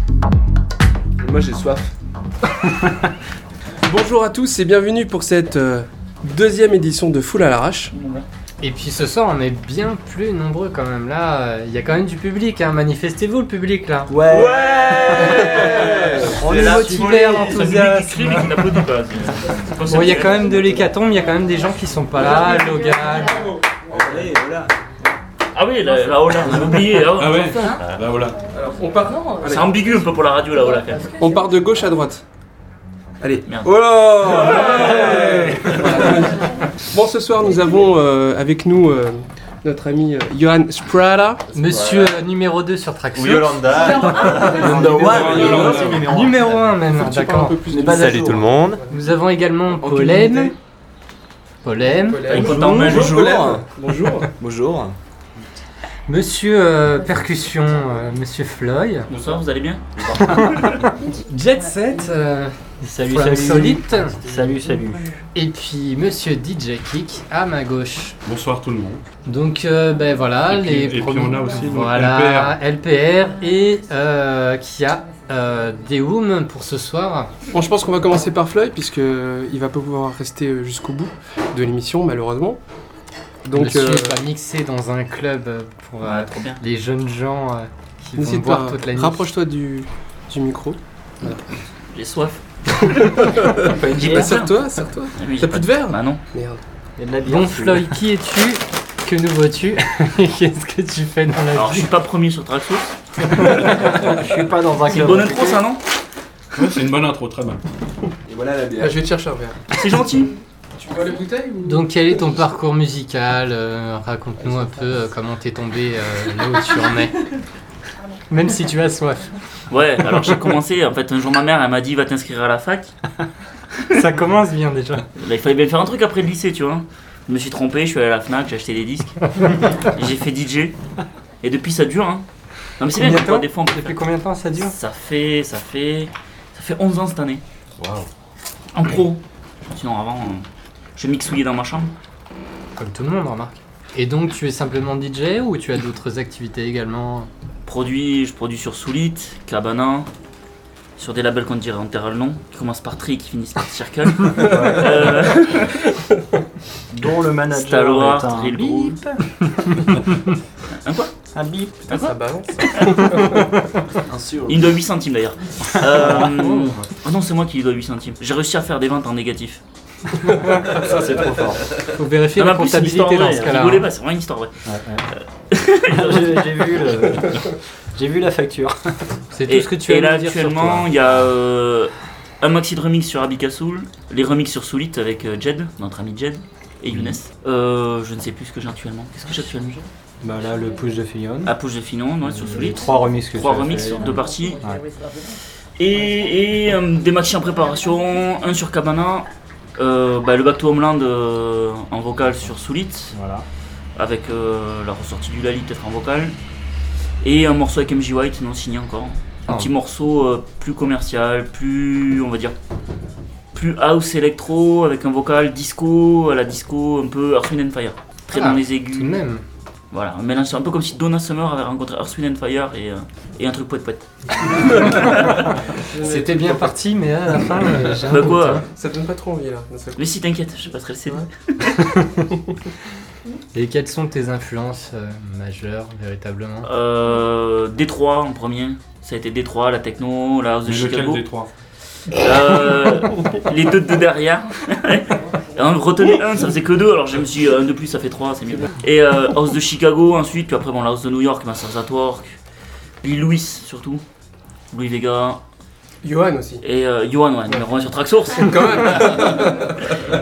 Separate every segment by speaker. Speaker 1: Et moi j'ai soif. Bonjour à tous et bienvenue pour cette euh, deuxième édition de Full à l'arrache.
Speaker 2: Et puis ce soir, on est bien plus nombreux quand même. Là, il y a quand même du public. Hein. Manifestez-vous, le public, là.
Speaker 3: Ouais,
Speaker 2: On
Speaker 4: C'est
Speaker 2: est
Speaker 4: là,
Speaker 2: motivé,
Speaker 4: si vous voulez, ça
Speaker 2: l'enthousiasme.
Speaker 4: public qui crie, mais qui n'applaudit pas. C'est- c'est-
Speaker 2: Bon, il y a quand même de l'hécatombe, il y a quand même des gens qui sont pas là. Logan.
Speaker 3: allez, voilà.
Speaker 4: Ah oui, la, la Ola, j'ai oublié. hein.
Speaker 5: Ah ouais Bah voilà.
Speaker 1: On part,
Speaker 5: euh,
Speaker 4: C'est ambigu un peu pour la radio, la Ola. quand même.
Speaker 1: on part de gauche à droite. Allez.
Speaker 4: Merde.
Speaker 1: Oh là Bon, ce soir nous avons euh, avec nous euh, notre ami euh, Johan Sprada.
Speaker 2: Monsieur euh, numéro 2 sur Traxxon. Numéro 1 même,
Speaker 1: Tu parles un
Speaker 2: d'accord.
Speaker 1: peu plus de
Speaker 6: Salut tout le monde.
Speaker 2: Nous avons également
Speaker 1: En
Speaker 2: Polem.
Speaker 1: communauté.
Speaker 2: Polem.
Speaker 4: T'as une
Speaker 1: Polem.
Speaker 4: compte en main,
Speaker 1: Bonjour.
Speaker 4: Jojo.
Speaker 1: Polem. Bonjour.
Speaker 6: Bonjour.
Speaker 2: Monsieur euh, Percussion, euh, Monsieur Floyd.
Speaker 4: Bonsoir, vous allez bien
Speaker 2: Jet Set. euh,
Speaker 4: Salut,
Speaker 2: Flamme Solite.
Speaker 4: Salut, salut.
Speaker 2: Et puis Monsieur DJ Kick à ma gauche.
Speaker 5: Bonsoir tout le monde.
Speaker 2: Donc euh, ben voilà
Speaker 5: Et puis-
Speaker 2: les
Speaker 5: et puis
Speaker 2: premiers-
Speaker 5: on a aussi, donc,
Speaker 2: voilà, LPR, et euh, qui a euh, Deum pour ce soir.
Speaker 1: Bon, je pense qu'on va commencer par Floyd, puisque euh, il va pas pouvoir rester euh, jusqu'au bout de l'émission, malheureusement.
Speaker 2: Donc
Speaker 1: Donc,
Speaker 2: Monsieur
Speaker 1: euh,
Speaker 2: va mixer dans un club euh, pour euh,
Speaker 4: Ouais, trop bien.
Speaker 2: les jeunes gens euh, qui vont
Speaker 1: n'hésite
Speaker 2: boire
Speaker 1: pas,
Speaker 2: toute la nuit.
Speaker 1: rapproche-toi du, du micro.
Speaker 4: J'ai soif.
Speaker 1: Dis pas serre-toi, serre-toi.
Speaker 4: Ah oui, j'ai
Speaker 1: bah, T'as
Speaker 4: pas
Speaker 1: plus
Speaker 4: de-
Speaker 1: de verre
Speaker 4: Bah non.
Speaker 1: Merde.
Speaker 2: Bon Floyd, qui es-tu Que nous vois-tu Et Qu'est-ce que tu fais dans la
Speaker 4: Alors, je
Speaker 2: vie
Speaker 4: suis pas premier sur Traxos.
Speaker 2: Je suis pas dans un
Speaker 4: C'est une bonne intro, ça, non
Speaker 5: Ouais, c'est une bonne intro, très bonne.
Speaker 3: Et voilà la
Speaker 1: Ah,
Speaker 2: Bah,
Speaker 3: bière.
Speaker 1: je vais te chercher un verre.
Speaker 4: C'est gentil.
Speaker 1: Tu vois les bouteilles ou...
Speaker 2: Donc quel est ton parcours musical Euh, Raconte-nous un peu euh, comment t'es tombé euh, là où tu en es. Même si tu as soif.
Speaker 4: Ouais, alors j'ai commencé. En fait, un jour, ma mère, elle m'a dit va t'inscrire à la fac.
Speaker 2: Ça commence bien déjà.
Speaker 4: Là, il fallait bien faire un truc après le lycée, tu vois. Je me suis trompé, je suis allé à la Fnac, j'ai acheté des disques. j'ai fait DJ. Et depuis, ça dure, hein. Non, mais c'est bien,
Speaker 2: Combien de
Speaker 4: quoi,
Speaker 2: temps
Speaker 4: des fois, on peut
Speaker 2: Depuis combien de temps ça dure
Speaker 4: Ça fait, ça fait, ça fait 11 ans cette année. En pro. Sinon avant, euh, je mixouillais dans ma chambre.
Speaker 2: Comme tout le monde remarque. Et donc tu es simplement DJ ou tu as d'autres activités également
Speaker 4: Produit, je produis sur Soulite, Cabana, sur des labels qu'on dirait en terre le nom, qui commencent par Tri et qui finissent par Circle. euh,
Speaker 7: dont le manager
Speaker 4: Stalwart,
Speaker 7: est un
Speaker 4: Drill Group. Un quoi
Speaker 7: Un bip.
Speaker 4: Un quoi
Speaker 1: balance.
Speaker 4: Il me doit 8 centimes d'ailleurs. Euh, ah non, c'est moi qui lui dois 8 centimes. J'ai réussi à faire des ventes en négatif.
Speaker 7: Ça c'est trop fort.
Speaker 2: Faut vérifier
Speaker 4: Non, mais Ah,
Speaker 2: la
Speaker 4: en plus, c'est une
Speaker 2: comptabilité
Speaker 4: histoire
Speaker 2: dans
Speaker 4: vraie, hein.
Speaker 2: ce cas-là. hein.
Speaker 4: rigolez pas, c'est vraiment une histoire vraie. Euh,
Speaker 7: J'ai j'ai vu le- J'ai vu la facture.
Speaker 2: C'est tout
Speaker 4: Et,
Speaker 2: ce que tu
Speaker 4: et
Speaker 2: as
Speaker 4: là
Speaker 2: à dire sur
Speaker 4: actuellement
Speaker 2: toi.
Speaker 4: il y a euh, un maxi de remix sur Abikasoul, les remix sur Soulit avec euh, Jed, notre ami Jed et Younes. Euh, je ne sais plus ce que j'ai actuellement. Qu'est-ce que j'ai actuellement
Speaker 7: Bah là le push de Fillon.
Speaker 4: À Pouche de Finon, ouais, sur Soulit.
Speaker 7: les trois remixes que
Speaker 4: Trois
Speaker 7: tu as
Speaker 4: remix
Speaker 7: fait.
Speaker 4: sur deux parties.
Speaker 7: Ouais.
Speaker 4: Et, et, euh, des matchs en préparation, un sur Cabana, euh, bah, le Back to Homeland euh, en vocal sur Soulit,
Speaker 7: Voilà.
Speaker 4: avec euh, la ressortie du Lali peut-être en vocal. Et un morceau avec MJ White non signé encore. Un
Speaker 2: Ah.
Speaker 4: petit morceau euh, plus commercial, plus, on va dire, plus house électro, avec un vocal disco, à la disco un peu Earth, Wind and Fire. Très
Speaker 2: Ah,
Speaker 4: dans les
Speaker 2: Tout de
Speaker 4: aigus.
Speaker 2: même.
Speaker 4: Voilà, un mélange, c'est un peu comme si Donna Summer avait rencontré Earth, Wind and Fire et, euh, et un truc poète-poète.
Speaker 2: C'était bien parti, mais à la fin, euh, j'ai un
Speaker 4: Bah
Speaker 2: doute,
Speaker 4: quoi
Speaker 2: hein.
Speaker 1: Ça donne pas trop envie là. d'un seul coup.
Speaker 4: Mais si, t'inquiète, je passerai le CD.
Speaker 1: Ouais.
Speaker 2: Et quelles sont tes influences euh, majeures, véritablement
Speaker 4: Euh, Détroit en premier. Ça a été Détroit, la techno, la house de
Speaker 5: Mais lequel
Speaker 4: Chicago.
Speaker 5: des trois
Speaker 4: Euh, les deux de derrière. Un, retenez un, ça faisait que deux. Alors je me suis dit, euh, un de plus, ça fait trois, c'est mieux. Et euh, house de Chicago ensuite. Puis après, bon, la house de New York, ma Zatwork. Puis Louis surtout. Louis Vega.
Speaker 1: Johan aussi.
Speaker 4: Et euh, Johan, ouais, numéro 1 sur Tracksource.
Speaker 1: Quand même.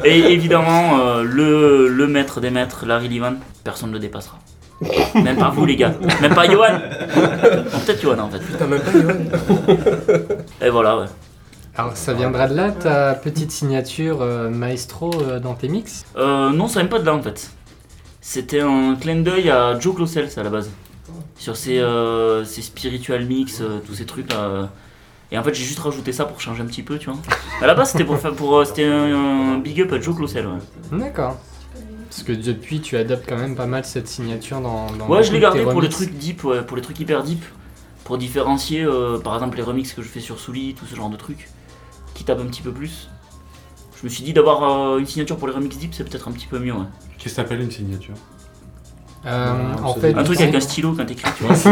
Speaker 4: Et évidemment, euh, le, le maître des maîtres, Larry Levan, personne ne le dépassera. Même pas vous, les gars. Même pas Johan. Bon, Peut-être Johan, en fait.
Speaker 1: T'as même pas Johan.
Speaker 4: Et voilà, ouais.
Speaker 2: Alors, ça viendra de là, ta petite signature euh, maestro euh, dans tes mix
Speaker 4: Euh, non, ça vient pas de là, en fait. C'était un clin d'œil à Joe Clausel, ça, à la base. Sur ses, euh, ses spiritual mix, euh, tous ces trucs là. euh, Et en fait, j'ai juste rajouté ça pour changer un petit peu, tu vois. À la base, c'était pour, faire- pour, euh, c'était un, un big up à Joe Closel. Ouais,
Speaker 2: D'accord. Parce que depuis, tu adoptes quand même pas mal cette signature dans. dans
Speaker 4: ouais je l'ai
Speaker 2: tes
Speaker 4: gardé pour les
Speaker 2: remixes.
Speaker 4: trucs deep, ouais, pour les trucs hyper deep, pour différencier, euh, par exemple, les remixes que je fais sur Souli, tout ce genre de trucs, qui tapent un petit peu plus. Je me suis dit d'avoir euh, une signature pour les remixes deep, c'est peut-être un petit peu mieux. Ouais.
Speaker 5: Qu'est-ce que t'appelles une signature
Speaker 2: Euh,
Speaker 7: Non,
Speaker 2: en
Speaker 7: c'est
Speaker 2: fait,
Speaker 4: Un truc avec un
Speaker 2: toutes-
Speaker 4: stylo quand t'écris, tu vois.
Speaker 5: Parce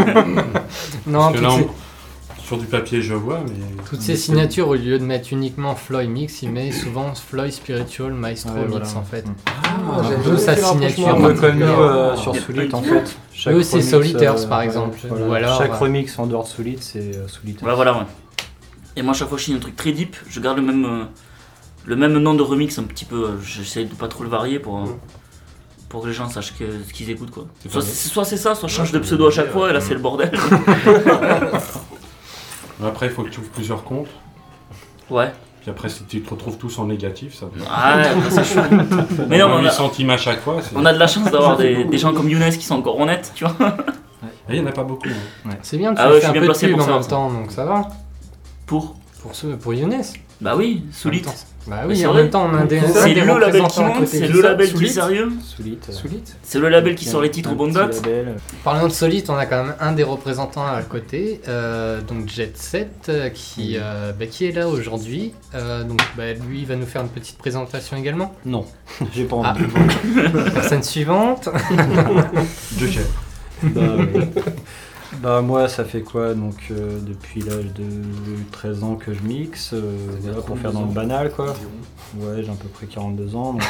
Speaker 2: Non,
Speaker 5: que
Speaker 2: toutes
Speaker 5: là,
Speaker 2: ces-
Speaker 5: on- sur du papier, je vois, mais.
Speaker 2: Toutes ces signatures, au lieu de mettre uniquement Floyd Mix, il met souvent Floyd Spiritual Maestro
Speaker 7: Ouais,
Speaker 2: Mix
Speaker 7: voilà.
Speaker 2: en fait.
Speaker 7: Mm.
Speaker 4: Ah,
Speaker 2: Un
Speaker 1: j'avais
Speaker 2: peu
Speaker 1: jamais
Speaker 2: sa
Speaker 1: fait le
Speaker 2: signature.
Speaker 1: rapprochement.
Speaker 7: Un peu comme nous euh,
Speaker 5: Il
Speaker 7: sur
Speaker 4: y a
Speaker 7: Solit
Speaker 4: pas
Speaker 7: en
Speaker 4: de-
Speaker 7: fait. Chaque
Speaker 2: Eux, c'est
Speaker 7: remix,
Speaker 2: Solitaires,
Speaker 7: euh,
Speaker 2: par exemple.
Speaker 7: voilà.
Speaker 2: Ou alors,
Speaker 7: Chaque
Speaker 2: euh,
Speaker 7: remix en dehors de Solit, c'est euh, Solit.
Speaker 5: Bah
Speaker 4: Ouais, voilà, ouais. Et moi, à chaque fois que je signe un truc très deep, je garde le même, euh, le même nom de remix un petit peu. euh, J'essaie de pas trop le varier pour, euh,
Speaker 1: Mm.
Speaker 4: pour que les gens sachent que- ce qu'ils écoutent, quoi.
Speaker 5: C'est
Speaker 4: Soit
Speaker 5: pas mal.
Speaker 4: c'est soit c'est ça, soit je change de
Speaker 5: c'est
Speaker 4: pseudo à
Speaker 5: une
Speaker 4: chaque
Speaker 5: idée,
Speaker 4: fois, et là,
Speaker 5: ouais.
Speaker 4: c'est le bordel.
Speaker 5: Après, il faut que tu ouvres plusieurs comptes.
Speaker 4: ouais.
Speaker 5: Puis après, si tu te retrouves tous en négatif, ça peut.
Speaker 4: Ah, ouais, bah, c'est chaud. Mais non, mais on a-
Speaker 5: 8 centimes à chaque fois, c'est-
Speaker 4: On a de la chance d'avoir des, des gens comme Younes qui sont encore honnêtes, tu vois.
Speaker 5: Et il n'y en a pas beaucoup. hein.
Speaker 2: c'est bien, tu
Speaker 4: Ah ouais, je
Speaker 2: fais
Speaker 4: suis
Speaker 2: un
Speaker 4: bien
Speaker 2: peu de
Speaker 4: placé
Speaker 2: pub
Speaker 4: pour
Speaker 2: en
Speaker 4: ça.
Speaker 2: même temps, donc ça va.
Speaker 4: Pour.
Speaker 2: Pour, ceux, pour Younes.
Speaker 4: Bah oui,
Speaker 2: en même
Speaker 4: Soulit.
Speaker 2: temps. Bah
Speaker 4: Mais
Speaker 2: oui,
Speaker 4: c'est
Speaker 2: en
Speaker 4: vrai.
Speaker 2: même temps, on a des. on a
Speaker 4: C'est
Speaker 2: des
Speaker 4: le label qui
Speaker 2: représentants à
Speaker 4: monte,
Speaker 2: côté
Speaker 4: c'est
Speaker 2: du
Speaker 4: le
Speaker 2: sol.
Speaker 4: label qui est
Speaker 2: Solit.
Speaker 4: sérieux,
Speaker 7: Solit. euh,
Speaker 2: Solit.
Speaker 4: c'est le label qui
Speaker 7: un-
Speaker 4: sort les titres
Speaker 7: un
Speaker 4: au bon
Speaker 7: petit
Speaker 4: date.
Speaker 7: label. euh,
Speaker 2: Parlant de Solite, on a quand même un des représentants à côté, euh, donc Jet Set, euh, qui, euh, bah, qui est là aujourd'hui. Euh, donc bah, lui, il va nous faire une petite présentation également.
Speaker 7: Non, j'ai pas
Speaker 2: Ah.
Speaker 7: envie.
Speaker 2: Personne suivante.
Speaker 5: Deux chefs.
Speaker 7: Bah, ouais. Bah, moi, ça fait quoi Donc euh, depuis l'âge de 13 ans que je mixe, euh, voilà, pour faire dans le banal quoi. Ouais, j'ai à peu près 42 ans, donc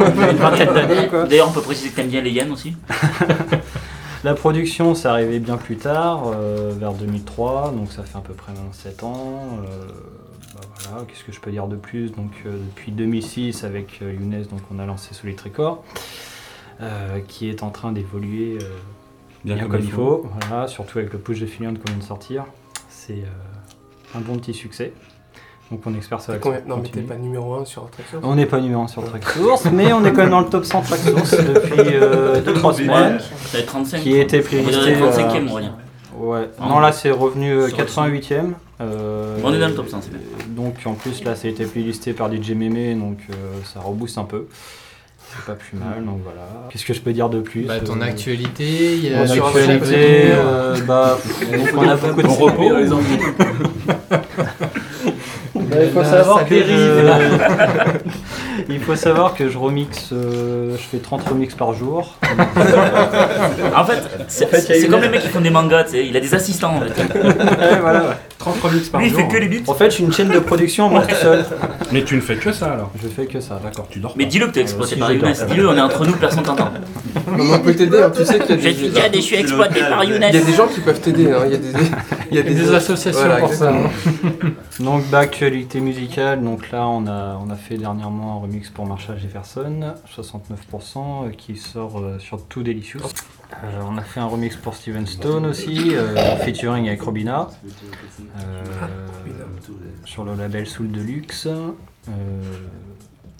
Speaker 7: euh, une vingtaine d'années quoi.
Speaker 4: D'ailleurs, on peut préciser que t'aimes bien les Yann aussi.
Speaker 7: La production, c'est arrivé bien plus tard, euh, vers 2003, donc ça fait à peu près 27 ans. euh, bah voilà, qu'est-ce que je peux dire de plus Donc euh, depuis 2006 avec euh, Younes, donc on a lancé Solid Record, euh, qui est en train d'évoluer euh, bien, comme, il faut. Voilà, surtout avec le push de Filion qu'on vient de sortir, c'est euh, un bon petit succès. Donc on espère que ça va.
Speaker 1: Combien- Non, mais t'es
Speaker 7: continuer.
Speaker 1: pas numéro 1 sur un truc.
Speaker 7: On n'est pas numéro 1 sur Tracksource, mais on est quand même dans le top 100 Tracksource depuis 2-3
Speaker 4: euh,
Speaker 7: semaines.
Speaker 4: T'as 35.
Speaker 7: Qui a été
Speaker 4: On est dans
Speaker 7: playlisté.
Speaker 4: les 35
Speaker 7: euh,
Speaker 4: e on va dire.
Speaker 7: Ouais,
Speaker 4: Ah,
Speaker 7: non,
Speaker 4: on-
Speaker 7: là c'est revenu euh,
Speaker 4: Sur-
Speaker 7: 88ème. euh,
Speaker 4: On est dans le top 100, c'est bien.
Speaker 7: Donc en plus, là ça a été playlisté par DJ Mémé, donc euh, ça rebooste un peu. C'est pas plus mal, donc voilà. Qu'est-ce que je peux dire de plus
Speaker 2: Bah, ton
Speaker 7: Euh,
Speaker 2: actualité, il y
Speaker 7: Mon
Speaker 1: Mon
Speaker 2: a sur-
Speaker 7: actualité, euh, bah, on a beaucoup de
Speaker 5: Ton repos,
Speaker 3: les enfants.
Speaker 7: Bah, il faut
Speaker 2: Là,
Speaker 7: savoir
Speaker 2: ça
Speaker 7: que
Speaker 2: dérive,
Speaker 7: je-
Speaker 2: là.
Speaker 7: il faut savoir que je remixe, euh, je fais 30 remixes par jour.
Speaker 4: En fait, c'est
Speaker 7: fait, il y a
Speaker 4: c'est
Speaker 7: une-
Speaker 4: comme les mecs qui font des mangas, tu sais, il a des assistants en fait.
Speaker 7: Ouais, voilà.
Speaker 5: 30 remixes par
Speaker 4: Lui, il
Speaker 5: jour.
Speaker 4: fait que les beats.
Speaker 7: En fait, je suis une chaîne de production moi tout seul.
Speaker 5: Mais tu ne fais que ça alors.
Speaker 7: Je fais que ça.
Speaker 5: D'accord, tu dors
Speaker 4: Mais
Speaker 5: pas.
Speaker 4: dis-le que t'es exploité
Speaker 7: Euh, si,
Speaker 4: par
Speaker 7: j'adore.
Speaker 4: Younes, dis-le, on est entre nous, personne t'entend.
Speaker 1: on peut t'aider, hein, tu sais qu'il y a
Speaker 4: Je
Speaker 1: des.
Speaker 4: suis Yann et je suis exploité par Younes.
Speaker 1: Il y a des gens qui peuvent t'aider, hein, il y a des, il y a
Speaker 2: il y a des associations
Speaker 1: Voilà,
Speaker 2: pour ça.
Speaker 1: exactement.
Speaker 7: Donc bah, actualité musicale, donc là on a, on a fait dernièrement un remix pour Marshall Jefferson, 69%, euh, qui sort euh, sur Too Delicious. Euh, on a fait un remix pour Steven Stone aussi, euh, featuring avec Robina, euh, sur le label Soul Deluxe. Euh,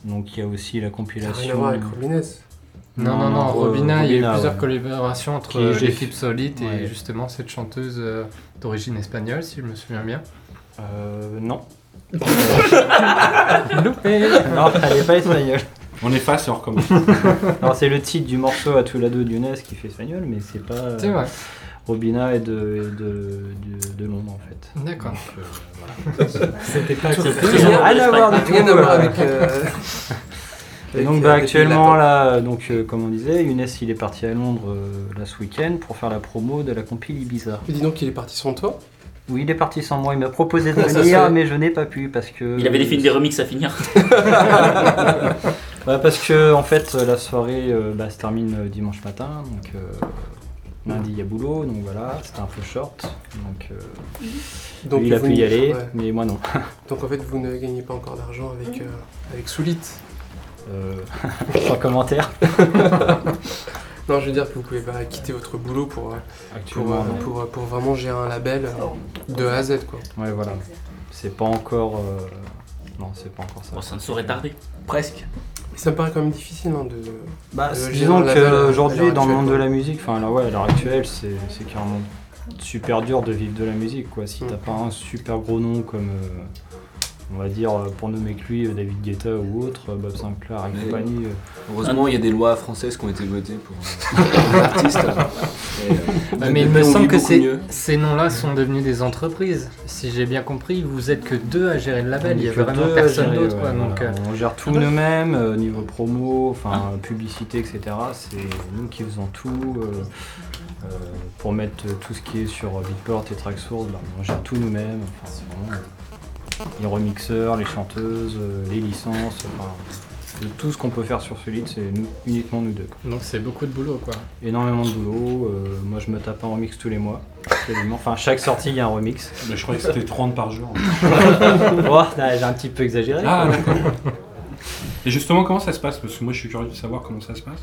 Speaker 7: donc il y a aussi
Speaker 1: Ça n'a rien
Speaker 7: la
Speaker 1: à
Speaker 7: compilation
Speaker 1: voir avec Robinez.
Speaker 2: Non, non, non,
Speaker 7: euh,
Speaker 2: Robina, il y a eu
Speaker 7: Robina,
Speaker 2: plusieurs
Speaker 7: ouais.
Speaker 2: collaborations entre
Speaker 7: Qui-
Speaker 2: euh,
Speaker 7: j'ai-
Speaker 2: l'équipe Solite et
Speaker 7: Ouais.
Speaker 2: justement cette chanteuse euh, d'origine espagnole, si je me souviens bien.
Speaker 7: Euh, non. Loupé Non, elle est pas espagnole.
Speaker 5: On efface et on recommence.
Speaker 7: Alors c'est le titre du morceau à tous la deux de Younes qui fait espagnol, mais c'est pas... euh,
Speaker 2: C'est vrai,
Speaker 7: Robina est de, et de, de, de Londres en fait.
Speaker 2: d'accord.
Speaker 7: Donc, euh, voilà.
Speaker 2: C'était pas
Speaker 4: Rien à
Speaker 7: Rien à voir du tout.
Speaker 1: Rien à voir
Speaker 7: euh,
Speaker 1: avec. euh,
Speaker 7: Et donc
Speaker 1: avec,
Speaker 7: bah,
Speaker 1: euh,
Speaker 7: actuellement
Speaker 1: Latin.
Speaker 7: là, donc euh, comme on disait, Younes il est parti à Londres euh, là ce week-end pour faire la promo de la compil Ibiza.
Speaker 1: Mais dis donc qu'il est parti sans toi.
Speaker 7: Oui, il est parti sans moi. Il m'a proposé de
Speaker 1: Ça se
Speaker 7: venir,
Speaker 1: fait.
Speaker 7: mais je n'ai pas pu parce que.
Speaker 4: Il avait des films des remixes à finir.
Speaker 7: Bah, parce que en fait la soirée euh, bah, se termine euh, dimanche matin, donc euh, lundi il y a boulot, donc voilà, c'était un peu short, donc, euh,
Speaker 1: Donc
Speaker 7: lui, il a
Speaker 1: vous
Speaker 7: pu y
Speaker 1: ne-
Speaker 7: aller,
Speaker 1: ouais.
Speaker 7: mais moi non.
Speaker 1: Donc en fait, vous ne gagnez pas encore d'argent avec, euh, avec Soulit.
Speaker 7: Euh, sans commentaire.
Speaker 1: Non, je veux dire que vous pouvez pas quitter votre boulot pour, euh, pour,
Speaker 7: Actuellement,
Speaker 1: euh,
Speaker 7: non.
Speaker 1: pour, euh, pour vraiment gérer un label euh, de A à Z. Quoi.
Speaker 7: Ouais, voilà. C'est pas encore. euh, Non, c'est pas encore ça.
Speaker 4: Bon, ça ne saurait tarder. Presque.
Speaker 1: Mais ça me paraît quand même difficile hein, de.
Speaker 7: Bah,
Speaker 1: Euh,
Speaker 7: disons
Speaker 1: gérer un label hein, euh, à l'heure
Speaker 7: qu'aujourd'hui, dans le monde
Speaker 1: actuelle,
Speaker 7: de la musique, enfin, là, ouais, à l'heure actuelle, c'est c'est carrément super dur de vivre de la musique, quoi. Si
Speaker 1: Mm.
Speaker 7: t'as pas un super gros nom comme, euh, on va dire, euh, pour nommer que lui, euh, David Guetta ou autre, euh, Bob Sinclair et
Speaker 3: Mais-
Speaker 7: compagnie. euh,
Speaker 3: Heureusement, il y a des lois françaises qui ont été votées pour euh, les artistes. Et, euh,
Speaker 2: Bah,
Speaker 3: donc,
Speaker 2: mais il me
Speaker 3: depuis, on
Speaker 2: semble
Speaker 3: vit
Speaker 2: que
Speaker 3: beaucoup
Speaker 2: ces-
Speaker 3: mieux.
Speaker 2: ces noms-là sont devenus des entreprises. Si j'ai bien compris, vous êtes que deux à gérer le label.
Speaker 7: on
Speaker 2: Il y
Speaker 7: est
Speaker 2: a
Speaker 7: que
Speaker 2: vraiment
Speaker 7: deux à
Speaker 2: personne
Speaker 7: gérer,
Speaker 2: d'autre.
Speaker 7: ouais,
Speaker 2: quoi, donc,
Speaker 7: voilà.
Speaker 2: euh, Ah.
Speaker 7: On gère tout nous-mêmes, euh, niveau promo, enfin publicité, etc. C'est nous qui faisons tout. euh, euh, pour mettre tout ce qui est sur euh, Beatport et Tracksource, bah, on gère tout nous-mêmes. Enfin, c'est vraiment, euh, les remixeurs, les chanteuses, euh, les licences, enfin, de tout ce qu'on peut faire sur ce lead, c'est nous- uniquement nous deux. quoi.
Speaker 2: donc c'est beaucoup de boulot. quoi.
Speaker 7: Énormément de boulot. euh, moi, je me tape un remix tous les mois. quasiment. Enfin, chaque sortie, il y a un remix.
Speaker 5: Mais je croyais que c'était 30 par jour.
Speaker 7: Oh, là, j'ai un petit peu exagéré.
Speaker 5: Ah, d'accord. Et justement, comment ça se passe Parce que moi, je suis curieux de savoir comment ça se passe.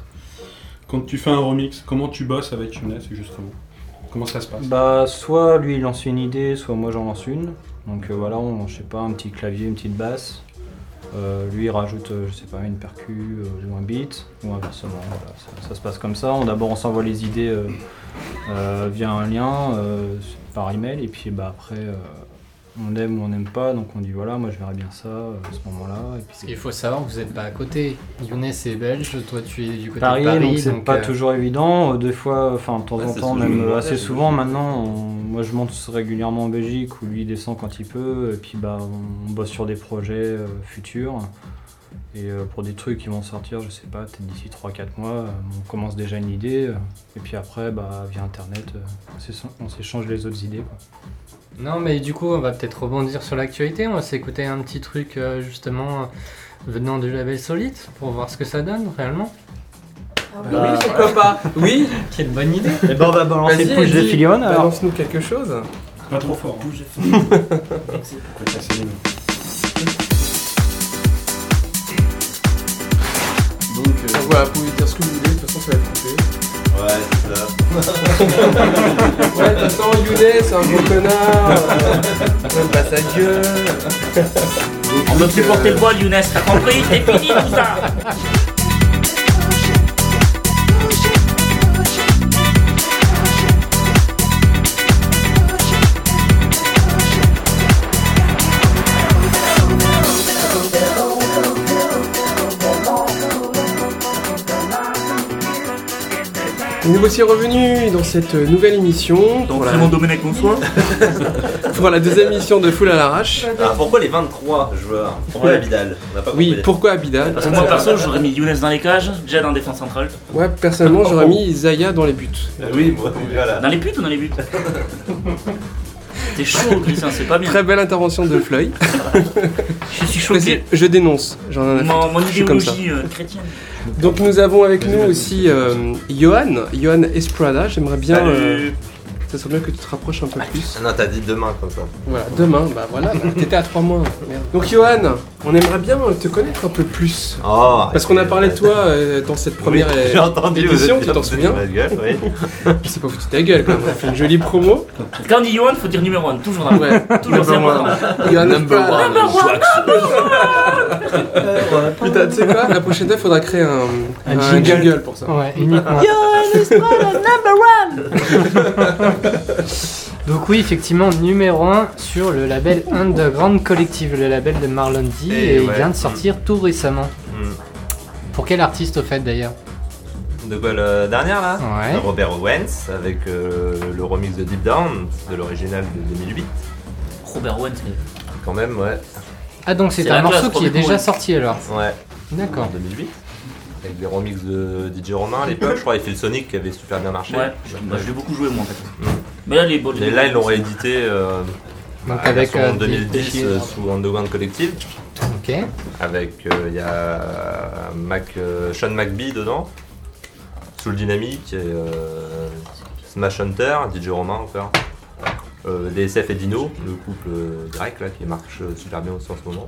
Speaker 5: Quand tu fais un remix, comment tu bosses avec Younes, justement Comment ça se passe
Speaker 7: Bah, soit lui il lance une idée, soit moi j'en lance une. Donc euh, voilà, on, je sais pas, un petit clavier, une petite basse. Euh, lui il rajoute, euh, je sais pas, une percu euh, ou un beat, ou inversement. Voilà, ça, ça se passe comme ça. On D'abord on s'envoie les idées euh, euh, via un lien euh, par email, et puis bah après euh, on aime ou on n'aime pas. Donc on dit voilà, moi je verrais bien ça euh, à ce moment-là. Et
Speaker 2: Parce qu'il
Speaker 7: puis
Speaker 2: faut savoir que vous n'êtes pas à côté. Younes est belge, toi tu es du côté
Speaker 7: Paris,
Speaker 2: de Paris.
Speaker 7: donc c'est
Speaker 2: donc,
Speaker 7: pas
Speaker 2: euh,
Speaker 7: toujours évident. Euh, Des fois, enfin de temps
Speaker 3: Ouais,
Speaker 7: en
Speaker 3: ça
Speaker 7: temps,
Speaker 3: se
Speaker 7: même
Speaker 3: joue.
Speaker 7: euh, assez
Speaker 3: Ouais,
Speaker 7: souvent. Maintenant, on- moi je monte régulièrement en Belgique où lui il descend quand il peut. Et puis bah on bosse sur des projets euh, futurs. Et euh, pour des trucs qui vont sortir, je sais pas, peut-être d'ici 3-4 mois, euh, on commence déjà une idée. euh, et puis après, bah via internet, euh, on s'échange- on s'échange les autres idées. quoi.
Speaker 2: Non, mais du coup, on va peut-être rebondir sur l'actualité. On va s'écouter un petit truc euh, justement euh, venant du label Solid pour voir ce que ça donne réellement.
Speaker 1: Ah Oui, pourquoi pas Oui,
Speaker 2: Quelle bonne idée
Speaker 7: Et ben on va balancer
Speaker 1: Vas-y,
Speaker 7: le push de
Speaker 1: vas-y.
Speaker 7: Filion. Alors.
Speaker 1: balance-nous quelque chose. euh,
Speaker 5: Pas trop fort. hein. Faut pas casser les mains.
Speaker 3: Donc, euh,
Speaker 1: Donc voilà, vous pouvez dire ce que vous voulez, de toute façon ça va être coupé.
Speaker 6: Ouais, c'est ça.
Speaker 1: Ouais, de toute façon, Younes, hein. c'est un gros connard, euh, pas sa gueule.
Speaker 4: On peut plus porter le voile, Younes, t'as compris C'est fini tout ça
Speaker 1: Nous voici revenus dans cette nouvelle émission.
Speaker 4: Donc
Speaker 1: pour, la,
Speaker 4: vraiment Dominique Bonsoir.
Speaker 1: pour la deuxième émission de Full à l'arrache.
Speaker 6: Alors Ah, pourquoi les 23 joueurs Pourquoi la Vidal On n'a pas compris.
Speaker 1: Oui, pourquoi Abida
Speaker 4: Parce que moi perso j'aurais mis Younes dans les cages, Jed en défense centrale.
Speaker 1: Ouais, personnellement, j'aurais mis Zaya dans les buts.
Speaker 6: Ah Oui, bon, voilà.
Speaker 4: Oh. Dans les buts ou dans les buts C'est chaud Christian, c'est pas bien.
Speaker 1: Très belle intervention de Fleury.
Speaker 4: Je suis
Speaker 1: Je, précise,
Speaker 4: choqué.
Speaker 1: je dénonce, j'en ai
Speaker 4: Mon, mon
Speaker 1: suis comme ça.
Speaker 4: idéologie euh, chrétienne.
Speaker 1: Donc nous avons avec nous aussi euh, Johan, Johan Esprada. J'aimerais bien. euh,
Speaker 4: Salut.
Speaker 1: ça serait bien que tu te rapproches un peu plus.
Speaker 6: Ah non, t'as dit demain comme ça.
Speaker 1: Voilà, demain, bah voilà, bah, t'étais à 3 mois. merde. Donc Johan, on aimerait bien te connaître un peu plus.
Speaker 6: Oh,
Speaker 1: Parce qu'on a parlé de toi euh, dans cette première
Speaker 6: Oui,
Speaker 1: euh,
Speaker 6: j'ai entendu, vous
Speaker 1: édition,
Speaker 6: êtes
Speaker 1: tu t'en
Speaker 6: gentil,
Speaker 1: souviens
Speaker 6: votre gueule, oui.
Speaker 1: C'est pas foutu ta gueule quand même, on a fait une jolie promo.
Speaker 4: Quand on dit Johan, faut dire numéro 1, toujours dans
Speaker 1: Ouais,
Speaker 4: Toujours c'est important.
Speaker 1: Johan Esprada. Putain, tu sais quoi La prochaine fois, faudra créer un,
Speaker 2: Euh, Un
Speaker 1: un
Speaker 2: jingle.
Speaker 1: jingle pour ça.
Speaker 2: Ouais, uniquement. Donc oui, effectivement, numéro 1 sur le label Underground Collective, le label de Marlon
Speaker 1: Eh
Speaker 2: D. Et,
Speaker 6: Et
Speaker 2: il
Speaker 6: ouais.
Speaker 2: vient de sortir tout récemment.
Speaker 6: Mm.
Speaker 2: Pour quel artiste au fait d'ailleurs
Speaker 6: De quoi la dernière là
Speaker 2: Ouais.
Speaker 6: Robert Owens avec euh, le remix de Deep Down de l'original de 2008.
Speaker 4: Robert Owen, c'est-
Speaker 6: Quand même, ouais.
Speaker 2: Ah donc c'est
Speaker 4: C'est
Speaker 2: un
Speaker 4: la
Speaker 2: morceau
Speaker 4: classe,
Speaker 2: qui
Speaker 4: premier
Speaker 2: est déjà
Speaker 4: coup,
Speaker 2: sorti alors.
Speaker 6: Ouais. En
Speaker 2: D'accord.
Speaker 6: 2008. Avec des remixes de DJ Romain à l'époque, je crois, et Phil Sonic qui avait super bien marché. Mm.
Speaker 4: Ouais, je, bah, je l'ai beaucoup joué moi en fait. Mais là les bon,
Speaker 6: Et là, ils l'ont réédité euh,
Speaker 2: Donc
Speaker 6: à la
Speaker 2: avec...
Speaker 6: version
Speaker 2: euh,
Speaker 6: 2010 euh, sous Underground Collective.
Speaker 2: Ok.
Speaker 6: Avec, euh, il y a Mac, euh, Sean McBee dedans, Soul Dynamic, et, euh, Smash Hunter, DJ Romain encore, euh, DSF et Dino, le couple euh, grec là, qui marche euh, super bien aussi en ce moment.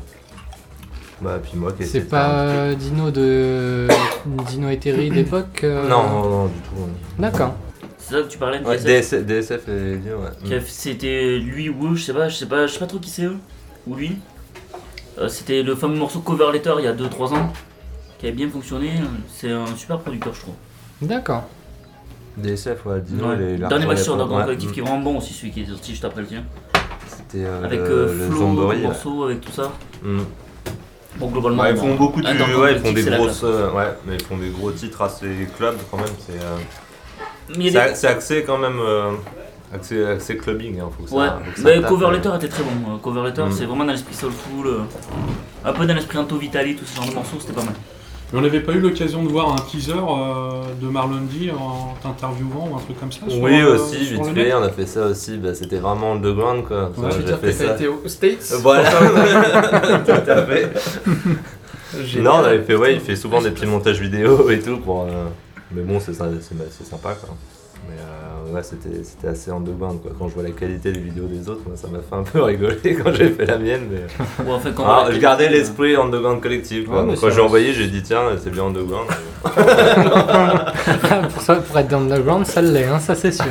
Speaker 6: Bah, puis moi qui ai essayé
Speaker 2: C'est
Speaker 6: de faire
Speaker 2: pas
Speaker 6: un
Speaker 2: euh, Dino de... Dino et Terry d'époque
Speaker 6: petit-
Speaker 2: euh,
Speaker 6: Non, non, non, du tout. hein.
Speaker 2: D'accord.
Speaker 4: C'est ça que tu parlais de
Speaker 6: Ouais,
Speaker 4: TSF?
Speaker 6: DSF, DSF et Dino, ouais.
Speaker 4: Qui a- C'était lui ou eux, je sais pas, je sais pas, je sais pas trop qui c'est eux. Ou lui. Euh, C'était le fameux morceau Cover Letter il y a 2-3 ans. Qui avait bien fonctionné. C'est un super producteur je trouve.
Speaker 2: D'accord.
Speaker 6: DSF, ouais, Dino,
Speaker 4: Ouais.
Speaker 6: il est- il a
Speaker 4: Dernier match
Speaker 6: retourné
Speaker 4: sur
Speaker 6: pour-
Speaker 4: dans
Speaker 6: ouais.
Speaker 4: le collectif qui est vraiment bon aussi, celui qui est sorti juste après le tien.
Speaker 6: C'était euh,
Speaker 4: Avec
Speaker 6: le,
Speaker 4: euh,
Speaker 6: le
Speaker 4: Flo,
Speaker 6: Zombori, ouais.
Speaker 4: Borso, avec tout ça.
Speaker 6: Mm.
Speaker 4: Bon, globalement,
Speaker 6: Ouais, ils font
Speaker 4: bon.
Speaker 6: beaucoup de.
Speaker 4: Ah, dans le
Speaker 6: ouais, ils font
Speaker 4: collectif,
Speaker 6: des
Speaker 4: c'est la
Speaker 6: grosses. euh, ouais, mais ils font des gros titres à ces clubs quand même. C'est euh,
Speaker 4: Mais il y a
Speaker 6: c'est-
Speaker 4: des-
Speaker 6: c'est axé quand même. euh, axé, axé clubbing, hein, faut que ça-
Speaker 4: Ouais,
Speaker 6: faut que ça
Speaker 4: mais
Speaker 6: tape,
Speaker 4: Cover
Speaker 6: euh.
Speaker 4: Letter était très bon. euh, Cover Letter,
Speaker 6: Mm.
Speaker 4: c'est vraiment dans l'esprit soulful, euh, un peu dans l'esprit Anto Vitali, tout ce genre de morceaux, c'était pas mal.
Speaker 5: Mais on n'avait pas eu l'occasion de voir un teaser euh, de Marlon D en t'interviewant ou un truc comme ça sur,
Speaker 6: Oui,
Speaker 5: euh,
Speaker 6: aussi,
Speaker 5: sur
Speaker 6: vite
Speaker 5: le net
Speaker 6: fait, on a fait ça aussi. bah, C'était vraiment underground quoi.
Speaker 5: Ouais,
Speaker 6: Ça,
Speaker 5: je veux
Speaker 6: j'ai
Speaker 2: dire que
Speaker 6: fait
Speaker 2: t'as
Speaker 6: ça.
Speaker 2: été aux States.
Speaker 6: Voilà, tout à fait.
Speaker 2: Génial.
Speaker 6: Non, on avait fait, ouais, il fait souvent des petits montages vidéo et tout pour. euh, Mais bon, c'est sy- c'est c'est sympa quoi. Mais euh, ouais, c'était c'était assez underground quoi. Quand je vois la qualité des vidéos des autres, moi, ça m'a fait un peu rigoler quand j'ai fait la mienne. Mais...
Speaker 4: Ouais, enfin, quand on
Speaker 6: Ah,
Speaker 4: l'a
Speaker 6: je
Speaker 4: fait,
Speaker 6: gardais
Speaker 4: euh,
Speaker 6: l'esprit underground collectif. quoi.
Speaker 7: Ouais, mais
Speaker 6: Donc, quand
Speaker 7: ça-
Speaker 6: j'ai envoyé, j'ai dit tiens, c'est bien underground.
Speaker 2: pour, ça, pour être dans le underground, ça l'est, hein, ça c'est sûr.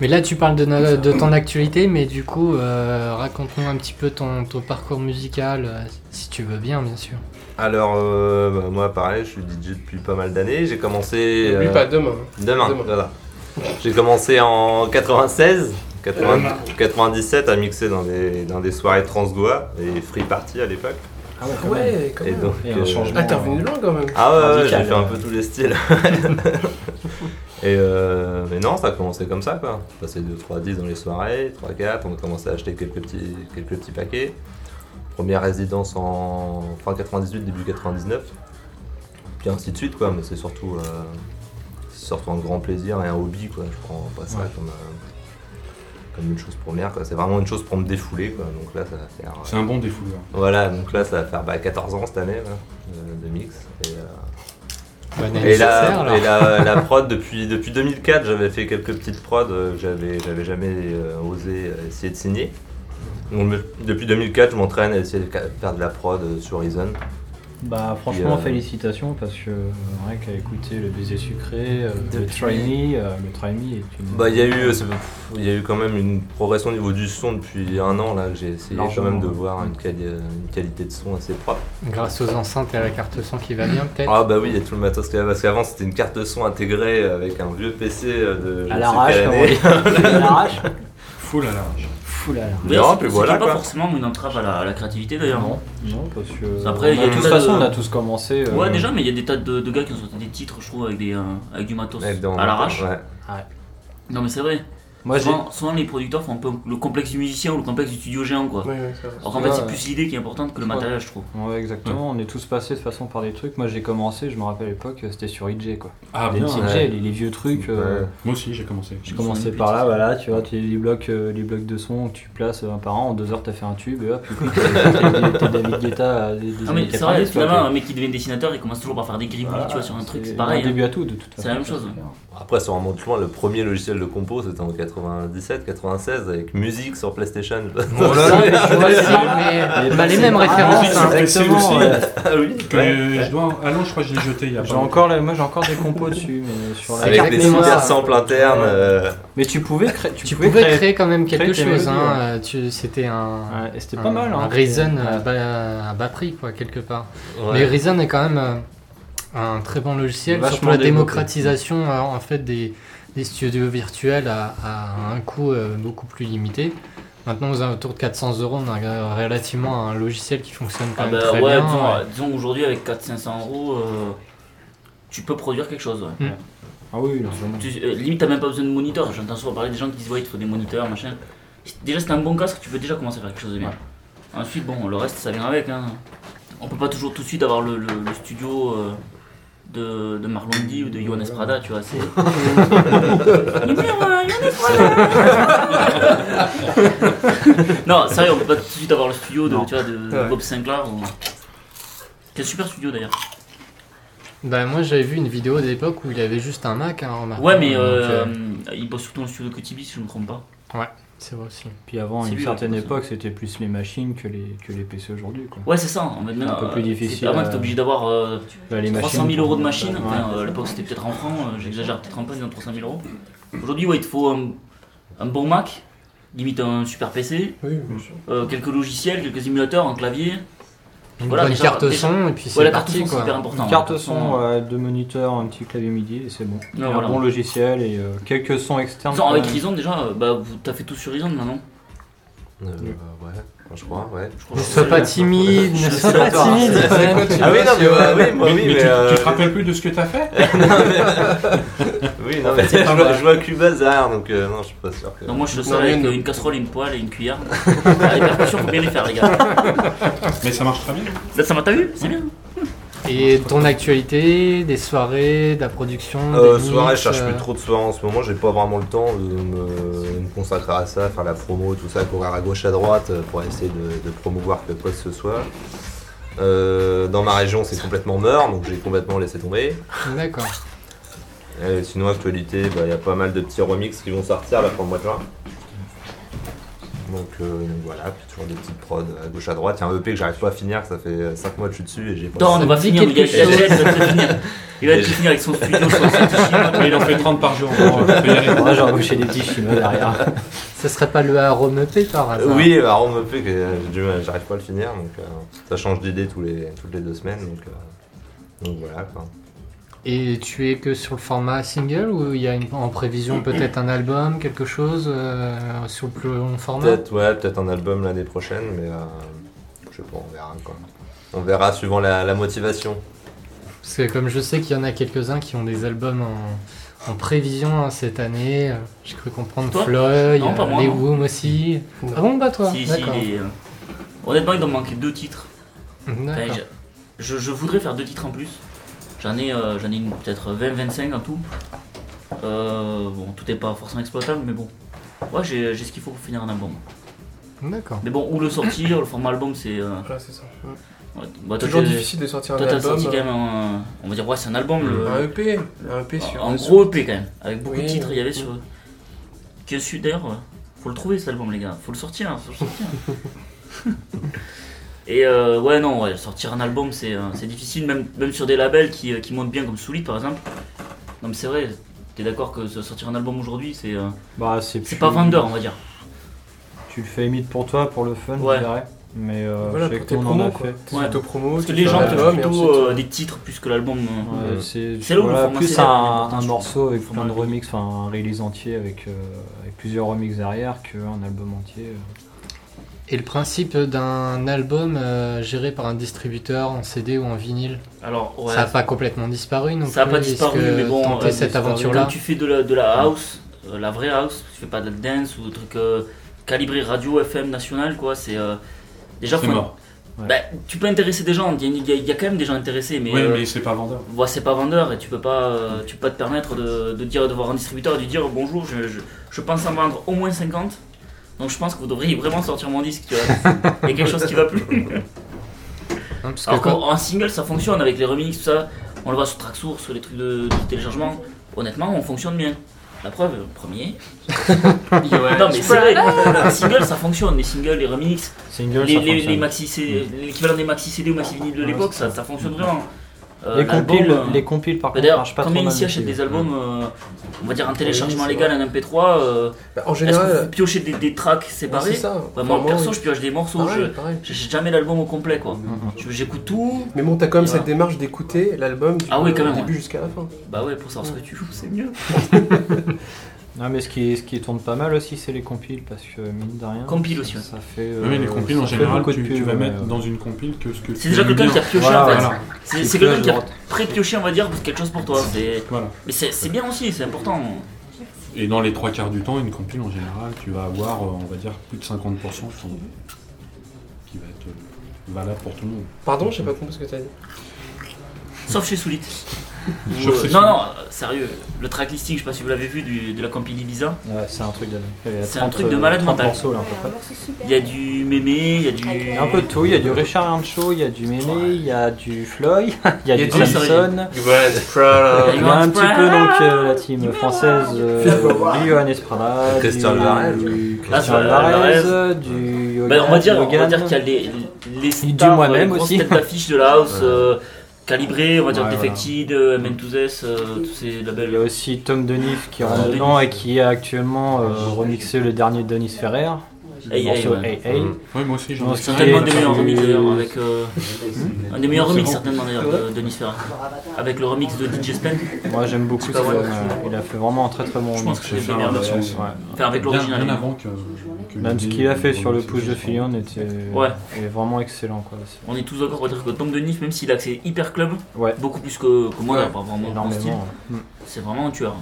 Speaker 2: Mais là, tu parles de, no- de ton actualité, mais du coup, euh, raconte-nous un petit peu ton, ton parcours musical, euh, si tu veux bien, bien sûr.
Speaker 6: Alors, euh, bah, moi, pareil, je suis DJ depuis pas mal d'années. J'ai commencé.
Speaker 1: N'oublie
Speaker 6: euh,
Speaker 1: pas demain. hein.
Speaker 6: Demain,
Speaker 1: Demain.
Speaker 6: voilà. J'ai commencé en 96, 80 97 à mixer dans des, dans des soirées trans-goa et free party à l'époque.
Speaker 7: Ah
Speaker 1: Ah ouais, quand
Speaker 6: Et
Speaker 1: même.
Speaker 6: donc,
Speaker 7: Il y a un
Speaker 6: euh,
Speaker 7: changement.
Speaker 1: Ah,
Speaker 7: hein.
Speaker 1: t'es revenu loin quand même.
Speaker 6: ah ouais, ouais, j'ai
Speaker 7: Radical,
Speaker 6: fait un
Speaker 7: euh.
Speaker 6: peu tous les styles. et euh, mais non, ça a commencé comme ça quoi. Passer 2 3 10 dans les soirées, 3 4, on a commencé à acheter quelques petits quelques petits paquets. Première résidence en fin 98 début 99. Puis ainsi de suite quoi, mais c'est surtout euh, c'est surtout un grand plaisir et un hobby quoi. Je prends pas ça
Speaker 7: Ouais.
Speaker 6: comme euh, comme une chose première quoi. C'est vraiment une chose pour me défouler quoi. Donc là ça va faire euh,
Speaker 5: C'est un bon défouleur.
Speaker 6: voilà, donc là ça va faire bah, 14 ans cette année là, de- de mix et euh,
Speaker 2: Bon
Speaker 6: et
Speaker 2: anniversaire, alors.
Speaker 6: la, et la, la prod, depuis, depuis 2004, j'avais fait quelques petites prods euh, que j'avais, j'avais jamais euh, osé euh, essayer de signer. Donc, me- depuis 2004, je m'entraîne à essayer de ca- faire de la prod euh, sur Reason.
Speaker 7: Bah franchement
Speaker 6: Puis, euh,
Speaker 7: félicitations parce que euh, rien qu'à écouter le baiser sucré, euh, le
Speaker 6: Depuis-
Speaker 7: Try Me, euh, le Try Me est une...
Speaker 6: Bah, il y, a eu, euh, c'est- pff, il y a eu quand même une progression au niveau du son depuis un an. Là, que j'ai essayé quand
Speaker 7: Largement,
Speaker 6: même de
Speaker 7: ouais.
Speaker 6: voir une, quali- euh, une qualité de son assez propre.
Speaker 2: Grâce aux enceintes et à la carte son qui va bien, peut-être.
Speaker 6: Ah, bah oui, il y a tout le matos qu'il y a, parce qu'avant c'était une carte son intégrée avec un vieux PC euh, de. je ne
Speaker 7: À
Speaker 6: sais
Speaker 7: l'arrache,
Speaker 6: quelle
Speaker 7: comme on
Speaker 6: année.
Speaker 7: dit. À l'arrache.
Speaker 5: Full à l'arrache.
Speaker 7: Fou là là.
Speaker 4: Mais
Speaker 6: Non,
Speaker 4: c'est-
Speaker 6: puis
Speaker 4: c'est
Speaker 6: voilà,
Speaker 4: pas
Speaker 6: quoi.
Speaker 4: forcément une entrave à la, à la créativité d'ailleurs. hein.
Speaker 7: Non, non, parce que...
Speaker 4: Après, il y a
Speaker 7: de
Speaker 4: tout
Speaker 7: toute
Speaker 4: ça
Speaker 7: façon,
Speaker 4: de-
Speaker 7: on a tous commencé... euh,
Speaker 4: Ouais, déjà, mais il y a des tas de, de gars qui ont sorti des titres, je trouve, avec, des, euh, avec du matos
Speaker 6: Ouais, dans-
Speaker 4: à l'arrache.
Speaker 6: ouais.
Speaker 4: Non, mais c'est vrai.
Speaker 7: Moi, j'ai...
Speaker 4: souvent, souvent, les producteurs font un peu le complexe du musicien ou le complexe du studio géant, quoi.
Speaker 1: Ouais, ouais, ça va.
Speaker 4: Alors qu'en fait, c'est
Speaker 7: Ouais.
Speaker 4: plus l'idée qui est importante que le
Speaker 7: Ouais.
Speaker 4: matériel, je trouve.
Speaker 7: Ouais, exactement, on est tous passés de toute façon par des trucs. Moi, j'ai commencé, je me rappelle à l'époque, c'était sur IJ, quoi.
Speaker 5: Ah
Speaker 7: les
Speaker 5: bien.
Speaker 7: petits
Speaker 5: ouais.
Speaker 7: IJ, les, les vieux trucs... euh,
Speaker 6: Ouais.
Speaker 5: Moi aussi j'ai commencé.
Speaker 7: J'ai
Speaker 4: Ils font
Speaker 7: commencé
Speaker 4: une
Speaker 7: par là,
Speaker 4: petite-
Speaker 7: voilà, tu vois, tu les blocs, euh, les blocs de son que tu places euh, un par an, en deux heures t'as fait un tube et hop, puis t'es t'es David Guetta euh, des, des
Speaker 4: Ah,
Speaker 7: années
Speaker 4: mais c'est vrai,
Speaker 7: 90, quoi,
Speaker 4: finalement,
Speaker 7: t'es-
Speaker 4: un mec qui devient dessinateur, il commence toujours par faire des gris
Speaker 7: voilà,
Speaker 4: tu vois, sur un truc, c'est
Speaker 7: un
Speaker 4: pareil. hein.
Speaker 7: début à tout de toute façon.
Speaker 4: C'est la même chose.
Speaker 6: Après, ça remonte loin, le premier logiciel de compo c'était en 97-96 avec musique sur PlayStation.
Speaker 7: Oh là là, mais tu vois,
Speaker 2: Ouais,
Speaker 7: c'est-
Speaker 2: mais- bah, les mêmes
Speaker 7: Ah,
Speaker 2: références.
Speaker 5: oui,
Speaker 2: hein.
Speaker 5: c'est-
Speaker 7: Exactement.
Speaker 5: aussi.
Speaker 7: ouais.
Speaker 6: ah oui
Speaker 5: Que je dois... Ah non, je crois que je l'ai jeté il y a pas
Speaker 7: J'ai
Speaker 5: longtemps.
Speaker 7: encore, la- moi j'ai encore des compos dessus, mais sur la
Speaker 2: C'est
Speaker 6: Avec des
Speaker 2: exactement
Speaker 6: super
Speaker 2: ça.
Speaker 6: samples internes. euh,
Speaker 7: Mais tu pouvais, cré-
Speaker 2: Tu pouvais créer, quand même quelque
Speaker 7: créer tes
Speaker 2: chose.
Speaker 7: mélodies,
Speaker 2: hein, euh, tu- C'était un.
Speaker 7: Ouais, et c'était
Speaker 2: un-
Speaker 7: pas mal. Hein.
Speaker 2: Un Reason
Speaker 7: Ouais.
Speaker 2: à bas- à bas prix, quoi, quelque part.
Speaker 6: ouais.
Speaker 2: Mais Reason est quand même euh, un très bon logiciel,
Speaker 7: Vachement
Speaker 2: surtout la
Speaker 7: développé.
Speaker 2: démocratisation euh, en fait des, des studios virtuels à, à un coût euh, beaucoup plus limité. Maintenant, aux alentours de 400 euros, on a euh, relativement un logiciel qui fonctionne quand
Speaker 4: Ah
Speaker 2: même
Speaker 4: bah
Speaker 2: très
Speaker 4: ouais,
Speaker 2: bien.
Speaker 4: disons,
Speaker 2: ouais.
Speaker 4: euh, disons aujourd'hui avec 400-500 euros, euh, tu peux produire quelque chose. ouais.
Speaker 7: Ah oui, largement.
Speaker 4: Tu- euh, limite, t'as même pas besoin de moniteur. J'entends souvent parler des gens qui disent ouais, il te faut des moniteurs, machin. Déjà, c'est un bon casque, tu peux déjà commencer à faire quelque chose de bien. Ensuite, bon, le reste, ça vient avec. Hein. On peut pas toujours tout de suite avoir le, le- le studio euh, de, de Marlon D ou de Johannes Prada, tu vois. C'est. Il me dit, ouais, Johannes Prada. non, sérieux, on peut pas tout de suite avoir le studio de, tu vois, de
Speaker 1: Ouais.
Speaker 4: Bob Sinclair. Ou... Quel super studio d'ailleurs.
Speaker 2: Bah, moi, j'avais vu une vidéo d'époque où il avait juste un Mac, hein, remarque.
Speaker 4: Ouais, mais
Speaker 7: Ah,
Speaker 2: Donc,
Speaker 4: euh,
Speaker 2: euh,
Speaker 4: il bosse surtout dans le studio de Cotibis, si je me trompe pas.
Speaker 2: c'est vrai aussi.
Speaker 7: Puis avant, à
Speaker 4: C'est
Speaker 7: une
Speaker 4: lui,
Speaker 7: certaine
Speaker 4: ouais.
Speaker 7: époque, c'était plus les machines que les, que les PC aujourd'hui. quoi.
Speaker 4: Ouais, c'est ça. En fait,
Speaker 7: un peu plus difficile,
Speaker 4: Avant,
Speaker 7: euh,
Speaker 4: t'es obligé d'avoir euh,
Speaker 7: Bah, les
Speaker 4: 300 000
Speaker 7: pour-
Speaker 4: euros de machine.
Speaker 7: Ouais.
Speaker 4: Enfin, euh, à l'époque, c'était peut-être en francs. euh, J'exagère peut-être un peu, disons 300 000 euros. Aujourd'hui, ouais, il te faut un, un bon Mac, limite un super PC,
Speaker 1: Oui, bien sûr.
Speaker 4: euh, quelques logiciels, quelques émulateurs, un clavier.
Speaker 2: Une
Speaker 4: Voilà,
Speaker 2: bonne
Speaker 4: déjà-
Speaker 2: carte
Speaker 4: déjà-
Speaker 2: son, et puis
Speaker 4: Ouais,
Speaker 2: c'est
Speaker 4: la carte
Speaker 2: parti
Speaker 4: son, c'est
Speaker 2: quoi. Mmh.
Speaker 4: hyper important. hein.
Speaker 7: Une carte son, euh, ouais, deux moniteurs, un petit clavier MIDI et c'est bon. Et un
Speaker 4: voilà.
Speaker 7: bon logiciel et euh, quelques sons externes.
Speaker 4: Genre,
Speaker 7: quand
Speaker 4: avec
Speaker 7: même.
Speaker 4: Reason, déjà, euh, bah, vous- t'as fait tout sur Reason maintenant.
Speaker 6: Euh, ouais, je crois, ouais.
Speaker 4: Je crois
Speaker 2: Ne
Speaker 4: que
Speaker 2: sois
Speaker 4: c'est-
Speaker 2: pas timide, ne sois pas timide.
Speaker 6: Ah oui, non, mais bah, oui, moi,
Speaker 5: mais,
Speaker 6: oui,
Speaker 5: mais
Speaker 6: mais,
Speaker 5: tu,
Speaker 6: euh,
Speaker 5: tu te rappelles plus de ce que t'as fait Ah,
Speaker 6: Oui, non, mais je vois- je vois Cubazar, donc euh, non, je suis pas sûr que.
Speaker 4: Non, moi je suis le
Speaker 1: Non,
Speaker 4: seul avec
Speaker 1: mais non.
Speaker 4: euh, une casserole, une poêle et une cuillère. Ah, les percussions, faut bien les faire, les gars.
Speaker 5: Mais ça marche très bien.
Speaker 4: Ça, ça m'a t'as vu C'est bien.
Speaker 2: Et ton actualité, des soirées, de la production
Speaker 6: Euh,
Speaker 2: des
Speaker 6: soirée,
Speaker 2: mix,
Speaker 6: je cherche
Speaker 2: euh,
Speaker 6: plus trop de soirées en ce moment, j'ai pas vraiment le temps de me, de me consacrer à ça, faire la promo, tout ça, courir à gauche, à droite euh, pour essayer de, de promouvoir que quoi que ce soit. Euh, dans ma région, c'est complètement mort, donc j'ai complètement laissé tomber.
Speaker 2: D'accord.
Speaker 6: Et Eh, sinon, actualité, bah, il y a pas mal de petits remix qui vont sortir là pour le mois de juin. Donc, euh, donc voilà, puis toujours des petites prods à gauche à droite. Il y a un EP que j'arrive pas à finir, ça fait 5 mois que je suis dessus et j'ai pas.
Speaker 4: Non, on va
Speaker 2: dit
Speaker 4: finir, le gars.
Speaker 2: quelque chose.
Speaker 4: Il va te finir. Il va te finir avec son studio, son
Speaker 5: Il en fait 30 par jour. on peut y aller.
Speaker 7: Moi j'ai embauché des petits chinois derrière.
Speaker 2: Ce serait pas le arôme EP par
Speaker 6: Euh,
Speaker 2: hasard
Speaker 6: Oui, bah, on me fait que j'ai du mal, j'arrive pas à le finir, donc euh, ça change d'idée tous les, toutes les deux semaines, donc, euh, donc voilà quoi.
Speaker 2: Et tu es que sur le format single ou il y a une- en
Speaker 6: Mm,
Speaker 2: prévision peut-être un album, quelque chose euh, sur le plus long format
Speaker 6: Peut-être ouais, peut-être un album l'année prochaine, mais euh, je sais pas, on verra quoi. On verra suivant la, la motivation.
Speaker 2: Parce que comme je sais qu'il y en a quelques-uns qui ont des albums en, en prévision hein, cette année, euh, j'ai cru comprendre
Speaker 4: Toi
Speaker 2: Floyd,
Speaker 4: Non, pas
Speaker 2: euh,
Speaker 4: moi,
Speaker 2: les
Speaker 4: non.
Speaker 2: Woom aussi. Ah bon, bah toi
Speaker 4: Si, si,
Speaker 2: D'accord.
Speaker 4: il est, euh, Honnêtement, il doit me manquer deux titres. Enfin,
Speaker 2: D'accord.
Speaker 4: je, je voudrais faire deux titres en plus. J'en ai, euh, j'en ai une- peut-être 20-25 en tout. Euh, bon, tout n'est pas forcément exploitable, mais bon. Ouais, j'ai j'ai ce qu'il faut pour finir un album. euh,
Speaker 2: D'accord.
Speaker 4: Mais bon, où le sortir, le format album, c'est. euh,
Speaker 8: Voilà, c'est ça.
Speaker 4: ouais, bah, toi,
Speaker 8: Toujours
Speaker 4: t'es-
Speaker 8: difficile de sortir un
Speaker 4: Toi, t'as
Speaker 8: album. euh,
Speaker 4: sorti quand même un. On va dire, ouais, c'est un album. le-
Speaker 8: Un EP, un EP sur.
Speaker 4: en gros EP quand même, avec beaucoup de
Speaker 8: Oui,
Speaker 4: titres. Il y avait
Speaker 8: oui.
Speaker 4: sur. Que su d'ailleurs, euh, faut le trouver cet album, les gars. Faut le sortir, hein, faut le sortir. Et euh, ouais, non, ouais, sortir un album, c'est euh, c'est difficile, même, même sur des labels qui, euh, qui montent bien, comme Soulid par exemple. Non, mais c'est vrai, t'es d'accord que se- sortir un album aujourd'hui, c'est euh,
Speaker 7: Bah, c'est
Speaker 4: c'est
Speaker 7: plus-
Speaker 4: pas vendeur, on va dire.
Speaker 7: Tu le fais limite pour toi, pour le fun,
Speaker 4: Ouais.
Speaker 7: je dirais. Mais euh,
Speaker 8: Voilà,
Speaker 7: je sais
Speaker 8: pour
Speaker 7: que
Speaker 8: tes
Speaker 7: tout le monde en a
Speaker 8: promos, quoi.
Speaker 7: fait.
Speaker 8: Tes
Speaker 4: Ouais.
Speaker 8: autopromos,
Speaker 4: Parce que
Speaker 8: tu
Speaker 4: les
Speaker 8: fais
Speaker 4: gens
Speaker 8: un
Speaker 4: veulent
Speaker 8: album et
Speaker 4: plutôt
Speaker 8: ensuite,
Speaker 4: euh, des titres plus que l'album. euh,
Speaker 7: Ouais,
Speaker 6: Mm.
Speaker 7: c'est
Speaker 4: C'est long, le
Speaker 7: voilà,
Speaker 4: format
Speaker 7: plus
Speaker 4: CD,
Speaker 7: un,
Speaker 4: important,
Speaker 7: un
Speaker 4: je
Speaker 7: morceau avec
Speaker 4: Le
Speaker 7: plein
Speaker 4: format
Speaker 7: de remix, enfin un release entier avec, euh, avec plusieurs remix derrière qu'un album entier. euh.
Speaker 2: Et le principe d'un album euh, géré par un distributeur en CD ou en vinyle,
Speaker 4: Alors, ouais.
Speaker 2: ça n'a pas complètement disparu non
Speaker 4: Ça a
Speaker 2: plus,
Speaker 4: pas
Speaker 2: euh, est-ce
Speaker 4: disparu,
Speaker 2: que
Speaker 4: mais bon,
Speaker 2: tenter
Speaker 4: euh,
Speaker 2: cette
Speaker 4: disparu.
Speaker 2: aventure-là.
Speaker 4: Quand tu fais de la, de la house, euh, la vraie house, tu fais pas de la dance ou de trucs euh, calibrés radio, FM, national, quoi, c'est. euh, déjà,
Speaker 5: C'est
Speaker 4: faut-
Speaker 5: mort.
Speaker 7: Ouais.
Speaker 4: Bah, tu peux intéresser des gens, il y, a- il y a- il y a quand même des gens intéressés, mais.
Speaker 5: Oui,
Speaker 4: euh,
Speaker 5: mais c'est pas vendeur.
Speaker 4: ouais, c'est pas vendeur et tu peux pas, euh, tu peux pas te permettre de, de dire de voir un distributeur et lui dire bonjour, je, je- je pense en vendre au moins 50, donc je pense que vous devriez vraiment sortir mon disque, tu vois. Il y a quelque chose qui va plus.
Speaker 2: Hein, parce que
Speaker 4: Alors
Speaker 2: quand-
Speaker 4: qu'en en single, ça fonctionne avec les remixes, tout ça. On le voit sur Tracksource, sur les trucs de, de téléchargement. Honnêtement, on fonctionne bien. La preuve, le premier. non, mais c'est vrai, les singles, ça fonctionne. Les singles, les remixes,
Speaker 7: Single,
Speaker 4: les,
Speaker 7: ça
Speaker 4: les,
Speaker 7: fonctionne.
Speaker 4: les maxi C- l'équivalent des maxi CD ou maxi vinyle de l'époque, ça, ça fonctionne vraiment. Euh,
Speaker 7: Les
Speaker 4: l'album,
Speaker 7: compiles,
Speaker 4: euh,
Speaker 7: les compiles par
Speaker 4: bah,
Speaker 7: contre
Speaker 4: D'ailleurs,
Speaker 7: marchent pas trop
Speaker 4: combien
Speaker 7: mal
Speaker 4: ici
Speaker 7: dessus.
Speaker 4: achètent des albums, euh, on va dire un téléchargement
Speaker 8: c'est
Speaker 4: légal,
Speaker 8: vrai.
Speaker 4: un MP3 euh,
Speaker 8: Bah, en
Speaker 4: Est-ce que vous
Speaker 8: général,
Speaker 4: piochez des, des tracks
Speaker 8: ouais,
Speaker 4: séparés
Speaker 8: c'est ça.
Speaker 4: Ouais,
Speaker 8: Enfin,
Speaker 4: Moi,
Speaker 8: moi,
Speaker 4: perso,
Speaker 8: oui.
Speaker 4: je pioche des morceaux,
Speaker 8: Pareil,
Speaker 4: je
Speaker 8: pareil.
Speaker 4: j'achète jamais l'album au complet, quoi.
Speaker 7: Mhm.
Speaker 4: Je- J'écoute tout,
Speaker 8: Mais bon, t'as quand même
Speaker 4: Voilà.
Speaker 8: cette démarche d'écouter l'album du
Speaker 4: Ah oui, quand même,
Speaker 8: début jusqu'à la fin.
Speaker 4: Bah ouais, pour savoir ce que tu joues, c'est mieux.
Speaker 7: Non, mais ce qui, ce qui tourne pas mal aussi, c'est les compiles parce que mine de rien.
Speaker 4: Compile
Speaker 7: ça-
Speaker 4: aussi, ouais.
Speaker 7: Ça fait.
Speaker 5: Non, mais les
Speaker 7: euh,
Speaker 5: compiles, en
Speaker 7: ça fait
Speaker 5: général,
Speaker 7: beaucoup
Speaker 5: tu,
Speaker 7: de
Speaker 5: tu
Speaker 7: pubs,
Speaker 5: vas
Speaker 7: ouais,
Speaker 5: mettre
Speaker 7: ouais.
Speaker 5: dans une compile que ce que
Speaker 4: C'est déjà quelqu'un qui a pioché
Speaker 7: Voilà,
Speaker 4: en fait.
Speaker 7: voilà.
Speaker 4: C'est,
Speaker 7: Qui
Speaker 4: c'est quelqu'un
Speaker 7: pioche
Speaker 4: qui a
Speaker 7: droite.
Speaker 4: pré-pioché, on va dire, parce quelque chose pour toi. C'est-
Speaker 5: Voilà.
Speaker 4: Mais c'est, c'est bien aussi, c'est important.
Speaker 5: Et dans les trois quarts du temps, une compile en général, tu vas avoir, euh, on va dire, plus de 50% qui, qui va être euh, valable pour tout le monde.
Speaker 8: Pardon, j'ai pas compris ce que t'as dit.
Speaker 4: Sauf chez Soulit.
Speaker 5: Sauf chez Soulit.
Speaker 4: non, non, euh, sérieux. Le track listing, je sais pas si vous l'avez vu, du- de la compil Ibiza.
Speaker 7: Ouais, c'est un truc de. il y a
Speaker 4: C'est un
Speaker 7: 30,
Speaker 4: truc de
Speaker 7: euh,
Speaker 4: malade
Speaker 7: 30
Speaker 4: mental.
Speaker 7: morceaux, là, à peu près.
Speaker 4: Il y a du mémé, il y a du.
Speaker 7: Il y a un peu de tout, il y a du Richard Rancho, il y a du Mémé, il y a du Floyd, il y a du Samson. Il y a un petit peu donc euh, la team française euh, du Johan Esprada, du
Speaker 6: Christian Alvarez.
Speaker 7: du Christian
Speaker 4: Ah, c'est vrai,
Speaker 7: Alvarez,
Speaker 4: Alvarez.
Speaker 7: du Yogan,
Speaker 4: Bah, on, va dire, on va
Speaker 7: Logan.
Speaker 4: dire qu'il y a les, les
Speaker 7: Et du
Speaker 4: stars, euh,
Speaker 7: moi-même
Speaker 4: les grosses
Speaker 7: aussi.
Speaker 4: têtes d'affiche de la house, euh, calibrées, on va dire
Speaker 5: Ouais, voilà.
Speaker 4: Defected, euh, Men2S, euh, tous ces
Speaker 7: Il y a
Speaker 4: labels.
Speaker 7: aussi Tom Denis qui
Speaker 4: Ah,
Speaker 7: rentre
Speaker 4: Denis.
Speaker 7: dedans et qui a actuellement euh, remixé le dernier Denis Ferrer. le
Speaker 4: Hey, hey,
Speaker 7: morceau
Speaker 4: ouais.
Speaker 7: Hey Hey.
Speaker 6: Mhm.
Speaker 5: Oui, moi aussi, j'en
Speaker 7: Non,
Speaker 5: ai
Speaker 7: c'est
Speaker 4: Certainement un des
Speaker 7: Et-
Speaker 4: meilleurs
Speaker 7: et-
Speaker 4: remix d'ailleurs, avec euh,
Speaker 7: Hmm?
Speaker 4: un des meilleurs
Speaker 5: C'est
Speaker 4: remix
Speaker 5: bon.
Speaker 4: certainement d'ailleurs de Denis Ferrer, avec le remix de DJ Spen,
Speaker 7: Moi j'aime beaucoup.
Speaker 4: C'est
Speaker 7: ce
Speaker 4: pas
Speaker 7: film,
Speaker 4: vrai.
Speaker 7: euh, Il a fait vraiment un très très bon.
Speaker 4: Je
Speaker 7: remix.
Speaker 4: pense que c'est
Speaker 5: fait
Speaker 4: la meilleure
Speaker 5: un-
Speaker 4: version.
Speaker 5: ouais.
Speaker 4: Enfin, avec
Speaker 5: Bien-
Speaker 4: l'original.
Speaker 5: Bien avant que. que
Speaker 7: Même ce
Speaker 5: l'idée
Speaker 7: qu'il a
Speaker 5: de-
Speaker 7: fait sur le push de
Speaker 5: c'est-
Speaker 7: Fillon était
Speaker 4: Ouais.
Speaker 7: est vraiment excellent quoi. C'est-
Speaker 4: On est tous d'accord pour dire que Tom de Nif, même s'il a accès hyper club,
Speaker 7: Ouais.
Speaker 4: beaucoup plus que, que moi,
Speaker 5: Ouais,
Speaker 4: n'a pas vraiment mon style.
Speaker 7: Énormément. ouais. Hmm.
Speaker 4: C'est vraiment un tueur.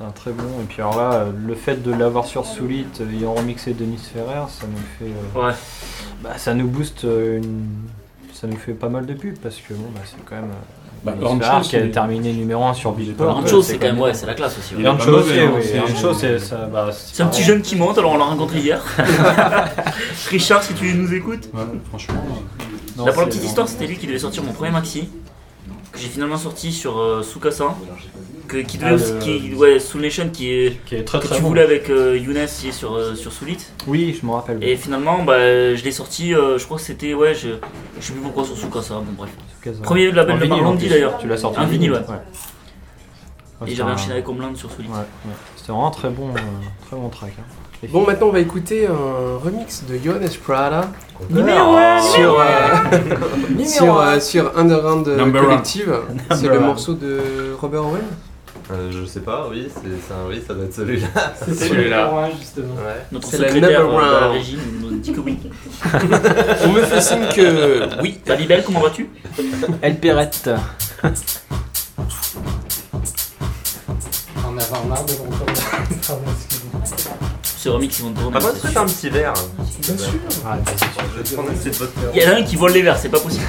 Speaker 7: C'est un très bon. Et puis alors là, euh, le fait de l'avoir sur Soulit, euh, ayant remixé Denis Ferrer, ça nous fait. euh,
Speaker 4: Ouais.
Speaker 7: Bah, ça nous booste euh, une- Ça nous fait pas mal de pubs parce que bon, bah, c'est quand même. euh,
Speaker 5: Bah,
Speaker 7: Denis
Speaker 5: Orange
Speaker 7: Ferrer
Speaker 5: Juice,
Speaker 7: qui a
Speaker 5: il-
Speaker 7: terminé numéro 1 sur
Speaker 5: il est
Speaker 7: Billboard.
Speaker 5: pas-
Speaker 4: Autre
Speaker 7: ouais,
Speaker 4: chose, c'est quand même, ouais, c'est la classe aussi. ouais.
Speaker 5: Il est pas
Speaker 7: Orange Juice,
Speaker 5: mauvais, hein,
Speaker 7: oui,
Speaker 5: c'est
Speaker 7: Orange
Speaker 5: un-
Speaker 7: Juice, c'est- ça. bah,
Speaker 4: C'est un petit jeune qui monte, alors on l'a rencontré hier. Richard, si tu nous écoutes.
Speaker 5: Ouais, franchement.
Speaker 7: euh, Non,
Speaker 4: Là, pour la
Speaker 7: c'est-
Speaker 4: petite histoire, c'était lui qui devait sortir mon premier maxi, que j'ai finalement sorti sur euh, Sukasa, que, qui devait
Speaker 7: Ah,
Speaker 4: aussi-
Speaker 7: le-
Speaker 4: qui- ouais, Soul Nation, qui est,
Speaker 7: Qui est très
Speaker 4: que
Speaker 7: très
Speaker 4: tu
Speaker 7: bon.
Speaker 4: voulais avec euh, Younes qui est sur, euh, sur Soulit.
Speaker 7: Oui, je me rappelle.
Speaker 4: Et finalement, bah, je l'ai sorti, euh, je crois que c'était, ouais, je, je sais plus pourquoi sur Sukasa, bon bref.
Speaker 7: Kazan.
Speaker 4: Premier label
Speaker 7: En
Speaker 4: de
Speaker 7: vinyle,
Speaker 4: Marlon
Speaker 7: en
Speaker 4: D,
Speaker 7: plus.
Speaker 4: d'ailleurs.
Speaker 7: Tu l'as sorti
Speaker 4: Un
Speaker 7: en
Speaker 4: vinyle, ouais.
Speaker 7: Ouais,
Speaker 2: Oh,
Speaker 4: Et
Speaker 7: Ah, c'est
Speaker 4: j'avais
Speaker 7: un-
Speaker 4: enchaîné avec Ombland sur Soulit.
Speaker 7: Ouais, ouais. C'était vraiment très bon, euh, très bon track. hein.
Speaker 8: Bon, maintenant on va écouter un remix de Johannes Prada
Speaker 4: Numéro un,
Speaker 8: sur, euh, sur,
Speaker 4: un.
Speaker 8: euh, sur Underground euh,
Speaker 5: Number one.
Speaker 8: Collective. C'est le
Speaker 7: one.
Speaker 8: morceau de Robert Owen.
Speaker 6: Euh, je sais pas, oui, c'est c'est un oui, ça doit être celui-là.
Speaker 2: C'est
Speaker 6: celui-là.
Speaker 2: justement.
Speaker 6: Ouais.
Speaker 4: Notre
Speaker 8: C'est la
Speaker 4: secrétaire
Speaker 8: number
Speaker 4: euh, de la
Speaker 8: one.
Speaker 4: régie nous dit que oui.
Speaker 1: On me fait signe que oui.
Speaker 4: Bah, Libelle, comment vas-tu
Speaker 7: Elle Perrette.
Speaker 2: En avoir marre de l'entendre.
Speaker 4: Ce remix, ils vont te
Speaker 6: Ah, moi,
Speaker 4: remettre.
Speaker 6: est-ce que t'as un petit verre hein.
Speaker 8: Bien sûr.
Speaker 6: Je vais prendre un petit peu de
Speaker 4: Il y en a un qui vole les verres, c'est pas possible.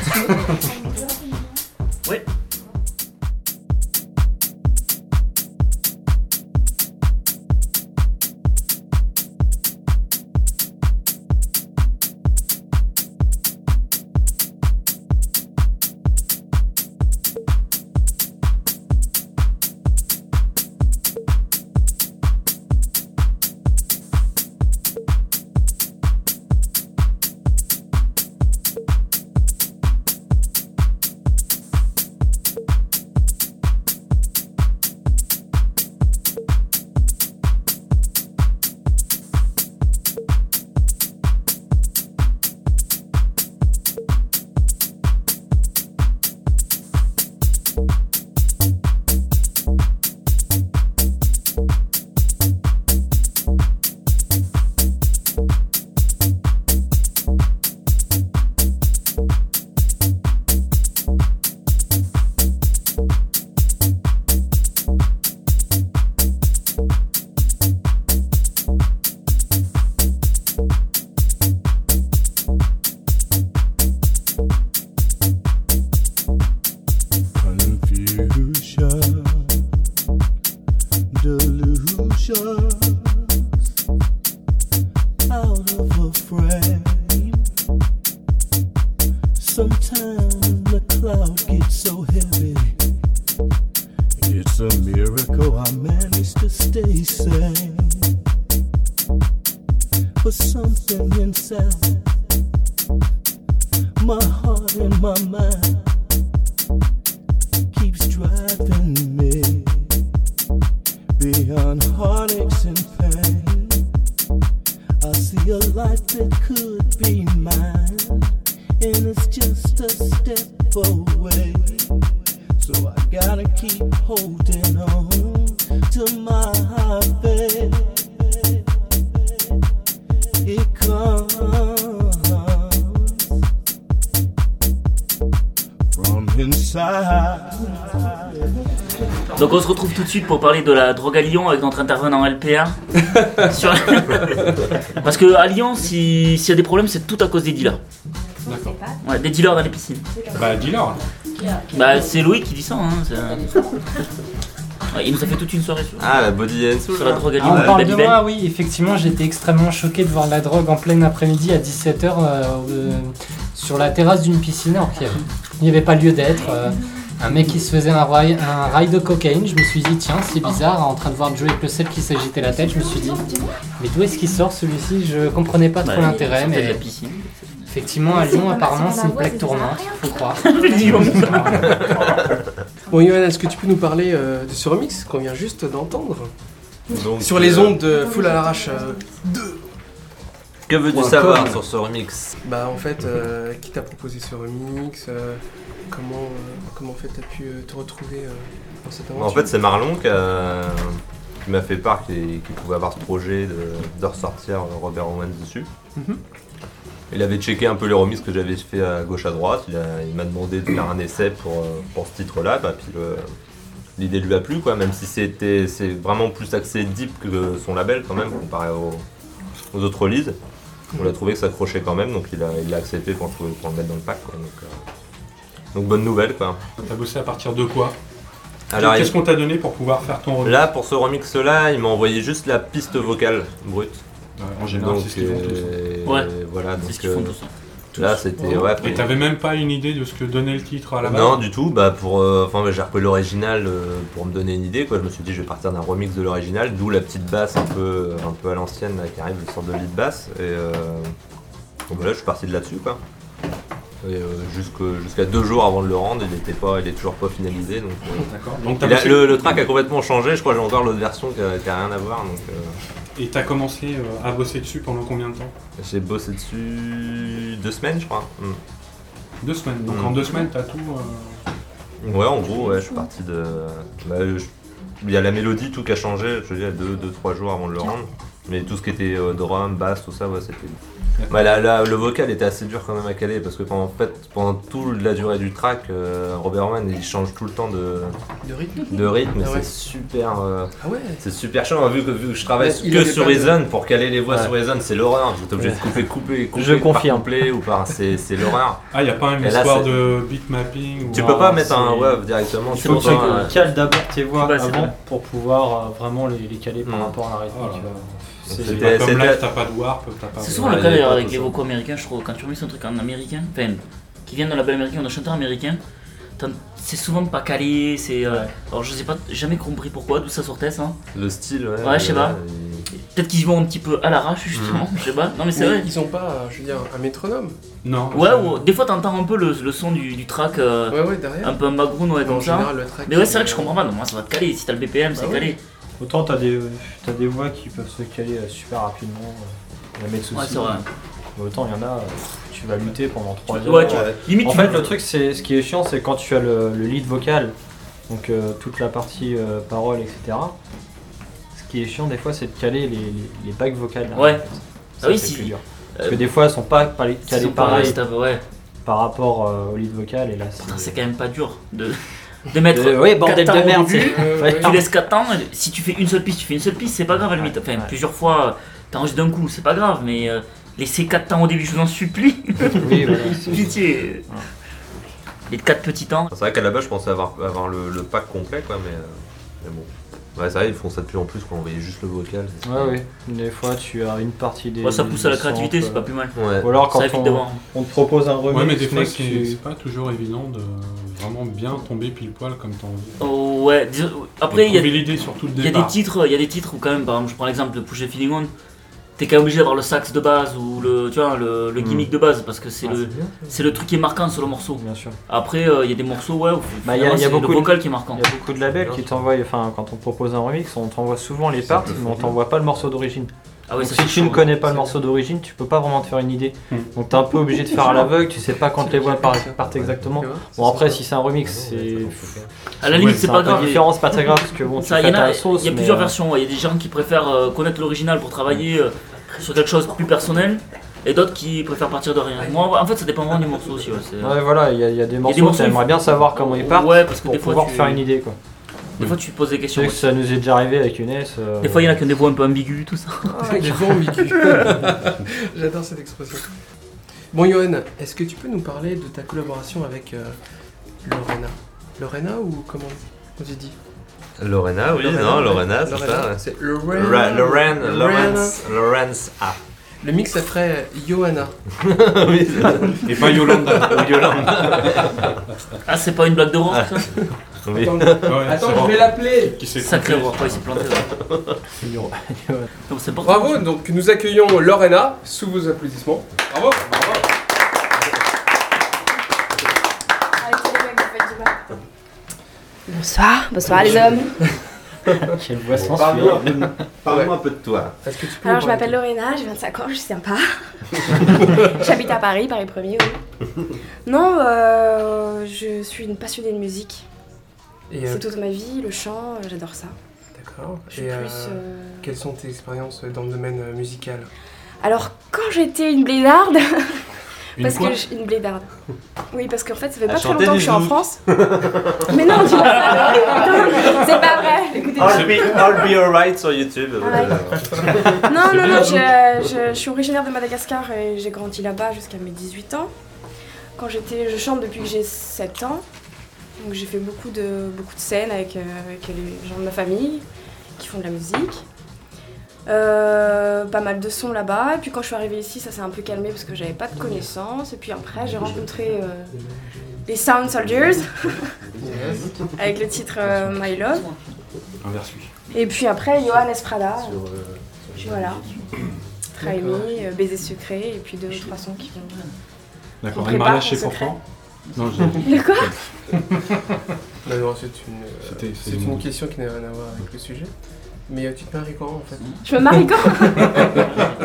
Speaker 9: Delusion, delusions out of a frame. Sometimes the cloud gets so heavy, it's a miracle I managed to stay sane. But something inside my heart and my mind keeps driving me beyond heartaches and pain. I see a life that could be mine, and it's just a step away. So I gotta keep holding on to my faith. It comes from inside.
Speaker 4: Donc on se retrouve tout de suite pour parler de la drogue à Lyon avec notre intervenant LPA. Sur- Parce que à Lyon, si- s'il y a des problèmes, c'est tout à cause des dealers.
Speaker 5: D'accord.
Speaker 4: Ouais, des dealers dans les piscines.
Speaker 5: Bah, dis-leur.
Speaker 4: Bah c'est Loïc qui dit ça. Hein, c'est- Ouais, il nous a fait toute une soirée sur,
Speaker 6: Ah, la body and soul.
Speaker 4: sur la drogue à
Speaker 2: Ah,
Speaker 4: Lyon. Ben.
Speaker 2: on
Speaker 4: la
Speaker 2: parle de
Speaker 4: Libelle.
Speaker 2: moi, oui, effectivement, j'étais extrêmement choqué de voir la drogue en plein après-midi à 17h euh, sur la terrasse d'une piscine, alors qu'il n'y avait pas lieu d'être. euh, un mec qui se faisait un rail, un rail de cocaïne, je me suis dit, tiens, c'est bizarre, en train de voir Joey Puzzle qui s'agitait la tête, je me suis dit, mais d'où est-ce qu'il sort celui-ci Je comprenais pas trop
Speaker 4: Bah,
Speaker 2: l'intérêt,
Speaker 4: sortait de la
Speaker 2: mais
Speaker 4: piscine.
Speaker 2: effectivement, à Lyon, apparemment, c'est une plaque tournante, faut croire.
Speaker 8: Bon, Johan, est-ce que tu peux nous parler euh, de ce remix qu'on vient juste d'entendre
Speaker 6: Donc,
Speaker 8: Sur les
Speaker 6: euh,
Speaker 8: ondes de Full à l'arrache euh,
Speaker 6: Que veux-tu savoir sur ce remix
Speaker 8: Bah en fait, euh, qui t'a proposé ce remix euh, Comment euh, comment en fait t'as pu euh, te retrouver euh, dans cette aventure
Speaker 6: Bah, En fait, c'est Marlon qui, a- qui m'a fait part qu'il qu'il pouvait avoir ce projet de, de ressortir euh, Robert Owens dessus.
Speaker 8: Mhm.
Speaker 6: Il avait checké un peu les remixes que j'avais fait à gauche à droite. Il a- il m'a demandé de faire un essai pour, euh, pour ce titre-là. Bah, puis le- l'idée lui a plu, quoi, même si c'était c'est vraiment plus axé deep que son label quand même, comparé au- aux autres releases. On a trouvé que ça accrochait quand même, donc il a, il a accepté pour, pour le mettre dans le pack. quoi. Donc, euh, donc bonne nouvelle. Quoi.
Speaker 5: T'as bossé à partir de quoi
Speaker 6: Alors, il-
Speaker 5: Qu'est-ce qu'on t'a donné pour pouvoir faire ton remix
Speaker 6: Là, pour ce remix là, il m'a envoyé juste la piste vocale brute.
Speaker 5: En général,
Speaker 6: Donc,
Speaker 5: c'est ce qu'ils font tous. hein.
Speaker 6: euh,
Speaker 4: Ouais.
Speaker 6: Voilà, donc
Speaker 4: C'est ce qu'ils font
Speaker 6: euh,
Speaker 4: tous. hein.
Speaker 6: là c'était. Ouais,
Speaker 5: Et t'avais même pas une idée de ce que donnait le titre à la base
Speaker 6: Non, du tout. Bah, pour, euh, enfin, bah, j'ai repris l'original euh, pour me donner une idée. Quoi. Je me suis dit, je vais partir d'un remix de l'original, d'où la petite basse un peu, euh, un peu à l'ancienne là, qui arrive, une sorte de lead basse. Et euh, donc voilà, je suis parti de là-dessus. Quoi. Et, euh, jusque- jusqu'à deux jours avant de le rendre, il était pas, il est toujours pas finalisé. Donc, euh,
Speaker 5: D'accord. Donc t'as
Speaker 6: il a-
Speaker 5: bossé-
Speaker 6: le, le track a complètement changé. Je crois que j'ai encore l'autre version qui a, qui a rien à voir. Donc, euh,
Speaker 5: Et t'as commencé euh, à bosser dessus pendant combien de temps
Speaker 6: J'ai bossé dessus deux semaines, je crois. Mm.
Speaker 5: Deux semaines. Donc
Speaker 6: Mm.
Speaker 5: en deux semaines, t'as tout. euh,
Speaker 6: Ouais, en gros, ouais, je suis parti de. bah, je- Il y a la mélodie, tout qui a changé, je te dis, il y a deux, deux, trois jours avant de le rendre. Mais tout ce qui était euh, drum, basse, tout ça, ouais, c'était. Bah, là, là, le vocal était assez dur quand même à caler parce que pendant, en fait, pendant toute la durée du track, euh, Robert Horman il change tout le temps de,
Speaker 8: de rythme
Speaker 6: de rythme et
Speaker 8: Ah ouais.
Speaker 6: c'est super. euh,
Speaker 8: Ah ouais
Speaker 6: C'est super chiant, hein, vu que, vu que je travaille
Speaker 8: Mais il
Speaker 6: que
Speaker 8: avait
Speaker 6: sur
Speaker 8: pas de-
Speaker 6: Reason, pour caler les voix
Speaker 7: Ouais.
Speaker 6: sur Reason, c'est l'horreur. Vous êtes obligé de couper, couper, couper.
Speaker 7: Je
Speaker 6: par
Speaker 7: confirme.
Speaker 6: couplet ou par. C'est c'est l'horreur.
Speaker 5: Ah, y a pas une
Speaker 6: Et là,
Speaker 5: histoire
Speaker 6: c'est-
Speaker 5: de beat mapping ou...
Speaker 6: Tu
Speaker 7: Non,
Speaker 6: peux pas mettre un
Speaker 7: c'est-
Speaker 6: wave directement.
Speaker 7: Il
Speaker 6: Tu
Speaker 7: faut que
Speaker 6: peux
Speaker 7: tu
Speaker 6: pas, euh,
Speaker 7: cales d'abord tes voix
Speaker 4: Bah, c'est
Speaker 7: avant
Speaker 4: vrai.
Speaker 7: pour pouvoir euh, vraiment les, les caler par
Speaker 6: Mm.
Speaker 7: rapport à la rythme.
Speaker 5: Oh là là. C'est
Speaker 7: C'est-
Speaker 6: C'était-
Speaker 5: pas comme
Speaker 6: c'était-
Speaker 5: live, t'as pas de warp, t'as pas.
Speaker 4: C'est
Speaker 5: de-
Speaker 4: souvent le
Speaker 6: Ouais,
Speaker 4: cas
Speaker 6: il y a
Speaker 4: d'ailleurs
Speaker 6: pas
Speaker 4: avec
Speaker 6: tout
Speaker 4: les
Speaker 6: ça.
Speaker 4: vocaux américains, je trouve. Quand tu remixes un truc en américain, enfin, qui viennent de la américain ou d'un chanteur américain, t'en- c'est souvent pas calé. C'est. euh,
Speaker 7: Ouais.
Speaker 4: Alors je sais pas, j'ai jamais compris pourquoi, d'où ça sortait ça.
Speaker 6: Le style, ouais.
Speaker 4: Ouais, je sais
Speaker 6: euh,
Speaker 4: pas.
Speaker 6: il- Mhm.
Speaker 4: Peut-être qu'ils y vont un petit peu à l'arrache justement, je sais pas. Non mais c'est
Speaker 8: Mais
Speaker 4: vrai.
Speaker 8: ils ont pas, euh, je veux dire, un métronome
Speaker 5: Non.
Speaker 4: Ouais, ou des fois t'entends un peu le, le son du, du track, euh,
Speaker 8: Ouais ouais derrière
Speaker 4: un peu en background, ouais,
Speaker 8: Mais en
Speaker 4: comme ça.
Speaker 8: général le track
Speaker 4: Mais ouais, c'est vrai que je comprends pas, non, moi ça va te caler. Si t'as le BPM,
Speaker 8: Bah
Speaker 4: c'est
Speaker 8: ouais.
Speaker 4: calé.
Speaker 7: Autant t'as des, t'as des voix qui peuvent se caler euh, super rapidement, euh, la mettre sous
Speaker 4: Ouais, c'est vrai.
Speaker 7: Mais autant il y en a, euh, tu vas lutter pendant 3 heures. euh,
Speaker 4: Ouais, tu- limite,
Speaker 7: En
Speaker 4: tu-
Speaker 7: fait, le truc, c'est ce qui est chiant, c'est quand tu as le, le lead vocal, donc euh, toute la partie euh, parole, etc. Ce qui est chiant des fois, c'est de caler les, les, les bacs vocales. hein.
Speaker 4: Ouais. Ah
Speaker 7: Ça,
Speaker 4: oui,
Speaker 7: c'est
Speaker 4: si.
Speaker 7: plus dur. Parce
Speaker 4: Euh,
Speaker 7: que des fois, elles sont pas pali-
Speaker 4: S'ils
Speaker 7: calées
Speaker 4: sont pas
Speaker 7: pareil
Speaker 4: restes, ouais.
Speaker 7: par rapport euh, au lead vocal, et là,
Speaker 4: Putain, c'est
Speaker 7: c'est.
Speaker 4: quand même pas dur de, de mettre.
Speaker 7: Euh, ouais, bordel
Speaker 4: quatre
Speaker 7: de
Speaker 4: ans au
Speaker 7: merde,
Speaker 4: début,
Speaker 7: c'est-
Speaker 8: Ouais,
Speaker 4: Tu laisses 4 ans, si tu fais une seule piste, tu fais une seule piste, c'est pas grave à la limite. Enfin,
Speaker 7: Ouais.
Speaker 4: plusieurs fois, euh, t'enregistres d'un coup, c'est pas grave, mais euh, laissez 4 temps au début, je vous en supplie.
Speaker 7: Oui, voilà, c'est-
Speaker 4: Pitié. Les 4 petits temps.
Speaker 6: C'est vrai qu'à la base, je pensais avoir, avoir le, le pack complet, quoi, mais, euh, mais bon. Ouais, c'est vrai, ils font ça de plus en plus, quoi. On voyait juste le vocal.
Speaker 7: Ouais, ouais. Des fois, tu as une partie des.
Speaker 4: Ouais, ça pousse à la
Speaker 7: des
Speaker 4: créativité,
Speaker 7: samples,
Speaker 4: c'est pas plus mal.
Speaker 6: Ouais.
Speaker 7: Ou alors, quand
Speaker 4: Ça évite de
Speaker 7: on,
Speaker 4: voir.
Speaker 7: on te propose un remix,
Speaker 5: Ouais, mais des fois,
Speaker 7: mec,
Speaker 5: c'est c'est pas toujours évident de vraiment bien tomber pile poil comme t'as envie.
Speaker 4: Oh, ouais, dis-
Speaker 5: Après,
Speaker 4: après, il y a
Speaker 5: l'idée sur tout le
Speaker 4: Il y a des
Speaker 5: départ.
Speaker 4: titres, il y a des titres où quand même, par exemple, je prends l'exemple de Push Feeling On, t'es quand même obligé d'avoir le sax de base ou le, tu vois, le, le gimmick de base parce que c'est
Speaker 7: Hmm. Ah,
Speaker 4: le, c'est le truc qui est marquant sur le morceau.
Speaker 7: Bien sûr.
Speaker 4: Après, euh, il y a des morceaux, ouais, où
Speaker 7: Bah, il y a-
Speaker 4: finalement,
Speaker 7: il y a
Speaker 4: c'est le
Speaker 7: beaucoup de-
Speaker 4: vocal qui hein. est marquant.
Speaker 7: Il y a beaucoup de labels qui t'envoient, enfin quand on propose un remix, on t'envoie souvent les parts, mais on t'envoie pas le morceau d'origine.
Speaker 4: Ah ouais,
Speaker 7: Donc
Speaker 4: ça,
Speaker 7: si
Speaker 4: c'est
Speaker 7: tu ne
Speaker 4: chaud,
Speaker 7: connais
Speaker 4: ouais.
Speaker 7: pas le morceau d'origine, tu peux pas vraiment te faire une idée. Donc t'es un peu obligé de faire à l'aveugle, tu sais pas quand les voix par- partent exactement. Bon après si c'est un remix, c'est
Speaker 4: À la limite,
Speaker 7: ouais,
Speaker 4: c'est pas
Speaker 7: un peu
Speaker 4: grave. mais-
Speaker 7: différent, c'est pas très grave parce que bon, tu
Speaker 4: Ça, il
Speaker 7: fais
Speaker 4: y en a,
Speaker 7: ta sauce.
Speaker 4: il y a
Speaker 7: mais,
Speaker 4: plusieurs
Speaker 7: euh,
Speaker 4: versions. ouais. Il y a des gens qui préfèrent euh, connaître l'original pour travailler euh, sur quelque chose de plus personnel et d'autres qui préfèrent partir de rien. Moi, en fait, ça dépend vraiment du morceau aussi. ouais, c'est- euh,
Speaker 7: Ouais voilà, il y, a- il y a des morceaux,
Speaker 4: morceaux,
Speaker 7: t'aimerais bien savoir comment ils partent
Speaker 4: Ouais, parce que
Speaker 7: pour
Speaker 4: des fois,
Speaker 7: pouvoir
Speaker 4: tu-
Speaker 7: te faire une idée quoi.
Speaker 4: Des fois, tu te poses des
Speaker 7: Tu
Speaker 4: questions.
Speaker 7: sais que
Speaker 4: ouais.
Speaker 7: ça nous est déjà arrivé avec Younes. euh,
Speaker 4: Des fois, il y en a qui ont des voix un peu ambiguës, tout ça.
Speaker 8: des voix ambiguës. J'adore cette expression. Bon, Johan, est-ce que tu peux nous parler de ta collaboration avec euh, Lorena Lorena ou comment on dit dit
Speaker 6: Lorena, oui,
Speaker 8: Lorena,
Speaker 6: non,
Speaker 8: ouais.
Speaker 6: Lorena, c'est
Speaker 8: Lorena,
Speaker 6: ça. ouais.
Speaker 8: C'est
Speaker 6: Ra-
Speaker 8: Lorena.
Speaker 6: Lorraine,
Speaker 8: Lorena.
Speaker 6: Lawrence, Lawrence A.
Speaker 8: Le mix ça ferait Johanna.
Speaker 6: oui, c'est ça.
Speaker 5: Et pas Yolanda.
Speaker 6: Ou Yolande.
Speaker 4: Ah, c'est pas une blague de rock, ça
Speaker 6: Ah, Oui.
Speaker 5: Ah Ouais, c'est
Speaker 8: Attends,
Speaker 5: Rob
Speaker 8: je vais l'appeler.
Speaker 5: Qui s'est
Speaker 4: Sacré
Speaker 5: trompé.
Speaker 4: roi, il s'est planté. Donc c'est important.
Speaker 1: Bravo, donc nous accueillons Lorena sous vos applaudissements. Bravo, bravo.
Speaker 10: Bonsoir, bonsoir les hommes.
Speaker 7: Quelle voix
Speaker 6: Parle-nous
Speaker 7: sensuelle.
Speaker 6: un, peu de- parle-nous un peu de toi.
Speaker 1: Est-ce que tu peux
Speaker 10: Alors,
Speaker 1: nous
Speaker 10: je
Speaker 1: parler
Speaker 10: m'appelle Lorena, j'ai 25 ans, je suis sympa. J'habite à Paris, Paris 1er, oui. Non, euh, je suis une passionnée de musique.
Speaker 1: Et, euh,
Speaker 10: C'est toute ma vie, le chant, euh, j'adore ça.
Speaker 1: D'accord.
Speaker 10: Je suis
Speaker 1: Et euh,
Speaker 10: plus. euh,
Speaker 1: quelles sont tes expériences dans le domaine euh, musical
Speaker 10: Alors, quand j'étais une blédarde.
Speaker 5: Une
Speaker 10: parce
Speaker 5: quoi
Speaker 10: que je- une blédarde. Oui, parce qu'en fait, ça fait
Speaker 6: Elle
Speaker 10: pas très
Speaker 6: chantait
Speaker 10: longtemps que
Speaker 6: des
Speaker 10: je suis en
Speaker 6: zouzous.
Speaker 10: France. Mais non, tu vois ça. Attends, C'est pas vrai,
Speaker 7: Ah,
Speaker 10: écoutez.
Speaker 1: Ah,
Speaker 10: Ah
Speaker 6: I'll be, I'll be alright sur YouTube.
Speaker 10: Ouais. Non, non, non, je, je- je suis originaire de Madagascar et j'ai grandi là-bas jusqu'à mes 18 ans. Quand j'étais, je chante depuis que j'ai 7 ans. Donc j'ai fait beaucoup de, beaucoup de scènes avec, euh, avec les gens de ma famille qui font de la musique. Euh, pas mal de sons là-bas. Et puis quand je suis arrivée ici, ça s'est un peu calmé parce que j'avais pas de connaissances. Et puis après, j'ai rencontré euh, les Sound Soldiers avec le titre euh, My Love.
Speaker 5: Inverse lui.
Speaker 10: Et puis après, Johan Esprada.
Speaker 11: Sur, euh,
Speaker 10: Puis voilà. Trahimi, euh, Baiser secret, et puis deux ou trois sons qui vont.
Speaker 5: D'accord,
Speaker 10: On
Speaker 5: et le
Speaker 10: prépare son
Speaker 5: mariage c'est pour
Speaker 10: secret.
Speaker 5: quand Non, j'ai-
Speaker 10: De quoi
Speaker 1: Non, non, c'est une, euh,
Speaker 5: C'était-
Speaker 1: c'est
Speaker 5: c'est
Speaker 1: une
Speaker 5: une-
Speaker 1: question qui n'a rien à voir avec le sujet. Mais euh, tu te maries quand en fait
Speaker 10: Je me marie quand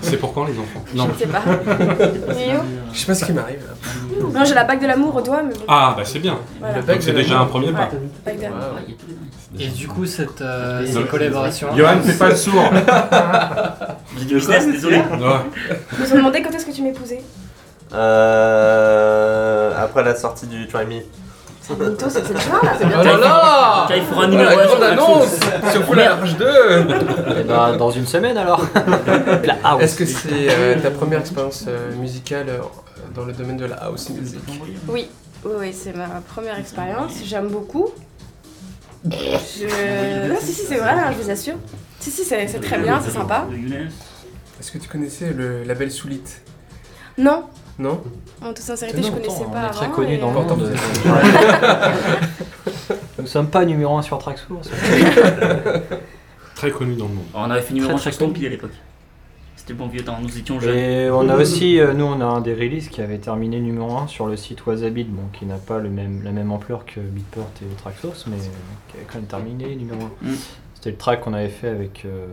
Speaker 5: c'est pour quand les enfants
Speaker 10: Je
Speaker 5: Non.
Speaker 10: ne sais pas. Yo.
Speaker 1: Je sais pas ce qui m'arrive là.
Speaker 10: Non, j'ai la bague de l'amour au doigt, mais bon.
Speaker 5: Ah bah c'est bien,
Speaker 10: Voilà.
Speaker 5: donc c'est déjà un premier pas.
Speaker 10: Bague de l'amour.
Speaker 1: Waouh.
Speaker 2: Et du coup, cette euh,
Speaker 5: Non, mais-
Speaker 2: collaboration.
Speaker 5: Johan, fais pas le sourd
Speaker 4: Business, désolé.
Speaker 5: Ouais.
Speaker 10: Ils nous ont demandé quand est-ce que tu m'épousais.
Speaker 6: Euh, après la sortie du Try Me.
Speaker 10: C'est un mytho, c'est cette là, c'est bien.
Speaker 1: Oh là là
Speaker 4: Tiens, il faudra un
Speaker 1: Oh,
Speaker 4: numéro
Speaker 1: la
Speaker 4: un sur
Speaker 1: grande
Speaker 4: Maxou.
Speaker 1: annonce sur Full Large 2
Speaker 7: Eh ben, dans une semaine alors. La house.
Speaker 1: Est-ce que c'est euh, ta première expérience euh, musicale euh, dans le domaine de la house music
Speaker 10: Oui, oui, oui, c'est ma première expérience. J'aime beaucoup. Je... Non, si, si, c'est vrai, hein, je vous assure. Si, si, c'est c'est très bien, c'est sympa.
Speaker 4: De Younes.
Speaker 1: Est-ce que tu connaissais le label Soulite
Speaker 10: Non,
Speaker 1: Non
Speaker 10: en toute sincérité, je
Speaker 7: Non,
Speaker 10: connaissais
Speaker 7: attends,
Speaker 10: pas.
Speaker 7: hein, On est très
Speaker 10: avant,
Speaker 7: connus
Speaker 10: et,
Speaker 7: dans le
Speaker 10: euh,
Speaker 7: monde. Nous sommes pas numéro 1 sur hein, Tracksource.
Speaker 5: Très connu dans le monde.
Speaker 4: On avait fait numéro 1
Speaker 7: Très, très
Speaker 4: chaque
Speaker 7: cool.
Speaker 4: pile à l'époque. C'était le bon vieux temps, nous étions jeunes.
Speaker 7: Et on a aussi, euh, nous, on a un des releases qui avait terminé numéro 1 sur le site Wasabit, bon, qui n'a pas le même, la même ampleur que Beatport et Tracksource, mais euh, qui avait quand même terminé numéro 1.
Speaker 4: Mm.
Speaker 7: C'était le track qu'on avait fait avec euh,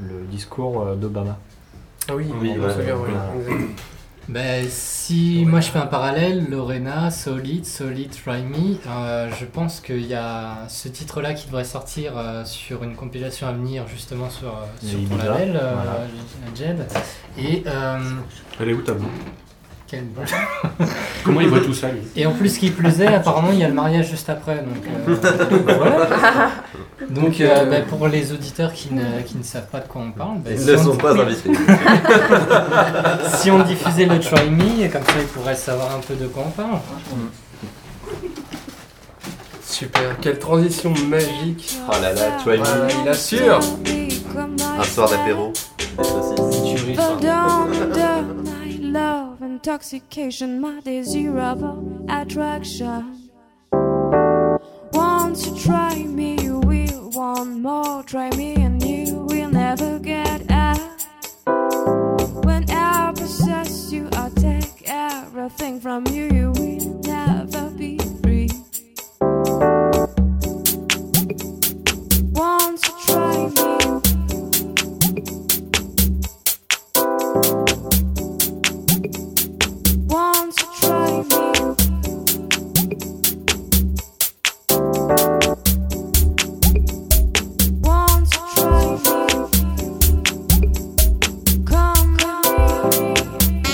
Speaker 7: le discours euh, d'Obama.
Speaker 1: Ah oui,
Speaker 6: Oui,
Speaker 1: on
Speaker 3: bah,
Speaker 6: ouais,
Speaker 1: se souvient,
Speaker 6: ouais.
Speaker 1: oui. exact.
Speaker 2: Ben, si moi je fais un parallèle, Lorena, Solid, Solid, Try Me, euh, je pense qu'il y a ce titre-là qui devrait sortir euh, sur une compilation à venir justement sur, euh,
Speaker 7: Et
Speaker 2: sur ton
Speaker 7: Ibiza,
Speaker 2: label, euh,
Speaker 7: voilà.
Speaker 2: Jed. Et, euh,
Speaker 5: Elle est où ta blonde
Speaker 2: quel bon-
Speaker 5: Comment il voit tout ça lui
Speaker 2: et en plus, qui plus est, apparemment il y a le mariage juste après. Donc, euh, voilà. donc euh, ben, pour les auditeurs qui ne, qui ne savent pas de quoi on parle, ben,
Speaker 6: Ils
Speaker 2: si
Speaker 6: ne
Speaker 2: on-
Speaker 6: sont pas invités.
Speaker 2: Si on diffusait le Try Me, comme ça ils pourraient savoir un peu de quoi on parle. Mmh.
Speaker 1: Super, quelle transition magique
Speaker 6: Oh là là, Try Me.
Speaker 1: Voilà, il assure
Speaker 6: Un soir d'apéro. Des saucisses.
Speaker 12: Fell down the dark night, love, intoxication, my desirable attraction. Once you try me, you will one more. Try me, and you will never get out. When I possess you, I take everything from you. You will never be free. Once you try me, Once you try me. Once you try me. Come with me.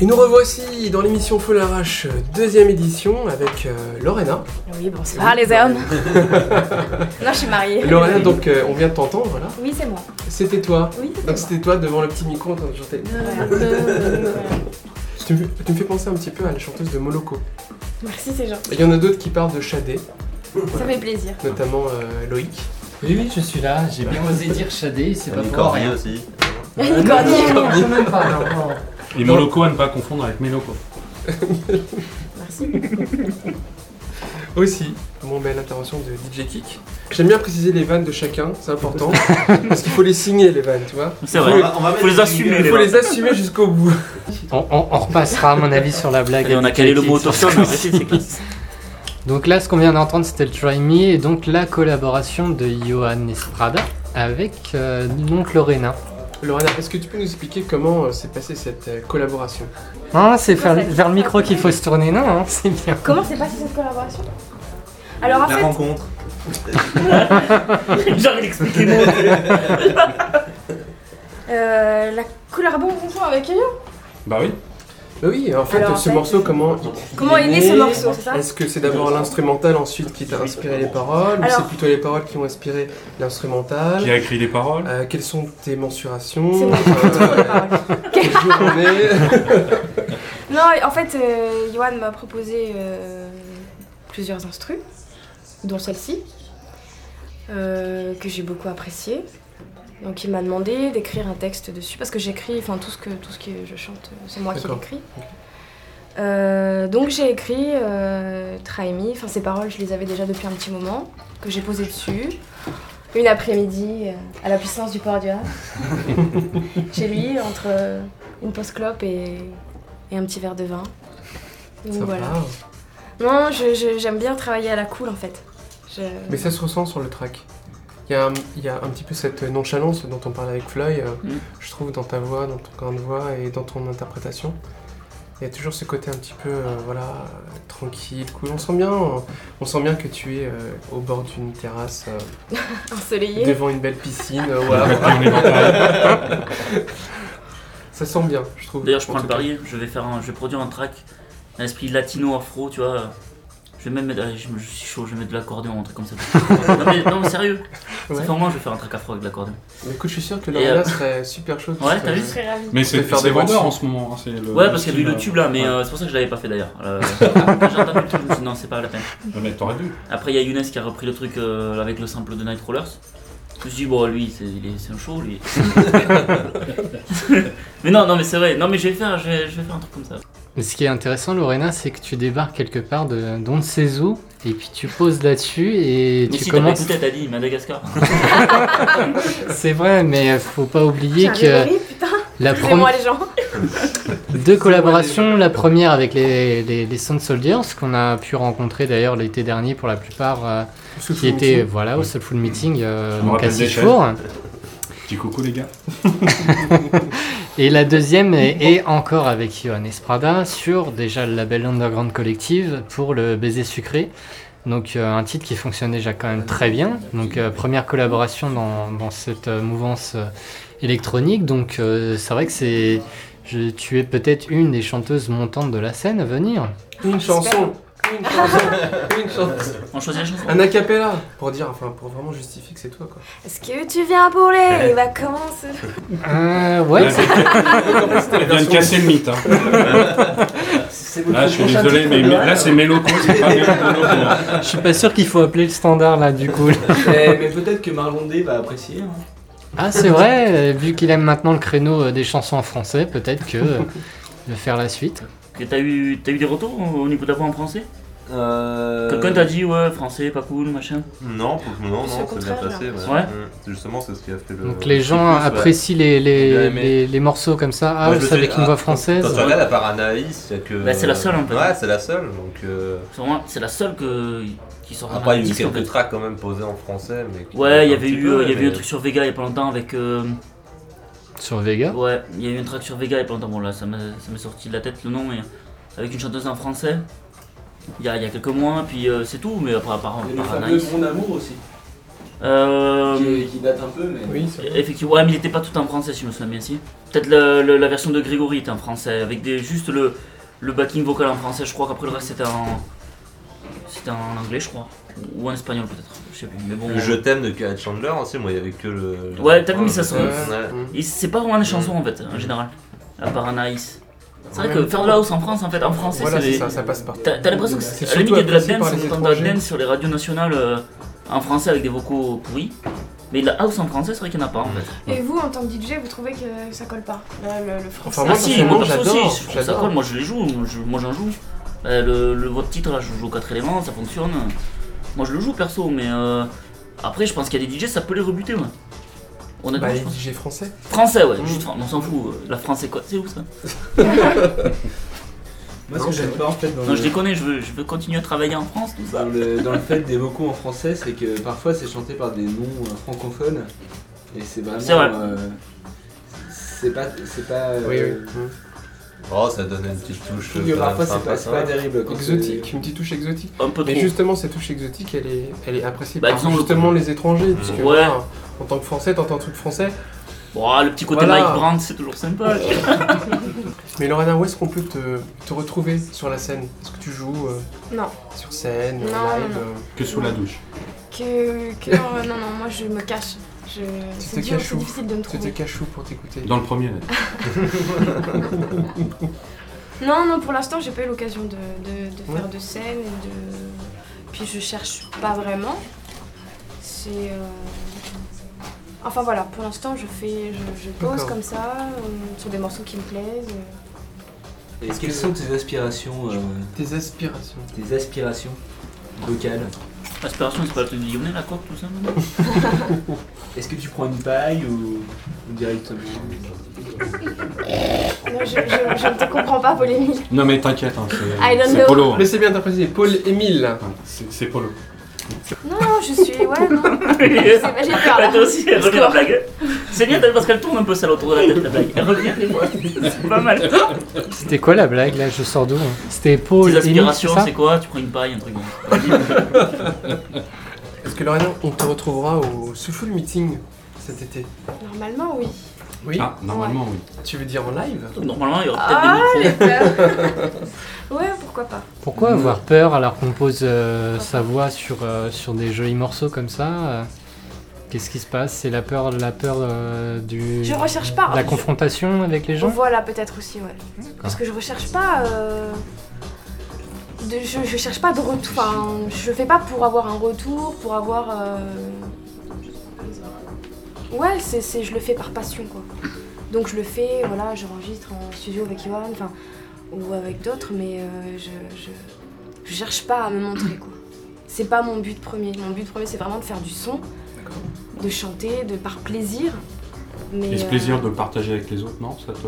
Speaker 1: Et nous revoici dans l'émission Feu l'arrache, euh, deuxième édition avec euh, Lorena.
Speaker 10: Oui, bonsoir Ah, les hommes. non, je suis mariée.
Speaker 1: Lorena, donc euh, on vient de t'entendre, voilà.
Speaker 10: Oui, c'est moi.
Speaker 1: C'était toi.
Speaker 10: Oui, c'est moi.
Speaker 1: Donc c'était toi devant le petit micro en train de chanter. Tu me, fais- tu me fais penser un petit peu à la chanteuse de Moloko.
Speaker 10: Merci, c'est gentil.
Speaker 1: Et Il y en a d'autres qui parlent de Shadé,
Speaker 10: Ça fait plaisir.
Speaker 1: notamment euh, Loïc.
Speaker 2: Oui, oui, je suis là. J'ai bien osé dire Shadé, c'est pas
Speaker 6: Annie
Speaker 2: pour
Speaker 6: Cordy
Speaker 2: rien.
Speaker 6: aussi.
Speaker 2: Euh, non, non, quand même pas. non, non.
Speaker 5: Et Moloko à ne pas confondre avec Meloko.
Speaker 10: Merci.
Speaker 1: Aussi, mon belle intervention de DJ Kick. J'aime bien préciser les vannes de chacun, c'est important. parce qu'il faut les signer, les vannes, tu vois.
Speaker 4: C'est vrai. Faut les assumer.
Speaker 1: Il
Speaker 4: les
Speaker 1: faut
Speaker 4: gars.
Speaker 1: les assumer jusqu'au bout.
Speaker 2: On, on- on repassera, à mon avis, sur la blague.
Speaker 4: Allez, on a calé le mot autochtone. arrêtez, c'est classe.
Speaker 2: Donc là, ce qu'on vient d'entendre, c'était le Try Me, et donc la collaboration de Johan Estrada avec euh, donc Lorena.
Speaker 1: Lorena, est-ce que tu peux nous expliquer comment euh, s'est passée cette euh, collaboration
Speaker 2: Hein, c'est vers, vers le micro qu'il faut se tourner, non hein, C'est bien.
Speaker 10: Comment s'est passée cette collaboration Alors, en
Speaker 6: La
Speaker 10: fait,
Speaker 6: rencontre.
Speaker 4: J'arrive d'expliquer les mots.
Speaker 10: euh, la collaboration avec Elio
Speaker 5: Bah oui.
Speaker 1: Bah oui, en fait,
Speaker 10: Alors, en
Speaker 1: ce
Speaker 10: fait,
Speaker 1: morceau, comment il-
Speaker 10: Comment est né ce morceau, c'est ça
Speaker 1: Est-ce que c'est d'abord l'instrumental ensuite qui t'a inspiré les paroles ou
Speaker 10: Alors-
Speaker 1: c'est plutôt les paroles qui ont inspiré
Speaker 5: Qui
Speaker 1: l'instrumental
Speaker 5: a écrit les paroles
Speaker 1: Euh, Quelles sont tes mensurations
Speaker 10: C'est moi qui
Speaker 1: Euh,
Speaker 10: contrôle les paroles.
Speaker 1: quel jour on est
Speaker 10: Non, en fait, euh, Johan m'a proposé euh, plusieurs instrus, dont celle-ci, euh, que j'ai beaucoup appréciée. Donc il m'a demandé d'écrire un texte dessus, parce que j'écris, enfin tout ce que, tout ce que je chante, c'est moi qui
Speaker 1: D'accord.
Speaker 10: l'écris. Euh, donc j'ai écrit euh, Try Me, enfin ces paroles je les avais déjà depuis un petit moment, que j'ai posées dessus, une après-midi euh, à la puissance du port du Havre, chez lui, entre euh, une post-clope et, et un petit verre de vin. Donc
Speaker 1: Ça
Speaker 10: voilà.
Speaker 1: va.
Speaker 10: Non, je- je- j'aime bien travailler à la cool en fait. Je-
Speaker 1: Mais ça se ressent sur le track. Il y, a un, il y a un petit peu cette nonchalance dont on parlait avec Floyd, euh,
Speaker 4: Mm.
Speaker 1: je trouve, dans ta voix, dans ton grain de voix et dans ton interprétation. Il y a toujours ce côté un petit peu, euh, voilà, euh, tranquille, cool. On sent bien, euh, on sent bien que tu es euh, au bord d'une terrasse, euh,
Speaker 10: Ensoleillé.
Speaker 1: devant une belle piscine, euh, voilà.
Speaker 5: On est dans ta-
Speaker 1: Ça sent bien, je trouve.
Speaker 4: D'ailleurs, je
Speaker 1: En
Speaker 4: prends
Speaker 1: tout
Speaker 4: le
Speaker 1: cas.
Speaker 4: pari. Je vais faire, un- je vais produire un track, un esprit latino-afro, tu vois. Je vais même mettre, allez, je, me- je suis chaud, je vais mettre de l'accordéon, un truc comme ça. non, mais, non, mais sérieux,
Speaker 1: Ouais.
Speaker 4: c'est vraiment, je vais faire un track afro avec de l'accordéon.
Speaker 1: Mais écoute, je suis sûr que
Speaker 4: Et, euh,
Speaker 1: Lorena serait super chaude.
Speaker 4: Ouais, t'as
Speaker 1: Euh,
Speaker 10: Je
Speaker 4: vu
Speaker 10: serais ravie.
Speaker 5: Mais c'est
Speaker 1: Faut faire
Speaker 5: c'est
Speaker 1: des
Speaker 5: vendeur
Speaker 1: morceaux.
Speaker 5: en ce moment. hein, c'est le-
Speaker 4: Ouais, parce qu'il y a eu
Speaker 5: style,
Speaker 4: le tube là, mais
Speaker 5: ouais.
Speaker 4: euh, c'est pour ça que je l'avais pas fait d'ailleurs. Euh, quand j'ai entendu le truc, je me suis dit, non, c'est pas la peine.
Speaker 5: Ouais, Mais t'aurais dû.
Speaker 4: Après, il y a Younes qui a repris le truc euh, avec le sample de Night Rollers. Je me suis dit, bon, lui, c'est il est- c'est un show, lui. mais non, non, mais c'est vrai. Non, mais je vais faire, je vais, je vais faire un truc comme ça.
Speaker 2: Mais ce qui est intéressant, Lorena, c'est que tu débarques quelque part de d'on ne sait où, et puis tu poses là-dessus et
Speaker 4: mais
Speaker 2: tu
Speaker 4: si t'as pas
Speaker 2: commences.
Speaker 4: écouté, t'as dit Madagascar.
Speaker 2: C'est vrai, mais euh, faut pas oublier
Speaker 10: J'ai un
Speaker 2: que
Speaker 10: riz, putain,
Speaker 2: la
Speaker 10: excusez-moi
Speaker 2: première.
Speaker 10: les gens.
Speaker 2: Deux collaborations, la première avec les, les, les Sound Soldiers, qu'on a pu rencontrer d'ailleurs l'été dernier pour la plupart, euh, qui était voilà, au Soulful Meeting
Speaker 5: Je
Speaker 2: euh,
Speaker 5: me
Speaker 2: donc à
Speaker 5: rappelle des
Speaker 2: Sifour.
Speaker 5: Petit coucou les gars.
Speaker 2: Et la deuxième est, est encore avec Johan Esprada sur déjà le label Underground Collective pour le Baiser Sucré. Donc euh, un titre qui fonctionne déjà quand même très bien. Donc euh, première collaboration dans, dans cette euh, mouvance euh, électronique. Donc euh, c'est vrai que c'est... je- tu es peut-être une des chanteuses montantes de la scène à venir.
Speaker 1: Une chanson, une chanson, une chanson.
Speaker 4: On choisit la chanson.
Speaker 1: Un acapella pour dire, enfin, pour vraiment justifier que c'est toi, quoi.
Speaker 10: Est-ce que tu viens pour les vacances
Speaker 2: Euh, ouais, c'est-
Speaker 1: Ah,
Speaker 5: Elle vient de casser le mythe. Hein. Là, je suis désolé, mais mais là, c'est Meloko, c'est pas Meloko. hein.
Speaker 2: je suis pas sûr qu'il faut appeler le standard là du coup.
Speaker 7: Eh,
Speaker 3: mais eh, mais peut-être que Marlon D va apprécier. hein.
Speaker 2: Ah c'est vrai, euh, vu qu'il aime maintenant le créneau euh, des chansons en français, peut-être que euh, de faire la suite.
Speaker 4: Et T'as eu, t'as eu des retours au au niveau de la voix en français
Speaker 6: Euh...
Speaker 4: Quelqu'un t'a dit ouais français pas cool machin.
Speaker 6: Non, pour- non,
Speaker 10: C'est
Speaker 6: non,
Speaker 10: le
Speaker 6: c'est bien
Speaker 10: contraire,
Speaker 6: passé. Ouais.
Speaker 4: Ouais.
Speaker 6: Mm. C'est Justement, Euh, c'est ce qui a fait le.
Speaker 2: Donc les gens
Speaker 6: le plus,
Speaker 2: apprécient les, les,
Speaker 6: J'ai bien aimé.
Speaker 2: les- les morceaux comme ça. Ah,
Speaker 6: Moi,
Speaker 2: ouais,
Speaker 6: je me
Speaker 2: c'est
Speaker 6: suis-
Speaker 2: avec une
Speaker 6: ah,
Speaker 2: voix
Speaker 6: Quand
Speaker 2: française. euh,
Speaker 6: tu regardes la Paranaïs, c'est que.
Speaker 4: Bah, c'est la seule, en fait.
Speaker 6: Ouais, c'est la seule. Donc. euh,
Speaker 4: C'est vraiment- C'est la seule que, Euh, qui sort vraiment
Speaker 6: Après,
Speaker 4: un
Speaker 6: il y a eu
Speaker 4: disque, en fait.
Speaker 6: quelques tracks quand même posés en français. Mais qui-
Speaker 4: Ouais, il y
Speaker 6: un
Speaker 4: avait
Speaker 6: petit
Speaker 4: eu,
Speaker 6: peu,
Speaker 4: euh, il y avait eu
Speaker 6: mais-
Speaker 4: un truc sur Vega il y a pas longtemps avec. euh,
Speaker 2: Sur Vega.
Speaker 4: ouais, il y a eu un track sur Vega il y a pas longtemps. Bon là, ça m'a- ça m'est sorti de la tête le nom, mais avec une chanteuse en français. Il y a, il y a quelques mois, puis euh, c'est tout, mais après, à part.
Speaker 3: Et
Speaker 4: à
Speaker 3: le
Speaker 4: part
Speaker 3: fameux
Speaker 4: Anaïs.
Speaker 3: Mon Amour aussi.
Speaker 4: Euh,
Speaker 3: Qui, qui date un peu, mais.
Speaker 1: Oui, c'est vrai.
Speaker 4: Effectivement, ouais, mais il n'était pas tout en français, si je me souviens bien, si. Peut-être le- le- la version de Grégory était en français, avec des, juste le, le backing vocal en français, je crois qu'après le reste c'était en. C'était en anglais, je crois. Ou en espagnol, peut-être. Je sais plus, mais bon.
Speaker 6: Le je t'aime de Kyle Chandler aussi, moi il y avait que le.
Speaker 4: Ouais, t'as vu, mais ça
Speaker 6: se
Speaker 4: sonne.
Speaker 6: Euh, Ouais.
Speaker 1: Mm.
Speaker 4: Et c'est pas vraiment des chansons en fait, en général, à part un Ice. C'est vrai
Speaker 1: Ouais,
Speaker 4: que
Speaker 1: mais-
Speaker 4: faire de la house en France, en fait, en français,
Speaker 1: Voilà,
Speaker 4: c'est.
Speaker 1: c'est ça, ça passe par.
Speaker 4: T'as t'as l'impression que
Speaker 1: C'est
Speaker 4: c'est à la limite, il y a de la
Speaker 1: surtout apprécié par
Speaker 4: dance,
Speaker 1: les
Speaker 4: on entend de la
Speaker 1: étrangers.
Speaker 4: dance sur les radios nationales euh, en français avec des vocaux pourris. Mais de la house en français, c'est vrai qu'il n'y en a pas en fait.
Speaker 10: Et vous, en tant que DJ, vous trouvez que ça colle pas là, le, le français
Speaker 1: Enfin, moi,
Speaker 4: ah si,
Speaker 1: personnellement,
Speaker 4: moi perso aussi,
Speaker 1: j'adore,
Speaker 4: je trouve ça
Speaker 1: j'adore.
Speaker 4: cool, moi je les joue, je- moi j'en joue. Euh, le, le- votre titre là, je joue aux 4 éléments, ça fonctionne. Moi je le joue perso, mais euh, après je pense qu'il y a des DJ, ça peut les rebuter. Ouais. Honnêtement,
Speaker 1: Bah,
Speaker 4: je
Speaker 1: les
Speaker 4: pense.
Speaker 1: DJ français.
Speaker 4: Français, ouais,
Speaker 1: Mm.
Speaker 4: juste, fran- on s'en fout. euh, La France, c'est quoi C'est où ça
Speaker 3: Moi, ce que j'aime pas en fait dans
Speaker 4: Non,
Speaker 3: le-
Speaker 4: je les connais, je veux, je veux continuer à travailler en France, tout ça.
Speaker 3: Dans le, dans le fait des vocaux en français, c'est que parfois c'est chanté par des noms euh, francophones et c'est vraiment.
Speaker 4: C'est vrai.
Speaker 3: euh, c'est pas. C'est pas. euh,
Speaker 1: Oui, oui. Mm.
Speaker 6: Oh, ça donne une petite touche.
Speaker 3: je trouve que
Speaker 6: quand même
Speaker 3: parfois c'est
Speaker 6: sympa,
Speaker 3: pas, c'est
Speaker 6: ça.
Speaker 3: pas terrible. quand c'est-
Speaker 1: Exotique, une petite touche exotique.
Speaker 4: Un peu
Speaker 1: Mais
Speaker 4: trop.
Speaker 1: justement, cette touche exotique, elle est, elle est appréciée
Speaker 4: Bah,
Speaker 1: par
Speaker 4: disons le-
Speaker 1: justement les étrangers. Parce que,
Speaker 4: Ouais.
Speaker 1: voilà, en tant que français, t'entends un truc français.
Speaker 4: Ouah, le petit côté
Speaker 1: Voilà.
Speaker 4: Mike Brandt, c'est toujours sympa.
Speaker 1: Mais Lorena, où est-ce qu'on peut te, te retrouver sur la scène Est-ce que tu joues euh,
Speaker 10: Non.
Speaker 1: sur scène, en
Speaker 10: Non,
Speaker 1: live
Speaker 10: non,
Speaker 1: euh,
Speaker 5: Que sous la douche.
Speaker 10: Que, que- oh, non, non, non, moi je me cache. Je... C'est
Speaker 1: te
Speaker 10: dur,
Speaker 1: caches
Speaker 10: c'est
Speaker 1: où
Speaker 10: difficile de me
Speaker 1: Tu te
Speaker 10: trouver.
Speaker 1: caches où pour t'écouter
Speaker 5: Dans le premier. là.
Speaker 10: Non, non, pour l'instant, j'ai pas eu l'occasion de, de- de faire de scène. Et de... Puis je cherche pas vraiment. C'est. euh, Enfin voilà, pour l'instant, je fais, je, je pose
Speaker 1: D'accord.
Speaker 10: comme ça euh, sur des morceaux qui me plaisent. euh.
Speaker 3: Et quelles sont tes aspirations, euh,
Speaker 1: Tes aspirations.
Speaker 3: tes aspirations vocales
Speaker 4: Aspiration, c'est pas le truc du Lyonnais, la coque, tout ça non
Speaker 3: Est-ce que tu prends une paille ou, ou directement
Speaker 10: Euh, Non, je, je- je ne te comprends pas, Polémique.
Speaker 5: Non mais t'inquiète, hein,
Speaker 10: I
Speaker 5: c'est
Speaker 10: don't
Speaker 5: c'est
Speaker 10: know.
Speaker 5: Polo. hein. Ah,
Speaker 1: Mais c'est bien interprété, Paul Émile.
Speaker 5: C'est c'est Polo.
Speaker 10: Non, non, je suis. Ouais, non.
Speaker 4: Ouais,
Speaker 10: C'est pas- J'ai peur là.
Speaker 4: Toi aussi, elle revient la blague. C'est bien parce qu'elle tourne un peu ça autour de la tête, la blague. Elle revient, c'est pas mal.
Speaker 2: C'était quoi la blague là Je sors d'où hein C'était Paul
Speaker 4: Tes
Speaker 2: et Nick, c'est
Speaker 4: aspirations,
Speaker 2: ça
Speaker 4: c'est quoi Tu prends une paille, un truc.
Speaker 1: Est-ce que Lorena, on te retrouvera au Soulful Meeting cet été
Speaker 10: Normalement, oui.
Speaker 1: Oui.
Speaker 5: Ah, normalement oui.
Speaker 1: Tu veux dire en live
Speaker 4: Normalement, il y aura peut-être
Speaker 10: Ah,
Speaker 4: des
Speaker 10: j'ai
Speaker 4: micros.
Speaker 10: peur. Ouais, pourquoi pas.
Speaker 2: Pourquoi avoir peur alors qu'on pose euh, sa voix sur, euh, sur des jolis morceaux comme ça euh, Qu'est-ce qui se passe C'est la peur, la peur euh, du,
Speaker 10: Je
Speaker 2: de
Speaker 10: recherche pas.
Speaker 2: la confrontation avec les gens
Speaker 10: Voilà, peut-être aussi, ouais. Parce que je recherche pas. euh, de- je, je cherche pas de retour. Enfin, je fais pas pour avoir un retour, pour avoir. euh, Ouais, c'est, c'est- je le fais par passion, quoi. Donc je le fais, voilà, j'enregistre en studio avec Johan, enfin, ou avec d'autres, mais euh, je, je, je cherche pas à me montrer, quoi. C'est pas mon but premier. Mon but premier, c'est vraiment de faire du son, de chanter, de par plaisir. Mais,
Speaker 5: Et ce
Speaker 10: euh,
Speaker 5: plaisir de le partager avec les autres, non ça te...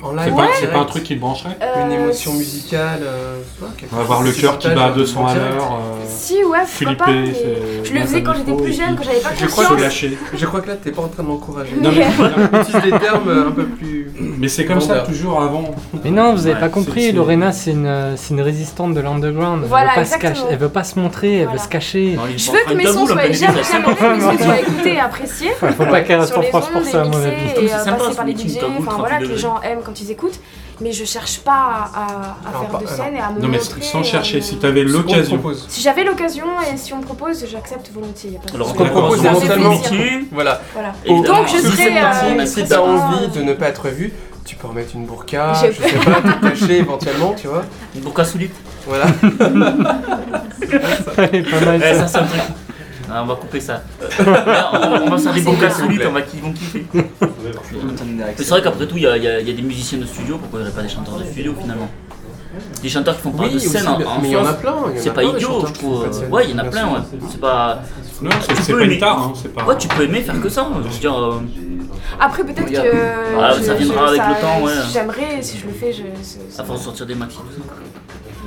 Speaker 1: En
Speaker 5: C'est
Speaker 1: live
Speaker 5: pas,
Speaker 1: en
Speaker 5: c'est
Speaker 1: direct,
Speaker 5: pas un truc qui te brancherait
Speaker 1: Une
Speaker 10: euh,
Speaker 1: émotion musicale. euh, tu vois, quelque
Speaker 5: On va voir
Speaker 1: chose
Speaker 5: le
Speaker 1: qui
Speaker 5: cœur qui bat à
Speaker 1: partage,
Speaker 5: 200 à
Speaker 1: en direct.
Speaker 5: l'heure. euh,
Speaker 10: Si, ouais, pourquoi
Speaker 5: Philippe,
Speaker 10: pas, mais
Speaker 5: c'est-
Speaker 10: je le faisais quand j'étais plus jeune, quand j'avais pas
Speaker 5: Je crois que
Speaker 10: conscience.
Speaker 5: je lâché.
Speaker 1: Je crois que là, t'es pas en train de m'encourager.
Speaker 5: Non mais,
Speaker 1: Utilise des termes euh, un peu plus.
Speaker 5: mais c'est comme ça toujours avant.
Speaker 2: Mais non, vous avez
Speaker 5: Ouais,
Speaker 2: pas
Speaker 5: c'est-
Speaker 2: compris,
Speaker 5: c'est-
Speaker 2: Lorena c'est une, c'est une résistante de l'underground.
Speaker 10: Voilà,
Speaker 2: elle, veut pas se
Speaker 10: exactement.
Speaker 2: cacher, elle veut pas se montrer, elle veut
Speaker 10: Voilà.
Speaker 2: se cacher.
Speaker 4: Non, il
Speaker 10: Je
Speaker 4: faut
Speaker 10: veux
Speaker 4: prendre
Speaker 10: que
Speaker 4: une
Speaker 10: mes
Speaker 4: tabou,
Speaker 10: sons
Speaker 4: la
Speaker 10: soient
Speaker 4: BD,
Speaker 10: jamais
Speaker 4: c'est sympa.
Speaker 10: jamais mes sons soient écoutés et appréciés.
Speaker 2: Faut pas qu'elle reste
Speaker 10: Sur
Speaker 2: en
Speaker 10: les
Speaker 2: France pour
Speaker 10: ondes
Speaker 2: ça, à
Speaker 10: des
Speaker 2: mon
Speaker 10: mixés
Speaker 2: avis.
Speaker 10: et
Speaker 4: C'est
Speaker 10: euh,
Speaker 4: sympa,
Speaker 10: passés
Speaker 4: ce
Speaker 10: par les
Speaker 4: meeting
Speaker 10: DJ,
Speaker 4: tabou,
Speaker 10: enfin
Speaker 4: 30
Speaker 10: voilà, que les
Speaker 4: degrés.
Speaker 10: gens aiment quand ils écoutent, mais je cherche pas à, à- à
Speaker 1: Alors,
Speaker 10: faire
Speaker 1: pas-
Speaker 10: de
Speaker 1: alors,
Speaker 10: scène et à me
Speaker 5: Non mais
Speaker 10: montrer,
Speaker 5: sans
Speaker 10: euh,
Speaker 5: chercher,
Speaker 10: me-
Speaker 5: si t'avais
Speaker 1: Ce qu'on te
Speaker 5: l'occasion.
Speaker 1: propose.
Speaker 10: Si j'avais l'occasion et si on me propose, j'accepte volontiers, y a pas de
Speaker 4: Alors, on
Speaker 1: qu'on
Speaker 10: souci.
Speaker 1: propose,
Speaker 4: commence
Speaker 1: c'est
Speaker 4: à
Speaker 1: mentalement-
Speaker 4: métier.
Speaker 1: Voilà.
Speaker 10: Voilà.
Speaker 4: Évidemment,
Speaker 10: Donc, je
Speaker 4: si
Speaker 10: serai,
Speaker 4: c'est
Speaker 10: euh,
Speaker 4: parti,
Speaker 10: une
Speaker 4: mais
Speaker 1: Si
Speaker 4: c'est-
Speaker 10: très-
Speaker 1: t'as
Speaker 10: Forcément,
Speaker 1: envie
Speaker 10: euh,
Speaker 1: de ne pas être vu, tu peux remettre une burqa,
Speaker 10: J'ai
Speaker 1: je sais pas, te cacher éventuellement, tu vois.
Speaker 4: Pour cas solide.
Speaker 1: Voilà.
Speaker 2: Elle est pas mal,
Speaker 4: Eh,
Speaker 2: ça.
Speaker 4: ça, c'est un truc. Ah, on va couper ça. Là, on, on va faire des bons cas solides, on va qu'ils vont kiffer. Mais C'est vrai qu'après tout, il y, a- il y a il y a des musiciens de studio, pourquoi il n'y a pas des chanteurs de studio finalement Des chanteurs qui font pas de
Speaker 1: aussi,
Speaker 4: scène en, en
Speaker 1: mais il y en a
Speaker 4: France.
Speaker 1: plein. il y en
Speaker 4: C'est
Speaker 1: a
Speaker 4: pas
Speaker 1: plein, des
Speaker 4: idiot,
Speaker 1: chanteurs
Speaker 4: je
Speaker 1: qui font
Speaker 4: trouve.
Speaker 1: pas de scène.
Speaker 4: Ouais, il y en a
Speaker 1: Bien
Speaker 4: plein,
Speaker 1: sûr.
Speaker 4: ouais. C'est pas.
Speaker 5: Non,
Speaker 4: Tu
Speaker 5: c'est c'est
Speaker 4: peux
Speaker 5: pas
Speaker 4: aimer.
Speaker 5: une tare, hein, c'est pas.
Speaker 4: Ouais, tu peux aimer faire que ça. Je veux dire, euh,
Speaker 10: Après, peut-être que.
Speaker 4: Ah,
Speaker 10: je-
Speaker 4: ça viendra
Speaker 10: je-
Speaker 4: avec
Speaker 10: ça-
Speaker 4: le temps, ouais.
Speaker 10: J'aimerais, si je le fais, je. c'est- c'est-
Speaker 4: à force de sortir des maxi. tout ça.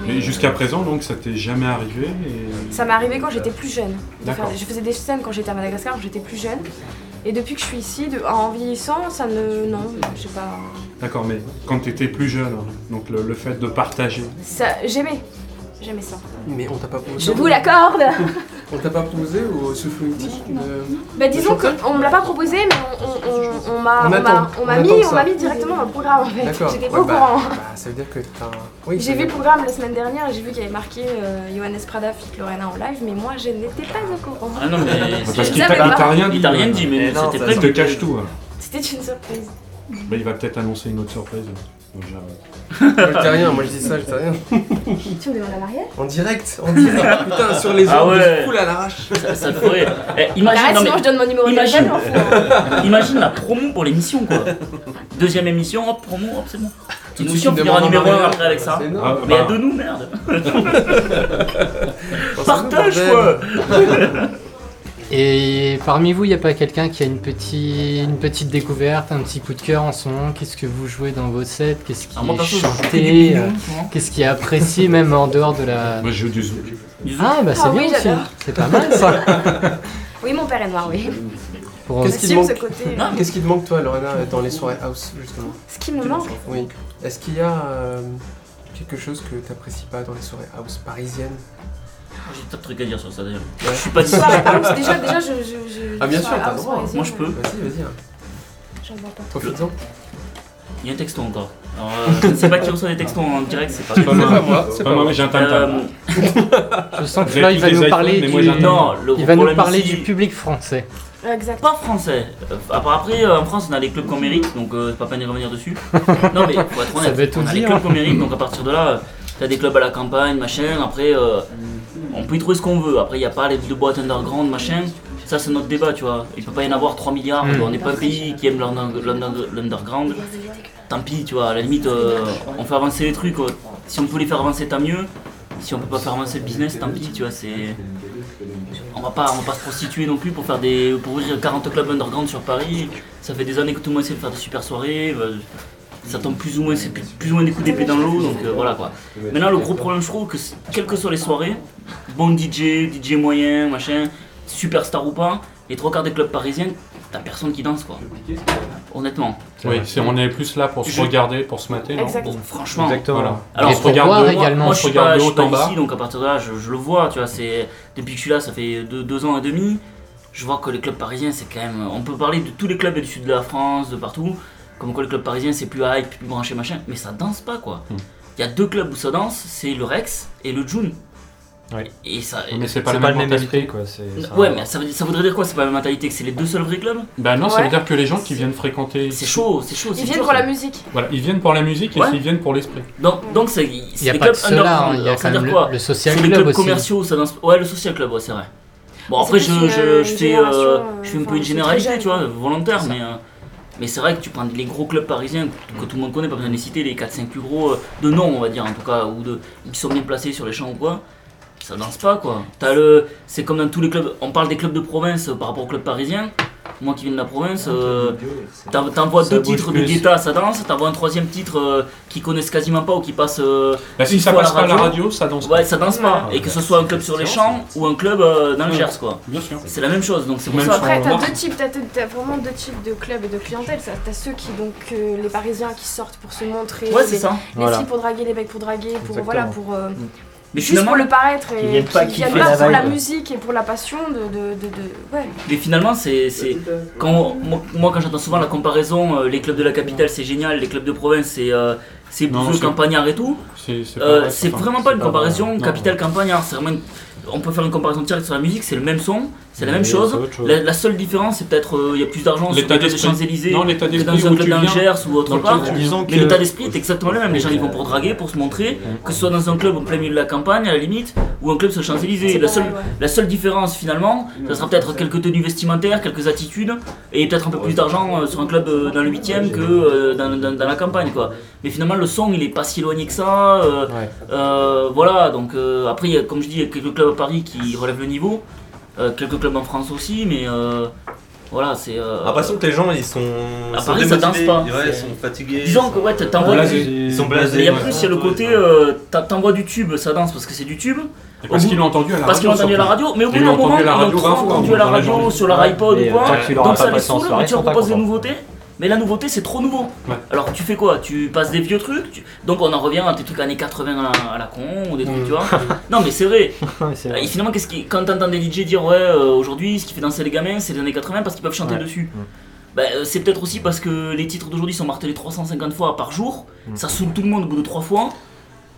Speaker 5: Mais jusqu'à
Speaker 10: euh,
Speaker 5: présent, donc, ça t'est jamais arrivé. Et...
Speaker 10: Ça m'est arrivé quand j'étais plus jeune. de
Speaker 5: D'accord.
Speaker 10: faire- je faisais des scènes quand j'étais à Madagascar, quand j'étais plus jeune. Et depuis que je suis ici, de- en vieillissant, ça ne. Non, je sais pas.
Speaker 5: D'accord, mais quand t'étais plus jeune, hein, donc le, le fait de partager.
Speaker 10: Ça- J'aimais. J'aimais ça.
Speaker 1: Mais on t'a pas proposé.
Speaker 10: Je vous l'accorde
Speaker 1: On t'a pas proposé au souffle mythique euh, de-
Speaker 10: Bah, disons qu'on me l'a pas proposé, mais on, on- on- on m'a
Speaker 1: On
Speaker 10: on m'a-
Speaker 1: attend,
Speaker 10: on m'a
Speaker 1: on
Speaker 10: mis,
Speaker 1: attend
Speaker 10: on
Speaker 1: ça.
Speaker 10: m'a mis directement dans le programme en fait.
Speaker 1: D'accord.
Speaker 10: J'étais pas
Speaker 1: Ouais,
Speaker 10: au
Speaker 1: bah,
Speaker 10: courant.
Speaker 1: bah, ça veut dire que t'as. un- Oui, ça
Speaker 10: J'ai
Speaker 1: veut
Speaker 10: vu le
Speaker 1: dire-
Speaker 10: programme la semaine dernière et j'ai vu qu'il y avait marqué euh, Johannes Prada fit Lorena en live, mais moi je n'étais pas au courant.
Speaker 4: Ah non, mais.
Speaker 5: Parce
Speaker 4: c'est-
Speaker 5: qu'il
Speaker 10: Ça
Speaker 5: t'a
Speaker 10: m'est
Speaker 5: il t'a
Speaker 10: pas-
Speaker 5: rien dit.
Speaker 4: Il t'a rien dit, mais
Speaker 6: Eh non,
Speaker 4: c'était
Speaker 6: ça
Speaker 5: Il te
Speaker 4: prévu.
Speaker 5: cache tout. hein.
Speaker 10: C'était une surprise.
Speaker 5: Bah, il va peut-être annoncer une autre surprise. Donc, j'arrête.
Speaker 1: Moi, je dis rien, moi je dis ça, je dis rien.
Speaker 10: Tu me demandes la mariage
Speaker 1: En direct, en direct, putain, sur les
Speaker 4: Ah
Speaker 1: ordres
Speaker 4: ouais.
Speaker 1: de foule à l'arrache.
Speaker 4: Ça, ça le ferait. Eh, imagine,
Speaker 10: Bah, Arrête,
Speaker 4: non,
Speaker 10: sinon je donne mon numéro de
Speaker 4: imagine.
Speaker 10: téléphone, j'en fous, hein.
Speaker 4: mais, imagine la promo pour l'émission, quoi. Deuxième émission, hop, promo, hop, c'est bon.
Speaker 1: Tout
Speaker 4: Et
Speaker 1: de
Speaker 4: nous
Speaker 1: suite,
Speaker 4: aussi, on
Speaker 1: il
Speaker 4: finira
Speaker 1: demande
Speaker 4: numéro 1
Speaker 1: un mariage.
Speaker 4: après avec ça.
Speaker 1: C'est énorme.
Speaker 5: Ah,
Speaker 4: Mais à
Speaker 5: bah,
Speaker 4: deux nous, merde.
Speaker 1: Pensez-nous,
Speaker 4: Partage,
Speaker 1: bordel.
Speaker 4: quoi.
Speaker 2: Et parmi vous, il n'y a pas quelqu'un qui a une, petite une petite découverte, un petit coup de cœur en ce moment Qu'est-ce que vous jouez dans vos sets Qu'est-ce qui
Speaker 4: Ah, moi,
Speaker 2: est
Speaker 4: perso, je fais des
Speaker 2: chanté
Speaker 4: millions,
Speaker 2: euh,
Speaker 4: tu vois.
Speaker 2: Qu'est-ce qui est apprécié même en dehors de la...
Speaker 5: Moi, je joue du zouk.
Speaker 2: Ah bah c'est
Speaker 10: Ah
Speaker 2: bien
Speaker 10: oui,
Speaker 2: aussi,
Speaker 10: j'adore.
Speaker 2: c'est pas mal ça
Speaker 10: Oui, mon père est noir, oui.
Speaker 2: Pour-
Speaker 1: Qu'est-ce qui te
Speaker 10: Assume ce
Speaker 1: manque
Speaker 10: côté. euh,
Speaker 4: Non,
Speaker 1: Qu'est-ce qui te manque, toi, Lorena, dans les soirées house, justement
Speaker 10: Ce qui me manque.
Speaker 1: Oui. Est-ce qu'il y a euh, quelque chose que t'apprécies pas dans les soirées house parisiennes
Speaker 4: J'ai plein de trucs à dire sur ça d'ailleurs.
Speaker 1: Ouais.
Speaker 4: Je suis pas
Speaker 10: Sur la house, ah déjà, déjà, je. je- je-
Speaker 1: Ah, bien
Speaker 10: sur
Speaker 1: sûr,
Speaker 10: la
Speaker 1: t'as le
Speaker 10: house
Speaker 1: droit,
Speaker 10: parisienne,
Speaker 4: moi, je peux.
Speaker 1: Vas-y, vas-y, hein.
Speaker 10: j'en vois pas.
Speaker 1: profite-en.
Speaker 4: Il y a un texto encore. Alors, euh, je ne sais pas qui reçoit les textos en direct, c'est pas
Speaker 5: Pas moi,
Speaker 1: moi,
Speaker 5: pas moi, mais j'ai un tam-tam.
Speaker 4: Euh,
Speaker 2: Je sens que
Speaker 5: Vous avez
Speaker 2: Flo, il
Speaker 5: tous
Speaker 2: va
Speaker 5: des
Speaker 2: nous
Speaker 5: iPhones,
Speaker 2: parler
Speaker 5: mais moi,
Speaker 2: du...
Speaker 5: j'attends.
Speaker 4: non, le
Speaker 2: Il va nous
Speaker 4: problème
Speaker 2: parler
Speaker 4: ici,
Speaker 2: du public français.
Speaker 10: Exact.
Speaker 4: Pas français. Euh, après, après, euh, en France, on a les clubs qu'on mérite, donc euh, c'est pas peine de revenir dessus. non, mais faut être
Speaker 2: veut
Speaker 4: honnête,
Speaker 2: tout
Speaker 4: on a les
Speaker 2: dire.
Speaker 4: clubs qu'on mérite, donc à partir de là, euh, t'as des clubs à la campagne, machin. Après, euh, on peut y trouver ce qu'on veut. Après, il n'y a pas les de boîtes underground, machin. Ça, c'est notre débat, tu vois. Il peut pas y en avoir 3 milliards.
Speaker 2: Mm.
Speaker 4: On n'est pas un pays qui aime l'under- l'under- l'underground. Tant pis, tu vois. À la limite, euh, on fait avancer les trucs. quoi. Si on peut les faire avancer, tant mieux. Si on peut pas faire avancer le business, tant pis, tu vois. C'est on va pas, on va pas se prostituer non plus pour faire des, pour ouvrir 40 clubs underground sur Paris. Ça fait des années que tout le monde essaie de faire des super soirées. bah, ça tombe plus ou moins, c'est plus, plus ou moins des coups d'épée dans l'eau, donc euh, voilà quoi. Maintenant, le gros problème, je trouve que c'est- quelles que soient les soirées, bon DJ, DJ moyen, machin, superstar ou pas, les trois quarts des clubs parisiens, t'as personne qui danse quoi. Honnêtement.
Speaker 5: Oui, c'est- on est plus là pour se
Speaker 4: Je-
Speaker 5: regarder, pour se mater. non
Speaker 10: Exact.
Speaker 4: Bon, franchement.
Speaker 7: Exactement.
Speaker 5: Voilà.
Speaker 4: Alors,
Speaker 2: Et
Speaker 5: on se
Speaker 2: pour
Speaker 5: regarde
Speaker 2: voir
Speaker 5: de haut,
Speaker 2: également.
Speaker 5: on
Speaker 4: Moi, je
Speaker 5: se
Speaker 4: suis pas,
Speaker 5: regarde
Speaker 4: je
Speaker 5: de
Speaker 4: suis
Speaker 5: haut
Speaker 4: pas
Speaker 5: en bas.
Speaker 4: ici, donc à partir de là, je, je le vois, tu vois, c'est... Depuis que je suis là, ça fait deux, deux ans et demi, je vois que les clubs parisiens, c'est quand même... On peut parler de tous les clubs du sud de la France, de partout, comme quoi les clubs parisiens, c'est plus hype, plus branché, machin, mais ça danse pas, quoi. Il
Speaker 5: Hmm.
Speaker 4: y a deux clubs où ça danse, c'est le Rex et le June.
Speaker 7: Ouais.
Speaker 4: Et ça...
Speaker 5: Mais c'est pas
Speaker 7: C'est
Speaker 5: la
Speaker 7: pas
Speaker 5: même
Speaker 7: le même
Speaker 5: mentalité.
Speaker 7: esprit quoi. c'est- c'est
Speaker 4: Ouais,
Speaker 7: un-
Speaker 4: mais ça, veut- ça voudrait dire quoi C'est pas la même mentalité que c'est les deux seuls vrais clubs
Speaker 5: Bah non, ça
Speaker 10: Ouais.
Speaker 5: veut dire que les gens qui viennent fréquenter.
Speaker 4: C'est chaud, c'est chaud, c'est
Speaker 10: Ils viennent
Speaker 4: dur,
Speaker 10: pour
Speaker 4: ça.
Speaker 10: la musique.
Speaker 5: Voilà, ils viennent pour la musique et
Speaker 4: Ouais.
Speaker 5: ils viennent pour l'esprit.
Speaker 4: Donc, donc c'est,
Speaker 2: Il
Speaker 4: c'est
Speaker 2: n'y a
Speaker 4: des
Speaker 2: pas que
Speaker 4: clubs
Speaker 2: cela, hein,
Speaker 4: underground.
Speaker 2: il y a
Speaker 4: Alors, ça
Speaker 2: quand
Speaker 4: veut
Speaker 2: même
Speaker 4: dire
Speaker 2: le,
Speaker 4: quoi
Speaker 2: le
Speaker 4: Sur
Speaker 2: social
Speaker 4: les
Speaker 2: club
Speaker 4: clubs
Speaker 2: aussi.
Speaker 4: commerciaux, ça danse. Ouais, le social club, ouais, c'est vrai. Bon,
Speaker 10: Mais
Speaker 4: après,
Speaker 10: c'est
Speaker 4: je,
Speaker 10: plus
Speaker 4: je,
Speaker 10: une-
Speaker 4: je
Speaker 10: une
Speaker 4: fais,
Speaker 10: génération,
Speaker 4: euh,
Speaker 10: euh,
Speaker 4: je fais un peu
Speaker 10: enfin,
Speaker 4: une
Speaker 10: c'est très
Speaker 4: généralité,
Speaker 10: jeune,
Speaker 4: tu vois,
Speaker 10: quoi.
Speaker 4: volontaire,
Speaker 2: C'est ça.
Speaker 4: mais. euh, mais c'est vrai que tu prends les gros clubs parisiens que, que tout le monde connaît, pas besoin de les citer, les 4-5 plus gros, euh, de nom on va dire en tout cas, ou de, qui sont bien placés sur les champs ou quoi, ça danse pas quoi. T'as le, c'est comme dans tous les clubs, on parle des clubs de province euh, par rapport aux clubs parisiens, moi qui viens de la
Speaker 10: Ah,
Speaker 4: province, euh, T'en- T'envoies
Speaker 5: Ça
Speaker 4: deux
Speaker 5: bouge
Speaker 4: titres de
Speaker 5: plus.
Speaker 4: Guetta, ça danse, t'envoies un troisième titre euh, qu'ils connaissent quasiment pas ou qui passe. euh,
Speaker 5: Bah si
Speaker 4: Une
Speaker 5: ça
Speaker 4: fois
Speaker 5: passe
Speaker 4: la
Speaker 5: pas Ah, bah, à la
Speaker 4: radio-
Speaker 5: radio, ça danse.
Speaker 4: ouais, ça danse pas.
Speaker 7: Ouais.
Speaker 4: Et que ce soit un club sur les champs ou un club euh, dans le Gers, quoi.
Speaker 5: Bien sûr.
Speaker 4: C'est la même chose, donc c'est pour
Speaker 5: Même
Speaker 4: ça.
Speaker 5: chose.
Speaker 10: Après,
Speaker 5: On va
Speaker 10: t'as
Speaker 5: voir.
Speaker 10: deux types, t'as, t'as vraiment deux types de clubs et de clientèle. Ça, T'as ceux qui, donc, euh, les Parisiens qui sortent pour se montrer,
Speaker 4: Ouais,
Speaker 10: les,
Speaker 4: c'est ça.
Speaker 10: les
Speaker 7: Voilà.
Speaker 10: filles pour draguer, les mecs pour draguer, pour
Speaker 7: Exactement.
Speaker 10: voilà, pour euh,
Speaker 4: Mais
Speaker 10: juste
Speaker 4: finalement,
Speaker 10: pour le paraître
Speaker 7: Qui
Speaker 10: et
Speaker 7: viennent pas
Speaker 10: qui
Speaker 7: kiffer
Speaker 10: viennent pas
Speaker 7: la
Speaker 10: pour la
Speaker 7: vibe.
Speaker 10: musique et pour la passion de, de, de, de- ouais.
Speaker 4: mais finalement, c'est. c'est- Quand, moi, moi, quand j'entends souvent la comparaison, euh, les clubs de la capitale c'est génial, les clubs de province c'est euh, c'est
Speaker 5: Non,
Speaker 4: bouseux,
Speaker 5: c'est-
Speaker 4: campagnard et tout,
Speaker 5: C'est c'est pas
Speaker 4: euh,
Speaker 5: vrai,
Speaker 4: c'est
Speaker 5: pas-
Speaker 4: vraiment pas une
Speaker 5: c'est vrai.
Speaker 4: comparaison
Speaker 5: Non.
Speaker 4: capitale-campagnard. C'est vraiment une- On peut faire une comparaison directe sur la musique, c'est le même son, c'est la même
Speaker 7: Mais
Speaker 4: chose.
Speaker 7: autre chose.
Speaker 4: La, la seule différence, c'est peut-être euh, il y a plus d'argent sur
Speaker 5: L'état
Speaker 4: les clubs des
Speaker 5: d'esprit.
Speaker 4: Champs-Élysées
Speaker 5: Non, l'état
Speaker 4: que
Speaker 5: d'esprit
Speaker 4: dans un
Speaker 5: où tu
Speaker 4: club dans le
Speaker 5: viens.
Speaker 4: Gers ou autre
Speaker 5: dans lequel
Speaker 4: part.
Speaker 5: tu
Speaker 7: Disons que
Speaker 4: Mais l'état d'esprit est exactement le même. Les gens ils vont pour draguer, pour se montrer, que ce soit dans un club en plein milieu de la campagne à la limite, ou un club sur les Champs-Élysées.
Speaker 10: C'est
Speaker 4: La
Speaker 10: pas
Speaker 4: seule,
Speaker 10: mal, ouais.
Speaker 4: la seule différence finalement, ça sera peut-être quelques tenues vestimentaires, quelques attitudes, et peut-être un peu plus d'argent euh, sur un club euh, dans le 8ème que euh, dans, dans- dans la campagne quoi. Mais finalement le son il est pas si éloigné que ça. euh,
Speaker 7: Ouais.
Speaker 4: euh, voilà, donc euh, après, il y a, comme je dis, il y a quelques clubs à Paris qui relèvent le niveau, euh, quelques clubs en France aussi, mais euh, voilà, c'est. euh,
Speaker 6: J'ai l'impression que les gens ils sont.
Speaker 4: À
Speaker 6: ils sont
Speaker 4: Paris, ça danse
Speaker 6: démotivés.
Speaker 4: pas.
Speaker 6: Ouais, ils
Speaker 4: C'est-
Speaker 6: sont fatigués.
Speaker 4: Disons
Speaker 6: ils
Speaker 4: que
Speaker 6: sont-
Speaker 4: ouais, t'envoies
Speaker 5: Voilà,
Speaker 4: du-
Speaker 6: Ils sont blasés.
Speaker 4: Mais il y a
Speaker 6: ouais.
Speaker 4: plus, il y a le côté, euh, t'a- t'envoies du tube, ça danse parce que c'est du tube,
Speaker 5: Et Parce qu'ils l'ont entendu à la radio.
Speaker 4: parce qu'ils l'ont entendu à la
Speaker 5: surtout.
Speaker 4: radio, mais au bout
Speaker 5: Ils
Speaker 4: d'un
Speaker 5: l'ont
Speaker 4: moment,
Speaker 5: entendu
Speaker 4: ils
Speaker 5: à la
Speaker 4: l'ont
Speaker 5: radio
Speaker 4: trop
Speaker 5: vingt fois,
Speaker 4: entendu à la
Speaker 5: dans la
Speaker 4: radio,
Speaker 5: journée.
Speaker 4: sur leur iPod
Speaker 7: Et,
Speaker 4: ou
Speaker 7: euh,
Speaker 4: quoi,
Speaker 7: tant que tu l'auras
Speaker 4: donc
Speaker 7: pas
Speaker 4: ça les
Speaker 7: passé en
Speaker 4: saoule, mais
Speaker 7: soirée,
Speaker 4: tu
Speaker 7: ils sont
Speaker 4: leur
Speaker 7: pas
Speaker 4: proposes des
Speaker 7: contents.
Speaker 4: nouveautés. Mais la nouveauté, c'est trop nouveau.
Speaker 5: Ouais.
Speaker 4: Alors tu fais quoi Tu passes des vieux trucs tu- Donc on en revient à des trucs années 80 à, à la con, ou des trucs,
Speaker 1: Mm.
Speaker 4: tu vois. Non, mais c'est vrai.
Speaker 7: Ouais, c'est vrai.
Speaker 4: Et finalement, qu'est-ce qui... quand t'entends des DJ dire, ouais, euh, aujourd'hui, ce qui fait danser les gamins, c'est les années 80 parce qu'ils peuvent chanter
Speaker 7: Ouais.
Speaker 4: dessus.
Speaker 7: Mm.
Speaker 4: Bah, euh, c'est peut-être aussi parce que les titres d'aujourd'hui sont martelés 350 fois par jour.
Speaker 7: Mm.
Speaker 4: Ça saoule tout le monde au bout de 3 fois.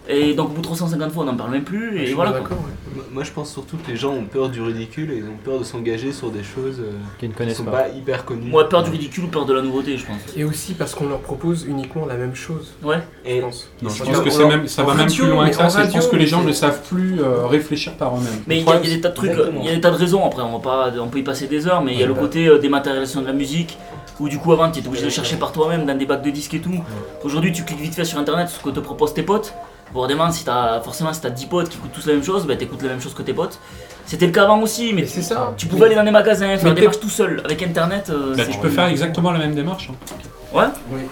Speaker 4: Et donc, au bout de 350 fois, on n'en parle même plus. Et
Speaker 1: Je suis
Speaker 4: voilà.
Speaker 1: bien
Speaker 4: quoi.
Speaker 1: d'accord, ouais.
Speaker 3: Moi- Moi, je pense surtout que les gens ont peur du ridicule et ils ont peur de s'engager sur des choses euh,
Speaker 7: Qui
Speaker 3: qui
Speaker 7: ne
Speaker 3: ne
Speaker 7: connaissent
Speaker 3: sont
Speaker 7: pas.
Speaker 3: pas hyper connues.
Speaker 4: Moi, peur du ridicule, peur de la nouveauté, je pense.
Speaker 1: Et aussi parce qu'on leur propose uniquement la même chose,
Speaker 4: Ouais.
Speaker 1: je
Speaker 3: Et
Speaker 1: pense.
Speaker 5: Non, je pense
Speaker 1: Ils sont-
Speaker 5: que
Speaker 1: on
Speaker 5: c'est
Speaker 1: leur-
Speaker 5: même, ça
Speaker 1: en
Speaker 5: va même
Speaker 1: radio,
Speaker 5: plus loin que
Speaker 1: mais
Speaker 5: ça.
Speaker 1: en
Speaker 5: c'est- Je pense
Speaker 1: radio,
Speaker 5: que les gens
Speaker 1: c'est-
Speaker 5: ne savent plus euh, réfléchir par eux-mêmes.
Speaker 4: Mais il y, a- il y a des tas de trucs,
Speaker 3: Exactement.
Speaker 4: il y a des tas de raisons. hein. Après, on, va pas, on peut y passer des heures, mais il y a le côté euh, dématérialisation de la musique, où du coup, avant, tu étais obligé de chercher par toi-même dans des bacs de disques et tout. Aujourd'hui, tu cliques vite fait sur internet sur ce que te proposent tes potes. Bon, demain, si t'as, forcément, si t'as 10 potes qui écoutent tous la même chose, bah, t'écoutes la même chose que tes potes. C'était le cas avant aussi, mais
Speaker 1: Mais c'est ça.
Speaker 4: tu pouvais aller dans des magasins, faire
Speaker 1: mais
Speaker 4: des
Speaker 1: t'es-
Speaker 4: marches tout seul. Avec internet, euh,
Speaker 5: Bah,
Speaker 4: c'est-
Speaker 5: tu peux faire exactement la même démarche. hein.
Speaker 4: Ouais.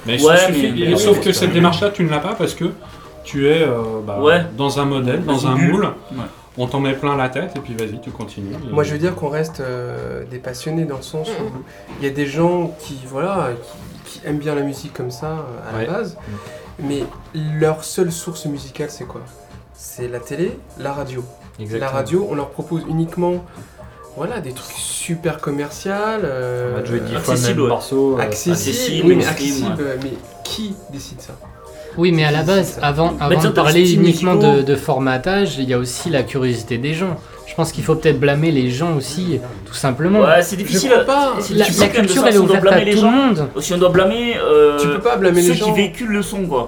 Speaker 5: Mais
Speaker 4: Ouais,
Speaker 5: ça
Speaker 4: mais-
Speaker 5: suffit.
Speaker 4: mais-
Speaker 5: Sauf que cette démarche-là, tu ne l'as pas parce que tu es euh, bah,
Speaker 4: Ouais.
Speaker 5: dans un modèle, dans
Speaker 4: Dans
Speaker 5: un
Speaker 4: une bulle.
Speaker 5: moule.
Speaker 4: Ouais.
Speaker 5: On t'en met plein la tête et puis vas-y, tu continues. Et-
Speaker 1: Moi, je veux dire qu'on reste euh, des passionnés dans le sens où il y a des gens qui, voilà, qui, qui aiment bien la musique comme ça euh, à
Speaker 7: Ouais. Mm.
Speaker 1: la base, mais leur seule source musicale, c'est quoi C'est la télé, la radio.
Speaker 7: Exactement.
Speaker 1: La radio, on leur propose uniquement, voilà, des trucs super commerciaux.
Speaker 7: On
Speaker 1: euh,
Speaker 7: va te jouer dix fois le
Speaker 4: accessible,
Speaker 7: même
Speaker 4: ouais.
Speaker 7: morceau. euh,
Speaker 1: accessibles.
Speaker 4: Accessible,
Speaker 1: oui, mais
Speaker 4: mainstream,
Speaker 1: accessible, mais qui décide ça
Speaker 2: Oui, mais à la base, avant,
Speaker 4: Mais
Speaker 2: avant
Speaker 4: tiens,
Speaker 2: de
Speaker 4: t'as
Speaker 2: parler
Speaker 4: style
Speaker 2: uniquement
Speaker 4: musicaux.
Speaker 2: de, de formatage, il y a aussi la curiosité des gens. Je pense qu'il faut peut-être blâmer les gens aussi, tout simplement.
Speaker 4: Ouais, c'est
Speaker 1: Je
Speaker 4: difficile.
Speaker 1: crois pas.
Speaker 4: c'est
Speaker 2: La,
Speaker 4: tu
Speaker 2: la
Speaker 4: sais que de
Speaker 2: culture,
Speaker 4: ça,
Speaker 2: elle est
Speaker 4: si on doit
Speaker 2: ouverte à
Speaker 4: blâmer les
Speaker 2: tout
Speaker 4: gens.
Speaker 2: le monde.
Speaker 4: Si on doit blâmer. euh,
Speaker 1: Tu peux pas blâmer
Speaker 4: ceux
Speaker 1: les gens.
Speaker 4: qui véhiculent le son quoi.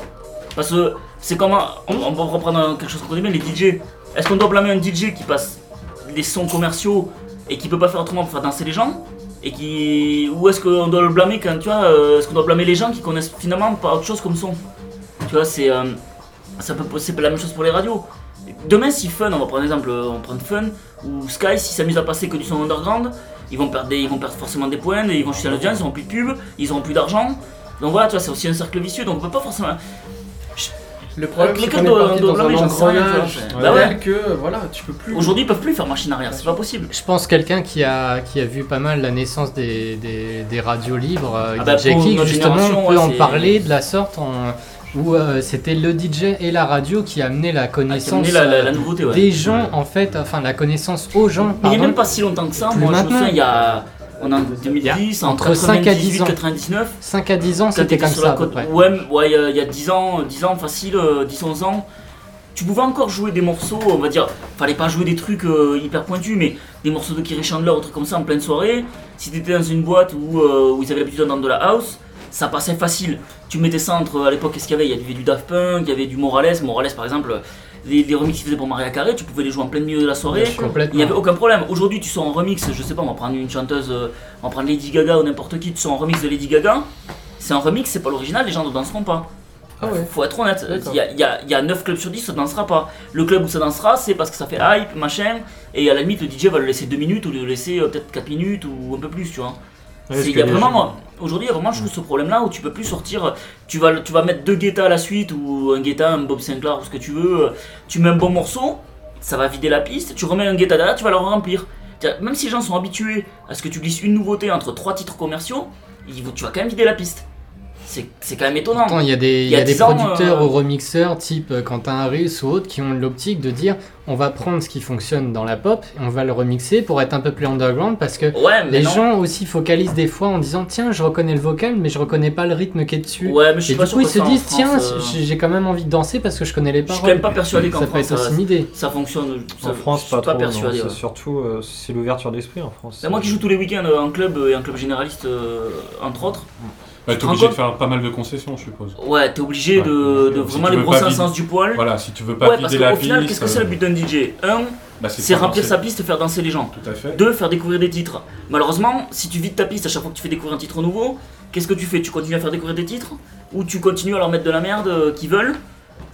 Speaker 4: Parce que c'est comme un- on, on peut reprendre quelque chose qu'on connaît bien, les DJ. Est-ce qu'on doit blâmer un DJ qui passe des sons commerciaux et qui peut pas faire autrement pour faire danser les gens et qui ou est-ce qu'on doit le blâmer quand tu vois euh, est-ce qu'on doit blâmer les gens qui connaissent finalement pas autre chose comme son Tu vois c'est euh, ça peut c'est la même chose pour les radios. Demain si Fun on va prendre un exemple euh, on prend Fun ou Sky s'ils s'amusent à passer que du son underground ils vont perdre des- ils vont perdre forcément des points et ils vont chuter à l'audience ils auront plus de pub ils auront plus d'argent donc voilà, tu vois, c'est aussi un cercle vicieux, donc on peut pas forcément.
Speaker 1: Le problème,
Speaker 4: Les
Speaker 1: c'est
Speaker 4: codes
Speaker 1: qu'on est
Speaker 4: doivent-
Speaker 1: parti
Speaker 4: doivent
Speaker 1: dans un
Speaker 4: blâmer, j'en sais rien,
Speaker 1: engrenage
Speaker 4: tu vois.
Speaker 1: tel
Speaker 4: Bah ouais.
Speaker 1: que, voilà, tu peux plus...
Speaker 4: Aujourd'hui, ils peuvent plus faire machine arrière, c'est pas possible.
Speaker 2: Je pense quelqu'un qui a, qui a vu pas mal la naissance des, des, des radios libres, euh,
Speaker 4: Ah bah,
Speaker 2: DJ
Speaker 4: pour
Speaker 2: Kick,
Speaker 4: notre génération,
Speaker 2: justement, on peut
Speaker 4: ouais,
Speaker 2: en
Speaker 4: c'est-
Speaker 2: parler de la sorte, en- où euh, c'était le DJ et la radio qui amenaient la
Speaker 4: Ah, c'est
Speaker 2: connaissance
Speaker 4: amené la, la- la
Speaker 2: euh,
Speaker 4: nouveauté, ouais.
Speaker 2: des gens, en fait, enfin la connaissance aux gens,
Speaker 4: Mais il y a
Speaker 2: pardon.
Speaker 4: même pas si longtemps que ça,
Speaker 2: Plus
Speaker 4: moi je me
Speaker 2: maintenant.
Speaker 4: souviens, il y a. On est en 2010, entre,
Speaker 2: entre 5 à 10
Speaker 4: 98,
Speaker 2: ans.
Speaker 4: 99.
Speaker 2: 5 à 10 ans,
Speaker 4: hein, Quand
Speaker 2: c'était
Speaker 4: t'étais
Speaker 2: comme
Speaker 4: sur la
Speaker 2: ça à peu
Speaker 4: côte-
Speaker 2: près.
Speaker 4: Ouais, mais- ouais, il y a- il y, a 10 ans, euh, 10 ans facile, euh, 10, 11 ans. Tu pouvais encore jouer des morceaux, on va dire, fallait pas jouer des trucs euh, hyper pointus, mais des morceaux de Kerry Chandler ou trucs comme ça en pleine soirée. Si t'étais dans une boîte où, euh, où ils avaient l'habitude d'entendre de la house, ça passait facile. Tu mettais ça entre, à l'époque, qu'est-ce qu'il y avait Il y avait du Daft Punk, il y avait du Morales. Morales, par exemple, les, les remix qu'ils faisaient pour Maria Carré, tu pouvais les jouer en plein milieu de la soirée. Il
Speaker 2: Complètement.
Speaker 4: n'y avait aucun problème. Aujourd'hui, tu sors en remix, je sais pas, on va prendre une chanteuse, euh, on va prendre Lady Gaga ou n'importe qui, tu sors en remix de Lady Gaga. C'est un remix, c'est pas l'original, les gens ne danseront pas.
Speaker 1: Ah ouais.
Speaker 4: Faut être honnête,
Speaker 1: D'accord.
Speaker 4: il y a, il y a- il y a 9 clubs sur 10, ça dansera pas. Le club où ça dansera, c'est parce que ça fait hype, machin, et à la limite, le DJ va le laisser 2 minutes ou le laisser euh, peut-être 4 minutes ou un peu plus, tu vois.
Speaker 7: Ouais, parce
Speaker 4: C'est- il
Speaker 7: que
Speaker 4: y a
Speaker 7: les
Speaker 4: vraiment,
Speaker 7: gens-
Speaker 4: moi, aujourd'hui, il y a vraiment, je trouve, ce problème-là où tu peux plus sortir. Tu vas, tu vas mettre deux guettas à la suite, ou un guetta, un Bob Sinclair, ou ce que tu veux. Tu mets un bon morceau, ça va vider la piste. Tu remets un guetta derrière, tu vas le remplir. C'est-à-dire, Même si les gens sont habitués à ce que tu glisses une nouveauté entre trois titres commerciaux, ils vont- tu vas quand même vider la piste. C'est c'est quand même étonnant.
Speaker 2: Pourtant, il y a des, il y a des
Speaker 4: 10 ans,
Speaker 2: producteurs
Speaker 4: euh,
Speaker 2: ou remixeurs type euh, Quentin Harris ou autres qui ont l'optique de dire on va prendre ce qui fonctionne dans la pop, on va le remixer pour être un peu plus underground parce que
Speaker 4: Ouais, mais
Speaker 2: les
Speaker 4: non.
Speaker 2: gens aussi focalisent des fois en disant tiens, je reconnais le vocal mais je reconnais pas le rythme qui est dessus.
Speaker 4: Ouais, mais je suis
Speaker 2: Et
Speaker 4: pas
Speaker 2: du
Speaker 4: sûr
Speaker 2: coup, ils
Speaker 4: que
Speaker 2: se
Speaker 4: ça en
Speaker 2: disent
Speaker 4: France,
Speaker 2: tiens,
Speaker 4: euh,
Speaker 2: j'ai j'ai quand même envie de danser parce que je connais les
Speaker 4: je suis
Speaker 2: paroles.
Speaker 4: quand même pas persuadé qu'en
Speaker 2: ça peut
Speaker 4: France
Speaker 2: être
Speaker 4: ça,
Speaker 2: aussi une idée.
Speaker 4: ça fonctionne. Ça,
Speaker 7: En France,
Speaker 4: je suis
Speaker 7: pas, trop. non,
Speaker 4: persuadé.
Speaker 7: c'est
Speaker 4: ouais.
Speaker 7: surtout euh, c'est l'ouverture d'esprit en France.
Speaker 4: Bah, moi qui joue tous les week-ends euh, en club euh, et en club généraliste, euh, entre autres.
Speaker 5: Bah,
Speaker 4: Tu
Speaker 5: t'es
Speaker 4: te
Speaker 5: obligé
Speaker 4: rends
Speaker 5: de faire pas mal de concessions, je suppose.
Speaker 4: Ouais, t'es obligé
Speaker 5: Ouais,
Speaker 4: de,
Speaker 5: si
Speaker 4: de
Speaker 5: tu
Speaker 4: vraiment
Speaker 5: veux
Speaker 4: les
Speaker 5: pas
Speaker 4: brosser un
Speaker 5: vider-
Speaker 4: sens du poil.
Speaker 5: Voilà, si tu veux pas
Speaker 4: Ouais, parce
Speaker 5: vider la
Speaker 4: qu'au
Speaker 5: piste.
Speaker 4: final, qu'est-ce que c'est le
Speaker 5: euh,
Speaker 4: but d'un DJ Un,
Speaker 5: bah,
Speaker 4: c'est
Speaker 5: de faire
Speaker 4: remplir
Speaker 5: danser.
Speaker 4: sa piste et faire danser les gens.
Speaker 5: Tout à fait.
Speaker 4: Deux, faire découvrir des titres. Malheureusement, si tu vides ta piste à chaque fois que tu fais découvrir un titre nouveau, qu'est-ce que tu fais Tu continues à faire découvrir des titres Ou tu continues à leur mettre de la merde euh, qu'ils veulent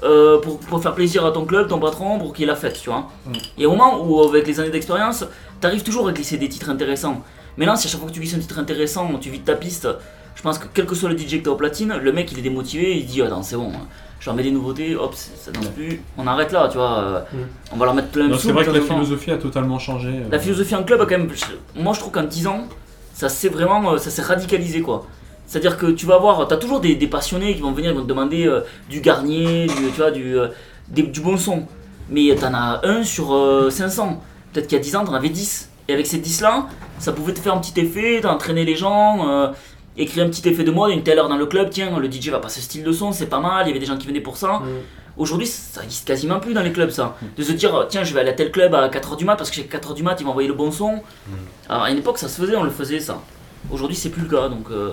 Speaker 4: euh, pour, pour faire plaisir à ton club, ton patron, pour qu'il y ait la fête, tu vois. Et au moment où, avec les années d'expérience, t'arrives toujours à glisser des titres intéressants. Mais là, si à chaque fois que tu glisses un titre intéressant, tu vides ta piste, je pense que quel que soit le DJ que t'as au platine, le mec il est démotivé, il dit Attends, c'est bon, je leur mets des nouveautés, hop, ça danse plus, on arrête là, tu vois. euh,
Speaker 1: Mm.
Speaker 4: On va leur mettre plein de
Speaker 5: Non, C'est vrai que la
Speaker 4: choses.
Speaker 5: philosophie a totalement changé. euh,
Speaker 4: La philosophie en club a quand même. je- Moi je trouve qu'en 10 ans, ça s'est vraiment. euh, ça s'est radicalisé quoi. C'est-à-dire que tu vas voir, tu as toujours des, des passionnés qui vont venir, ils vont te demander euh, du garnier, du, tu vois, du, euh, des- du bon son. Mais tu en as un sur euh, 500. Peut-être qu'il y a 10 ans, tu en avais 10. Et avec ces 10-là, ça pouvait te faire un petit effet, d'entraîner les gens, euh, et créer un petit effet de mode. Une telle heure dans le club, tiens, le DJ va passer ce style de son, c'est pas mal, il y avait des gens qui venaient pour
Speaker 2: Mm.
Speaker 4: ça. Aujourd'hui, ça existe quasiment plus dans les clubs, ça. De se dire, tiens, je vais aller à tel club à 4h du mat, parce que chez 4h du mat, ils vont envoyer le bon son. Alors, à une époque, ça se faisait, on le faisait, ça. Aujourd'hui, c'est plus le cas, donc. euh,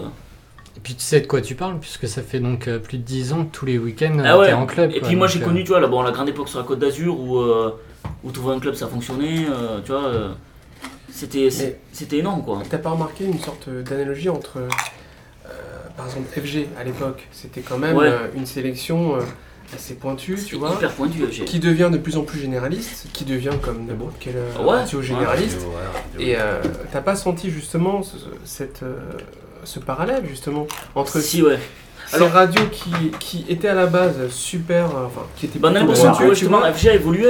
Speaker 2: Et puis tu sais de quoi tu parles, puisque ça fait donc euh, plus de 10 ans que tous les week-ends euh,
Speaker 4: Ah ouais.
Speaker 2: t'es en club.
Speaker 4: Et
Speaker 2: quoi,
Speaker 4: puis moi
Speaker 2: donc,
Speaker 4: j'ai
Speaker 2: euh,
Speaker 4: connu, tu vois, là, bon, la grande époque sur la Côte d'Azur où, euh, où trouver un club ça fonctionnait, euh, tu vois, euh, c'était c'est- c'était énorme quoi.
Speaker 1: T'as pas remarqué une sorte d'analogie entre, euh, par exemple, FG à l'époque C'était quand même
Speaker 4: Ouais.
Speaker 1: euh, une sélection euh, assez pointue, tu vois.
Speaker 4: Hyper pointu, FG.
Speaker 1: Qui devient de plus en plus généraliste, qui devient comme n'importe quel euh,
Speaker 4: Ouais,
Speaker 1: radio
Speaker 4: ouais,
Speaker 1: généraliste.
Speaker 4: radio, ouais, radio.
Speaker 1: Et euh, t'as pas senti justement ce, cette, euh, ce parallèle justement entre
Speaker 4: Si, ouais.
Speaker 1: ces
Speaker 4: Alors-
Speaker 1: radios qui, qui étaient à la base super, euh, enfin qui étaient
Speaker 4: Bah, on a
Speaker 1: plutôt
Speaker 4: l'impression que
Speaker 1: pointues, Ah, tu
Speaker 4: justement
Speaker 1: vois.
Speaker 4: FG a évolué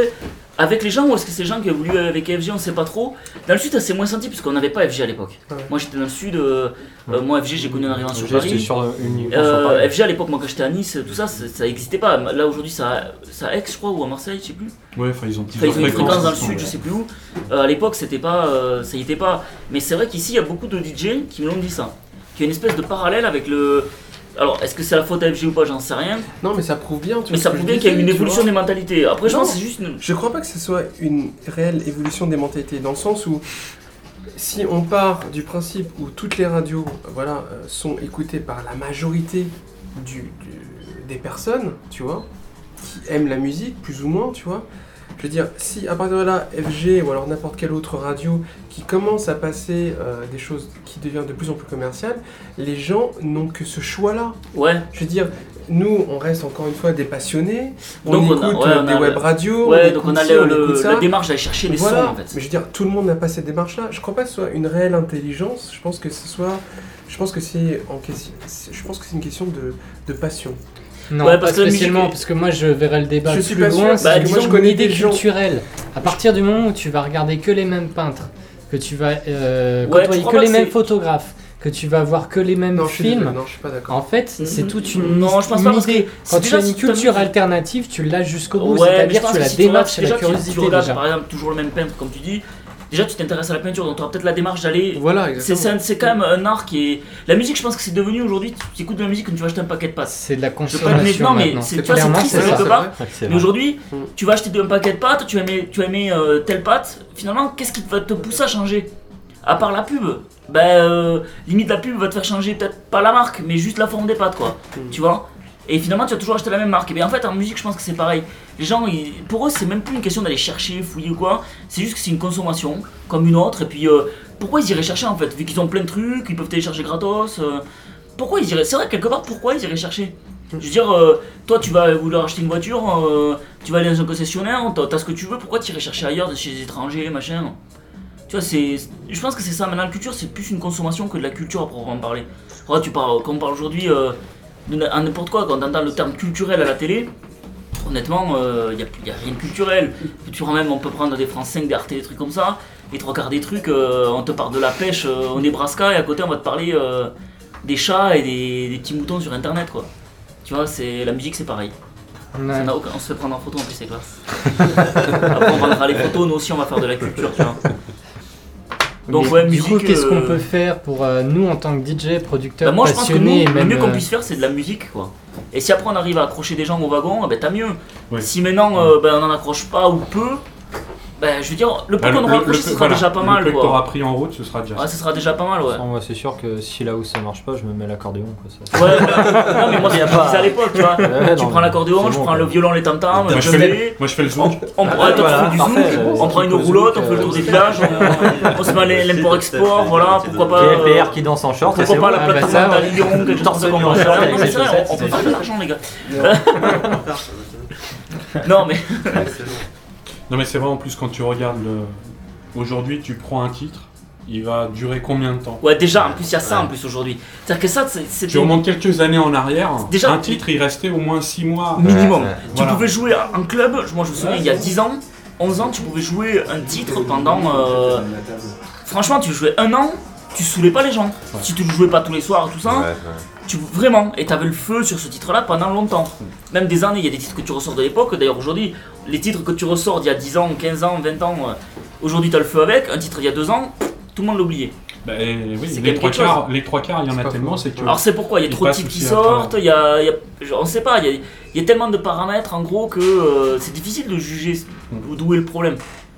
Speaker 4: avec les gens ou est-ce que c'est les gens qui ont évolué avec FG on sait pas trop. Dans le sud ça s'est moins senti puisqu'on n'avait pas FG à l'époque.
Speaker 1: Ouais.
Speaker 4: Moi j'étais dans le sud, euh, euh, moi FG j'ai connu en arrivant sur
Speaker 7: FG, c'était
Speaker 4: Paris.
Speaker 7: sur, euh, uniquement
Speaker 4: Euh,
Speaker 7: sur Paris.
Speaker 4: FG à l'époque moi quand j'étais à Nice tout ça c'est- ça n'existait pas. Là aujourd'hui ça ça a Aix je crois ou à Marseille je sais plus.
Speaker 5: Ouais, enfin, ils ont
Speaker 4: Enfin, ils ont une fréquence dans le
Speaker 5: ouais.
Speaker 4: sud, je sais plus où. Euh, à l'époque, c'était pas, euh, ça y était pas. Mais c'est vrai qu'ici, il y a beaucoup de DJ qui me l'ont dit ça. Qu'il y a une espèce de parallèle avec le. Alors, est-ce que c'est la faute à FG ou pas J'en sais rien.
Speaker 1: Non, mais ça prouve bien. Tu
Speaker 4: Mais
Speaker 1: vois
Speaker 4: ça
Speaker 1: ce que
Speaker 4: prouve
Speaker 1: je
Speaker 4: bien qu'il y a
Speaker 1: disais,
Speaker 4: une
Speaker 1: tu
Speaker 4: évolution
Speaker 1: vois.
Speaker 4: des mentalités. Après, je
Speaker 1: Non,
Speaker 4: pense que c'est juste une.
Speaker 1: Je crois pas que ce soit une réelle évolution des mentalités, dans le sens où si on part du principe où toutes les radios euh, voilà, euh, sont écoutées par la majorité du, du- des personnes, tu vois, qui aiment la musique, plus ou moins, tu vois, je veux dire, si à partir de là, FG ou alors n'importe quelle autre radio qui commence à passer euh, des choses qui deviennent de plus en plus commerciales, les gens n'ont que ce choix-là.
Speaker 4: Ouais.
Speaker 1: Je veux dire, nous, on reste encore une fois des passionnés. On
Speaker 4: Donc, on a-
Speaker 1: écoute
Speaker 4: ouais,
Speaker 1: euh,
Speaker 4: on
Speaker 1: des
Speaker 4: a le-
Speaker 1: web radios.
Speaker 4: Ouais,
Speaker 1: on
Speaker 4: donc
Speaker 1: écoute
Speaker 4: on a
Speaker 1: ci,
Speaker 4: le- le-
Speaker 1: écoute ça.
Speaker 4: la démarche d'aller chercher les
Speaker 1: Voilà.
Speaker 4: sons, en fait.
Speaker 1: Mais je veux dire, tout le monde n'a pas cette démarche-là. Je crois pas que ce soit une réelle intelligence. Je pense que ce soit. Je pense que c'est en question. c'est- Je pense que c'est une question de, de passion.
Speaker 2: Non,
Speaker 1: Ouais,
Speaker 2: pas
Speaker 1: parce que la musique
Speaker 2: spécialement,
Speaker 1: est-
Speaker 2: parce que moi je verrais le débat
Speaker 1: Je suis
Speaker 2: plus
Speaker 1: pas sûr,
Speaker 2: loin,
Speaker 1: parce
Speaker 2: c'est
Speaker 1: que
Speaker 2: disons
Speaker 1: moi, je
Speaker 2: une
Speaker 1: connais
Speaker 2: idée
Speaker 1: des gens-
Speaker 2: culturelle. À partir du moment où tu vas regarder que les mêmes peintres, que tu vas euh,
Speaker 4: Ouais,
Speaker 2: côtoyer
Speaker 4: tu crois
Speaker 2: que
Speaker 4: pas
Speaker 2: les
Speaker 4: que
Speaker 2: mêmes
Speaker 4: c'est-
Speaker 2: photographes, que tu vas voir que les mêmes
Speaker 1: Non, je suis
Speaker 2: films,
Speaker 1: désolé, non, je suis pas d'accord.
Speaker 2: en fait, c'est toute une,
Speaker 4: Mhm. Non, je pense
Speaker 2: une
Speaker 4: pas, parce que
Speaker 2: idée.
Speaker 4: c'est
Speaker 2: Quand tu
Speaker 4: déjà
Speaker 2: as une
Speaker 4: si t'as-
Speaker 2: culture alternative, tu l'as jusqu'au bout,
Speaker 4: Ouais, mais je
Speaker 2: c'est-à-dire
Speaker 4: pense
Speaker 2: tu
Speaker 4: que
Speaker 2: la
Speaker 4: si tu regardes
Speaker 2: démarches et
Speaker 4: déjà,
Speaker 2: la
Speaker 4: tu- tu
Speaker 2: curiosité
Speaker 4: regardes,
Speaker 2: déjà.
Speaker 4: par exemple, toujours le même peintre, comme tu dis. Déjà, tu t'intéresses à la peinture, donc tu auras peut-être la démarche d'aller.
Speaker 1: Voilà,
Speaker 4: C'est
Speaker 1: exactement.
Speaker 4: c'est un- c'est quand même un art qui est. La musique, je pense que c'est devenu aujourd'hui, tu écoutes de la musique comme tu vas acheter un paquet de pâtes.
Speaker 2: C'est de la
Speaker 4: Je veux pas être
Speaker 2: consommation
Speaker 4: méchant, mais
Speaker 2: maintenant.
Speaker 4: c'est tu vois, c'est triste
Speaker 2: c'est ça.
Speaker 4: quelque part.
Speaker 7: C'est
Speaker 4: Mais
Speaker 7: vrai.
Speaker 4: aujourd'hui, tu vas acheter un paquet de pâtes, tu as aimé, tu as aimé euh, telle pâte, finalement, qu'est-ce qui va te pousser à changer À part la pub Ben, euh, limite la pub va te faire changer peut-être pas la marque, mais juste la forme des pâtes, quoi. Tu vois Et finalement, tu vas toujours acheter la même marque. Et bien en fait, en musique, je pense que c'est pareil. Les gens, ils- pour eux, c'est même plus une question d'aller chercher, fouiller ou quoi. C'est juste que c'est une consommation, comme une autre. Et puis, euh, pourquoi ils iraient chercher en fait Vu qu'ils ont plein de trucs, ils peuvent télécharger gratos. euh, pourquoi ils iraient C'est vrai, quelque part, pourquoi ils iraient chercher je veux dire, euh, toi tu vas vouloir acheter une voiture, euh, tu vas aller dans un concessionnaire, t'as t'as ce que tu veux, pourquoi tu irais chercher ailleurs, chez les étrangers, machin Tu vois, c'est. Je pense que c'est ça, maintenant la culture c'est plus une consommation que de la culture à proprement parler. Regarde, tu parles, quand on parle aujourd'hui, euh, de n- à n'importe quoi, quand on entend le terme culturel à la télé, honnêtement, il n'y a, y a rien de culturel. Culture même, on peut prendre des France 5, des Arte, des trucs comme ça, et trois quarts des trucs, euh, on te parle de la pêche euh, au Nebraska, et à côté on va te parler euh, des chats et des, des petits moutons sur internet quoi. Tu vois, c'est la musique, c'est pareil.
Speaker 2: Ouais.
Speaker 4: Ça n'a aucun- On se fait prendre en photo en plus, c'est classe. Après, on prendra les photos, nous aussi, on va faire de la culture, tu vois. Donc,
Speaker 2: Mais
Speaker 4: ouais,
Speaker 2: du
Speaker 4: musique.
Speaker 2: coup, qu'est-ce
Speaker 4: euh,
Speaker 2: qu'on peut faire pour euh, nous en tant que DJ, producteurs,
Speaker 4: bah, moi, je pense que nous,
Speaker 2: passionnés et
Speaker 4: le
Speaker 2: même
Speaker 4: mieux qu'on
Speaker 2: euh,
Speaker 4: puisse faire, c'est de la musique, quoi. Et si après on arrive à accrocher des gens au wagon, eh ben tant mieux.
Speaker 5: Ouais.
Speaker 4: Si maintenant euh, ben, on n'en accroche pas ou peu, ben je veux dire, le peu
Speaker 5: Bah,
Speaker 4: qu'on aura accroché,
Speaker 5: peu-
Speaker 4: ce sera
Speaker 5: voilà,
Speaker 4: déjà pas
Speaker 5: le
Speaker 4: mal,
Speaker 5: peu que
Speaker 4: quoi.
Speaker 5: t'auras pris en route, ce sera déjà.
Speaker 4: Ouais, ce sera déjà pas mal, ouais.
Speaker 7: Moi, c'est sûr que si là où ça marche pas, je me mets à l'accordéon. quoi, ça.
Speaker 4: Ouais, bah, non, mais moi, c'est
Speaker 7: Y a
Speaker 4: ce qu'on
Speaker 7: pas-
Speaker 4: disait à l'époque, tu vois.
Speaker 7: Ouais,
Speaker 4: tu
Speaker 7: non,
Speaker 4: prends l'accordéon,
Speaker 7: c'est
Speaker 4: je
Speaker 7: bon,
Speaker 4: prends le
Speaker 7: quoi.
Speaker 4: violon, les tam-tams,
Speaker 5: moi,
Speaker 4: le
Speaker 5: je fais
Speaker 4: ukulélé.
Speaker 5: les- moi je fais le zouk.
Speaker 4: On prend, toi,
Speaker 7: voilà,
Speaker 4: tu fais
Speaker 7: parfait,
Speaker 4: du zouk,
Speaker 7: euh,
Speaker 4: on prend une
Speaker 7: zouk,
Speaker 4: roulotte, on
Speaker 7: euh,
Speaker 4: fait le tour des villages, on, on se met à l'im- l'import-export, voilà, pourquoi pas. euh,
Speaker 7: TLPR qui danse en short,
Speaker 4: Pourquoi
Speaker 7: c'est
Speaker 4: pas
Speaker 7: bon.
Speaker 4: la
Speaker 2: Ah, bah,
Speaker 4: plateforme
Speaker 2: ça, ouais.
Speaker 4: d'Aliron, quelque chose
Speaker 7: Torse
Speaker 4: comme
Speaker 7: nu
Speaker 4: ça.
Speaker 7: en short avec
Speaker 4: Non, mais
Speaker 7: ses
Speaker 4: c'est vrai,
Speaker 7: chaussettes,
Speaker 4: on on peut
Speaker 7: c'est
Speaker 4: faire de
Speaker 7: sûr.
Speaker 4: l'argent, les gars. Non, mais.
Speaker 5: Non mais c'est vrai en plus quand tu regardes le... aujourd'hui tu prends un titre, il va durer combien de temps
Speaker 4: Ouais, déjà, en plus, il y a ça en plus aujourd'hui. C'est-à-dire que ça, c'est- c'était.
Speaker 5: Tu remontes quelques années en arrière,
Speaker 4: Déjà-
Speaker 5: un titre il restait au moins 6 mois.
Speaker 4: Minimum.
Speaker 6: Ouais, ouais.
Speaker 4: Tu
Speaker 5: Voilà.
Speaker 4: pouvais jouer en club, moi je me souviens, il y a 10 ans, 11 ans, tu pouvais jouer un titre pendant. euh, Franchement, tu euh, jouais un an, tu saoulais pas les gens. Si tu le jouais pas tous les soirs et tout ça,
Speaker 6: Ouais, ouais.
Speaker 4: tu vraiment, et t'avais le feu sur ce titre-là pendant longtemps. Même des années, il y a des titres que tu ressors de l'époque. D'ailleurs, aujourd'hui, les titres que tu ressors d'il y a 10 ans, 15 ans, 20 ans, euh, aujourd'hui t'as le feu avec. Un titre il y a 2 ans, tout le monde l'a oublié.
Speaker 5: Bah, eh, oui,
Speaker 4: C'est
Speaker 5: les
Speaker 4: quelque
Speaker 5: trois,
Speaker 4: chose.
Speaker 5: quarts, les trois quarts, il y en
Speaker 1: C'est
Speaker 5: a
Speaker 1: pas
Speaker 5: tellement,
Speaker 1: faux.
Speaker 5: c'est que.
Speaker 4: Alors c'est pourquoi il y a
Speaker 5: Il
Speaker 4: trop de
Speaker 5: passe
Speaker 4: titres qui
Speaker 5: aussi à travers.
Speaker 4: sortent, il y a, il y a- je- on sait pas, il y a, il y a tellement de paramètres en gros que euh, c'est difficile de juger ce-
Speaker 5: Mm.
Speaker 4: d'où est le problème.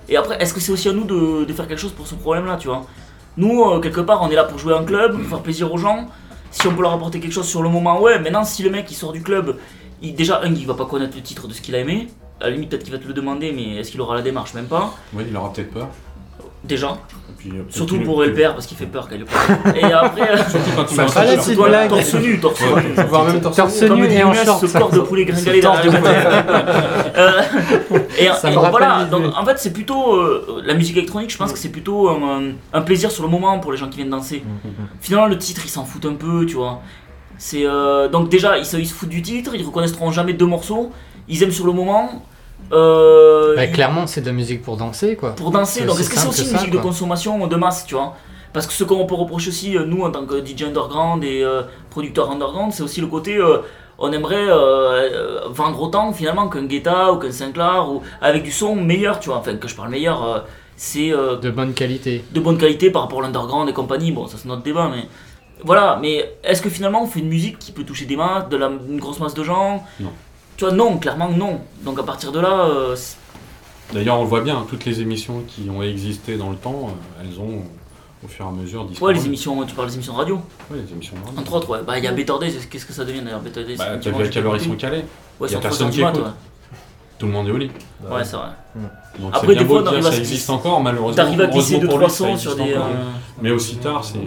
Speaker 4: Et après, est-ce que c'est aussi à nous de, de faire quelque chose pour ce problème-là, tu vois Nous, euh, quelque part, on est là pour jouer en club, pour faire plaisir aux gens. Si on peut leur apporter quelque chose sur le moment, ouais. Maintenant, si le mec il sort du club, il, déjà, un, il va pas connaître le titre de ce qu'il a aimé. À la limite, peut-être qu'il va te le demander, mais est-ce qu'il aura la démarche Même pas.
Speaker 5: Oui, il aura peut-être peur.
Speaker 4: Déjà.
Speaker 5: Et puis, euh, peut-être
Speaker 4: Surtout
Speaker 5: qu'il-
Speaker 4: pour le père, parce qu'il fait peur quand il le perd. Et après,
Speaker 5: Surtout quand il
Speaker 2: Ça
Speaker 5: a un
Speaker 2: fallait
Speaker 5: t-shirt.
Speaker 2: C'est une
Speaker 4: toi,
Speaker 2: blague.
Speaker 4: torse nu, torse nu.
Speaker 1: Voire même torse
Speaker 2: Torse
Speaker 1: nu.
Speaker 4: Comme
Speaker 2: nu
Speaker 4: une
Speaker 2: et en
Speaker 4: limace,
Speaker 2: short.
Speaker 4: ce corps de poulet gringalé
Speaker 2: torse
Speaker 4: derrière. Euh, et
Speaker 2: Ça
Speaker 4: et
Speaker 2: me rappelle
Speaker 4: voilà,
Speaker 2: l'idée.
Speaker 4: donc en fait c'est plutôt euh, la musique électronique, je pense que c'est plutôt un, un- un plaisir sur le moment pour les gens qui viennent danser. Finalement le titre ils s'en foutent un peu, tu vois. C'est euh, donc déjà ils se, ils se foutent du titre, ils reconnaîtront jamais deux morceaux, ils aiment sur le moment. euh,
Speaker 2: Bah,
Speaker 4: ils-
Speaker 2: clairement, c'est de la musique pour danser, quoi.
Speaker 4: pour danser.
Speaker 2: C'est
Speaker 4: Donc
Speaker 2: aussi
Speaker 4: est-ce que c'est
Speaker 2: simple
Speaker 4: aussi
Speaker 2: que
Speaker 4: une
Speaker 2: ça,
Speaker 4: musique de
Speaker 2: quoi.
Speaker 4: consommation de masse, tu vois Parce que ce qu'on peut reprocher aussi, euh, nous, en tant que DJ underground et euh, producteur underground, c'est aussi le côté. euh, on aimerait euh, euh, vendre autant finalement qu'un Guetta ou qu'un Sinclair ou avec du son meilleur, tu vois. Enfin, que je parle meilleur, euh, c'est euh,
Speaker 2: De bonne qualité.
Speaker 4: de bonne qualité par rapport à l'underground et compagnie. Bon, ça c'est notre débat, mais voilà. Mais est-ce que finalement on fait une musique qui peut toucher des masses, de la, une grosse masse de gens
Speaker 5: Non.
Speaker 4: Tu vois, non, clairement non. Donc à partir de là, euh, c'est-
Speaker 5: D'ailleurs, on le voit bien, hein, toutes les émissions qui ont existé dans le temps, euh, elles ont euh, au fur et à mesure
Speaker 4: ouais,
Speaker 5: disparu.
Speaker 4: les émissions, tu parles des émissions de radio.
Speaker 5: Ouais, les émissions de radio.
Speaker 4: Entre autres, ouais. Bah, il y a Better Days, qu'est-ce que ça devient d'ailleurs Better Days
Speaker 5: Bah,
Speaker 4: c'est
Speaker 5: t'as vu
Speaker 4: dimanche,
Speaker 5: à quelle heure ils sont
Speaker 4: dimanche.
Speaker 5: calés
Speaker 4: Ouais,
Speaker 5: Y
Speaker 4: c'est
Speaker 5: a
Speaker 4: entre
Speaker 5: personne
Speaker 4: 3h
Speaker 5: qui
Speaker 4: du mat,
Speaker 5: écoute.
Speaker 4: ouais.
Speaker 5: Tout le monde est au lit. Hmm.
Speaker 4: Ouais, c'est vrai.
Speaker 5: Donc
Speaker 4: Après,
Speaker 5: c'est
Speaker 4: des
Speaker 5: bien beau
Speaker 4: fois,
Speaker 5: de dire
Speaker 4: t'arrives à
Speaker 5: ça
Speaker 4: se-
Speaker 5: existe encore, malheureusement.
Speaker 4: T'arrives à glisser
Speaker 5: heureusement
Speaker 4: de
Speaker 5: pour lui, ça
Speaker 4: 300
Speaker 5: existe
Speaker 4: sur des.
Speaker 5: encore.
Speaker 4: euh,
Speaker 5: Mais aussi tard, c'est.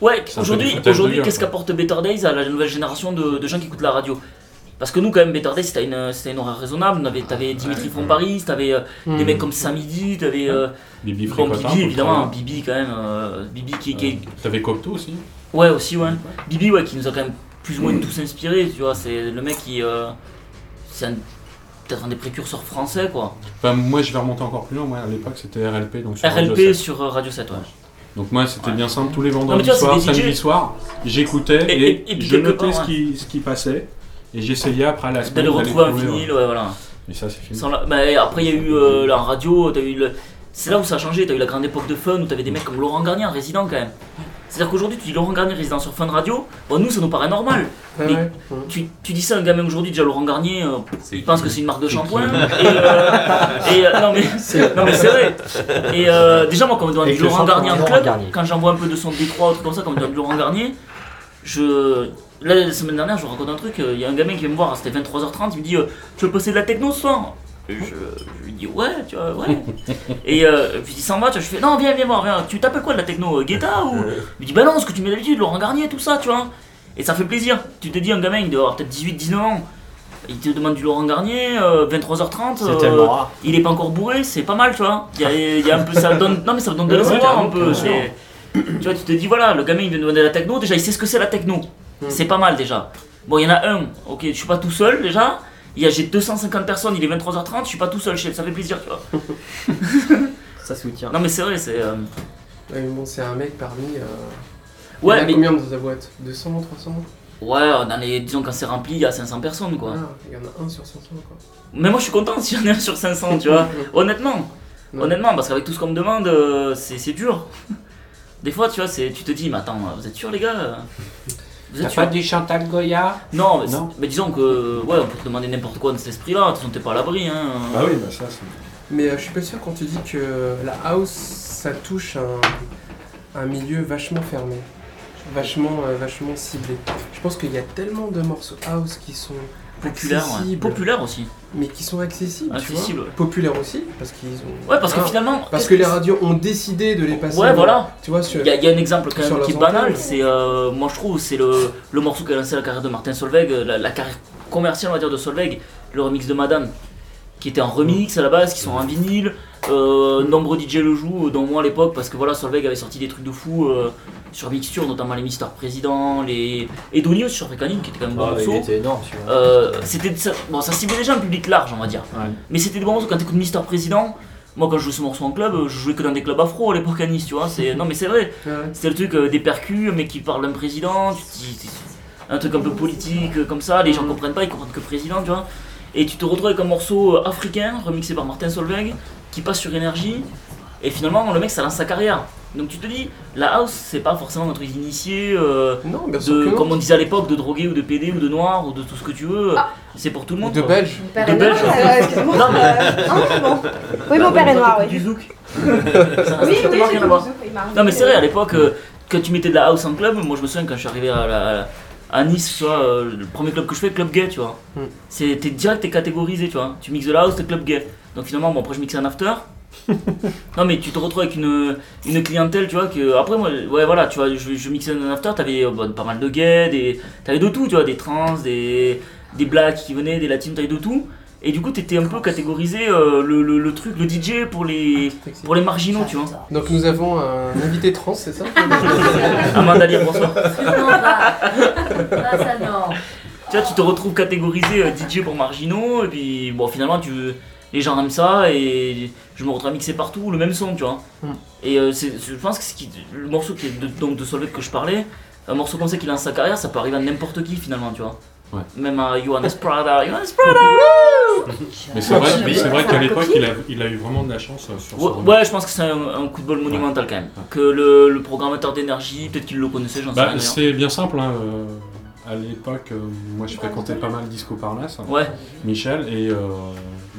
Speaker 4: Ouais,
Speaker 5: C'est un peu du
Speaker 4: aujourd'hui,
Speaker 5: foutage de
Speaker 4: aujourd'hui
Speaker 5: gueule,
Speaker 4: qu'est-ce
Speaker 5: quoi.
Speaker 4: qu'apporte Better Days à la nouvelle génération de, de gens qui écoutent la radio Parce que nous, quand même, Better Days, c'était une, c'était une horaire raisonnable. On avait- T'avais Dimitri Fonparis, t'avais euh, des mecs comme Samedi, t'avais. euh,
Speaker 5: Bibi
Speaker 4: bon,
Speaker 5: Fricotin.
Speaker 4: Bibi, évidemment, Bibi quand même. euh, Bibi qui, qui est.
Speaker 5: T'avais Copto aussi. Hmm.
Speaker 4: Ouais, aussi, ouais. Bibi, ouais, qui nous a quand même plus ou moins tous inspirés, tu vois. C'est le mec qui. euh, c'est un- peut-être un des précurseurs français, quoi.
Speaker 5: Enfin, moi, je vais remonter encore plus loin. Moi, à l'époque, c'était RLP. Donc sur Radio
Speaker 4: RLP
Speaker 5: 7.
Speaker 4: sur euh, Radio 7, ouais.
Speaker 5: Donc moi, c'était
Speaker 4: Ouais.
Speaker 5: bien simple. Tous les
Speaker 4: Non, mais
Speaker 5: vendredis
Speaker 4: tu vois, c'est
Speaker 5: soir,
Speaker 4: des DJ.
Speaker 5: samedi soir, j'écoutais
Speaker 4: Et-
Speaker 5: et,
Speaker 4: et- et puis
Speaker 5: je
Speaker 4: quelque
Speaker 5: notais
Speaker 4: part,
Speaker 5: ce, qui, ce qui passait. Et j'essayais après à la semaine.
Speaker 4: D'aller retrouver un
Speaker 5: trouver,
Speaker 4: vinyle,
Speaker 5: ouais.
Speaker 4: ouais, voilà.
Speaker 5: Mais ça, c'est fini.
Speaker 4: Sans la- bah, après, il y a eu euh, la radio, t'as eu le- c'est là où ça a changé. T'as eu la grande époque de fun où t'avais des mecs comme Laurent Garnier, un résident quand même. C'est-à-dire qu'aujourd'hui, tu dis Laurent Garnier, résident sur Fun Radio, bon, nous, ça nous paraît normal.
Speaker 1: Ouais, ouais.
Speaker 4: Tu, tu dis ça à un gars même aujourd'hui, déjà Laurent Garnier, euh,
Speaker 6: C'est
Speaker 4: il pense que c'est une marque de shampoing. Et, euh, et, euh, non, mais non, mais c'est vrai. Et euh, déjà, moi, quand on me demande
Speaker 2: Et
Speaker 4: du
Speaker 2: que le
Speaker 4: Laurent
Speaker 2: centre
Speaker 4: Garnier en
Speaker 2: Laurent
Speaker 4: club,
Speaker 2: Garnier.
Speaker 4: quand j'envoie un peu de son de Détroit, un truc comme ça, quand on me demande du Laurent Garnier, je. Là, la semaine dernière, je vous raconte un truc. euh, Il y a un gamin qui vient me voir, c'était 23h30, il me dit euh, Tu veux passer de la techno ce soir Et je, je lui dis Ouais, tu vois, ouais. Et euh, puis il s'en va, tu vois, je fais Non, viens, viens voir, viens. Tu t'appelles quoi de la techno euh, Guetta ou... Il me dit Bah non, ce que tu mets d'habitude, Laurent Garnier, tout ça, tu vois. Et ça fait plaisir. Tu te dis, un gamin, il doit avoir peut-être 18-19 ans. Il te demande du Laurent Garnier, euh, 23h30.
Speaker 7: C'est
Speaker 4: euh,
Speaker 7: tellement rare.
Speaker 4: il est pas encore bourré, c'est pas mal, tu vois. Il y a, il y a un peu, ça donne, non mais ça donne de l'espoir un peu. c'est- Tu vois, tu te dis voilà, le gamin il vient de demander la techno, déjà il sait ce que c'est la techno. C'est pas mal déjà. Bon, il y en a un, ok, je suis pas tout seul déjà. Il y a- J'ai 250 personnes, il est 23h30, je suis pas tout seul, chez elle, ça fait plaisir, tu vois.
Speaker 8: Ça soutient.
Speaker 4: Non mais c'est vrai, c'est. euh,
Speaker 1: Ouais, mais bon, c'est un mec parmi. euh, il y en
Speaker 4: Ouais,
Speaker 1: a
Speaker 4: mais.
Speaker 1: combien dans ta boîte 200, 300
Speaker 4: Ouais, dans les, disons quand c'est rempli, il y a 500 personnes quoi.
Speaker 1: Ah, Il y en a un sur 500, quoi.
Speaker 4: Mais moi je suis content si j'en ai un sur 500, tu vois. Honnêtement,
Speaker 1: Ouais.
Speaker 4: honnêtement, parce qu'avec tout ce qu'on me demande, euh, c'est c'est dur. Des fois, tu vois, c'est- tu te dis, mais attends, vous êtes sûr les gars Vous êtes sûr
Speaker 5: du Chantal Goya
Speaker 4: Non, mais, c'est-
Speaker 5: Non.
Speaker 4: mais disons que ouais, on peut te demander n'importe quoi dans cet esprit-là, de toute façon t'es pas à l'abri. Hein.
Speaker 5: Bah oui, bah ça, c'est.
Speaker 1: Mais euh, je suis pas sûr quand tu dis que la house, ça touche un, un milieu vachement fermé, vachement, euh, vachement ciblé. Je pense qu'il y a tellement de morceaux house qui sont
Speaker 4: Populaire, ouais.
Speaker 1: accessibles,
Speaker 4: populaire aussi.
Speaker 1: mais qui sont accessibles, tu vois.
Speaker 4: Accessible. ouais.
Speaker 1: Populaires aussi, parce qu'ils ont.
Speaker 4: Ouais, parce que
Speaker 1: Ah,
Speaker 4: finalement.
Speaker 1: parce
Speaker 4: qu'est-ce
Speaker 1: que les radios ont décidé de les passer.
Speaker 4: Ouais, voilà.
Speaker 1: Tu vois, sur.
Speaker 4: Il y, a- il y a un exemple quand
Speaker 1: Sur
Speaker 4: même
Speaker 1: leurs
Speaker 4: qui est banal,
Speaker 1: antennes.
Speaker 4: c'est euh, moi je trouve c'est le, le morceau qui a lancé la carrière de Martin Solveig, euh, la, la carrière commerciale on va dire de Solveig, le remix de Madame, qui était en remix à la base, qui sont en vinyle, euh, nombreux DJ le jouent, euh, dont moi à l'époque, parce que voilà Solveig avait sorti des trucs de fou euh, sur Mixture, notamment les Mister Président, les Edoni aussi sur Frécanine, qui était quand même bon
Speaker 7: Ah,
Speaker 4: morceau.
Speaker 7: il était énorme, celui-là.
Speaker 4: Euh, c'était ça, bon, ça ciblait déjà un public large, on va dire.
Speaker 7: Ouais.
Speaker 4: Mais c'était des bons morceaux quand t'écoutes Mister Président. Moi, quand je jouais ce morceau en club, euh, je jouais que dans des clubs afro à l'époque à Nice, tu vois. C'est... Non, mais c'est vrai.
Speaker 1: Ouais.
Speaker 4: C'était le truc euh, des percus, mais qui parle d'un président, tu te dis- un truc un peu politique, euh, comme ça. Les gens
Speaker 1: Mm.
Speaker 4: comprennent pas, ils comprennent que président, tu vois. Et tu te retrouves avec un morceau euh, africain, remixé par Martin Solveig, qui passe sur énergie. Et finalement, le mec, ça lance sa carrière. Donc tu te dis, la house, c'est pas forcément un truc d'initié. euh,
Speaker 1: Non, bien sûr
Speaker 4: de,
Speaker 1: que non.
Speaker 4: comme on disait à l'époque, de drogué ou de PD ou de noir ou de tout ce que tu veux.
Speaker 13: Ah.
Speaker 4: C'est pour tout le monde.
Speaker 1: De
Speaker 4: quoi.
Speaker 1: belge.
Speaker 4: De Belge.
Speaker 13: excuse-moi.
Speaker 4: Non, mais-
Speaker 13: euh, hein, bon. Oui, mon
Speaker 4: Bah,
Speaker 13: père
Speaker 4: bah,
Speaker 13: est noir,
Speaker 4: t'écoutes
Speaker 13: oui.
Speaker 4: Du zouk. Ça n'a
Speaker 13: Oui, oui,
Speaker 4: strictement
Speaker 13: j'ai
Speaker 4: rien à
Speaker 13: du
Speaker 4: voir.
Speaker 13: zouk, il m'a
Speaker 4: Non, mais c'est vrai, à
Speaker 13: arrivé.
Speaker 4: l'époque, euh, quand tu mettais de la house en club, moi je me souviens quand je suis arrivé à, la- à la- à Nice, tu vois, euh, le premier club que je fais, club gay, tu vois.
Speaker 1: Mm.
Speaker 4: C'est, t'es direct, t'es catégorisé, tu vois. Tu mixes de la house, t'es club gay. Donc finalement, bon, après je mixais un after. non, mais tu te retrouves avec une, une clientèle, tu vois, que après, moi, ouais, voilà, tu vois, je, je mixais un after, t'avais euh, bah, pas mal de gays, des, t'avais de tout, tu vois, des trans, des, des blacks qui venaient, des latinos, t'avais de tout. Et du coup, t'étais un peu catégorisé euh, le, le- le truc, le DJ pour
Speaker 1: Ah,
Speaker 4: les, pour les marginaux, tu vois.
Speaker 1: Donc nous avons un invité trans, euh, c'est ça
Speaker 4: Amanda Lear, bonsoir.
Speaker 12: Non, va. Va, ça, non.
Speaker 4: Tu vois, tu te retrouves catégorisé euh, DJ pour marginaux, et puis bon, finalement, tu, les gens aiment ça, et je me retrouve à mixer partout le même son, tu vois.
Speaker 1: Mm.
Speaker 4: Et euh, c'est- je pense que ce qui- le morceau qui est de, donc de Solveig que je parlais, un morceau qu'on sait qu'il a dans sa carrière, ça peut arriver à n'importe qui finalement, tu vois.
Speaker 5: Ouais.
Speaker 4: Même à Johannes Prada, Johannes Prada
Speaker 5: Mais c'est vrai,
Speaker 13: Oui.
Speaker 5: c'est vrai
Speaker 13: C'est
Speaker 5: qu'à
Speaker 13: un
Speaker 5: l'époque,
Speaker 13: copier.
Speaker 5: il a, il a eu vraiment de la chance euh, sur ce
Speaker 4: Ouais,
Speaker 5: remix.
Speaker 4: ouais, je pense que c'est un, un coup de bol monumental quand même. Que le, le programmateur d'énergie, peut-être qu'il le connaissait, j'en sais
Speaker 5: Bah,
Speaker 4: rien. d'ailleurs.
Speaker 5: c'est bien simple. hein, euh, à l'époque, euh, moi, je fréquentais pas mal Disco Parnasse, hein,
Speaker 4: Ouais.
Speaker 5: Michel, et euh,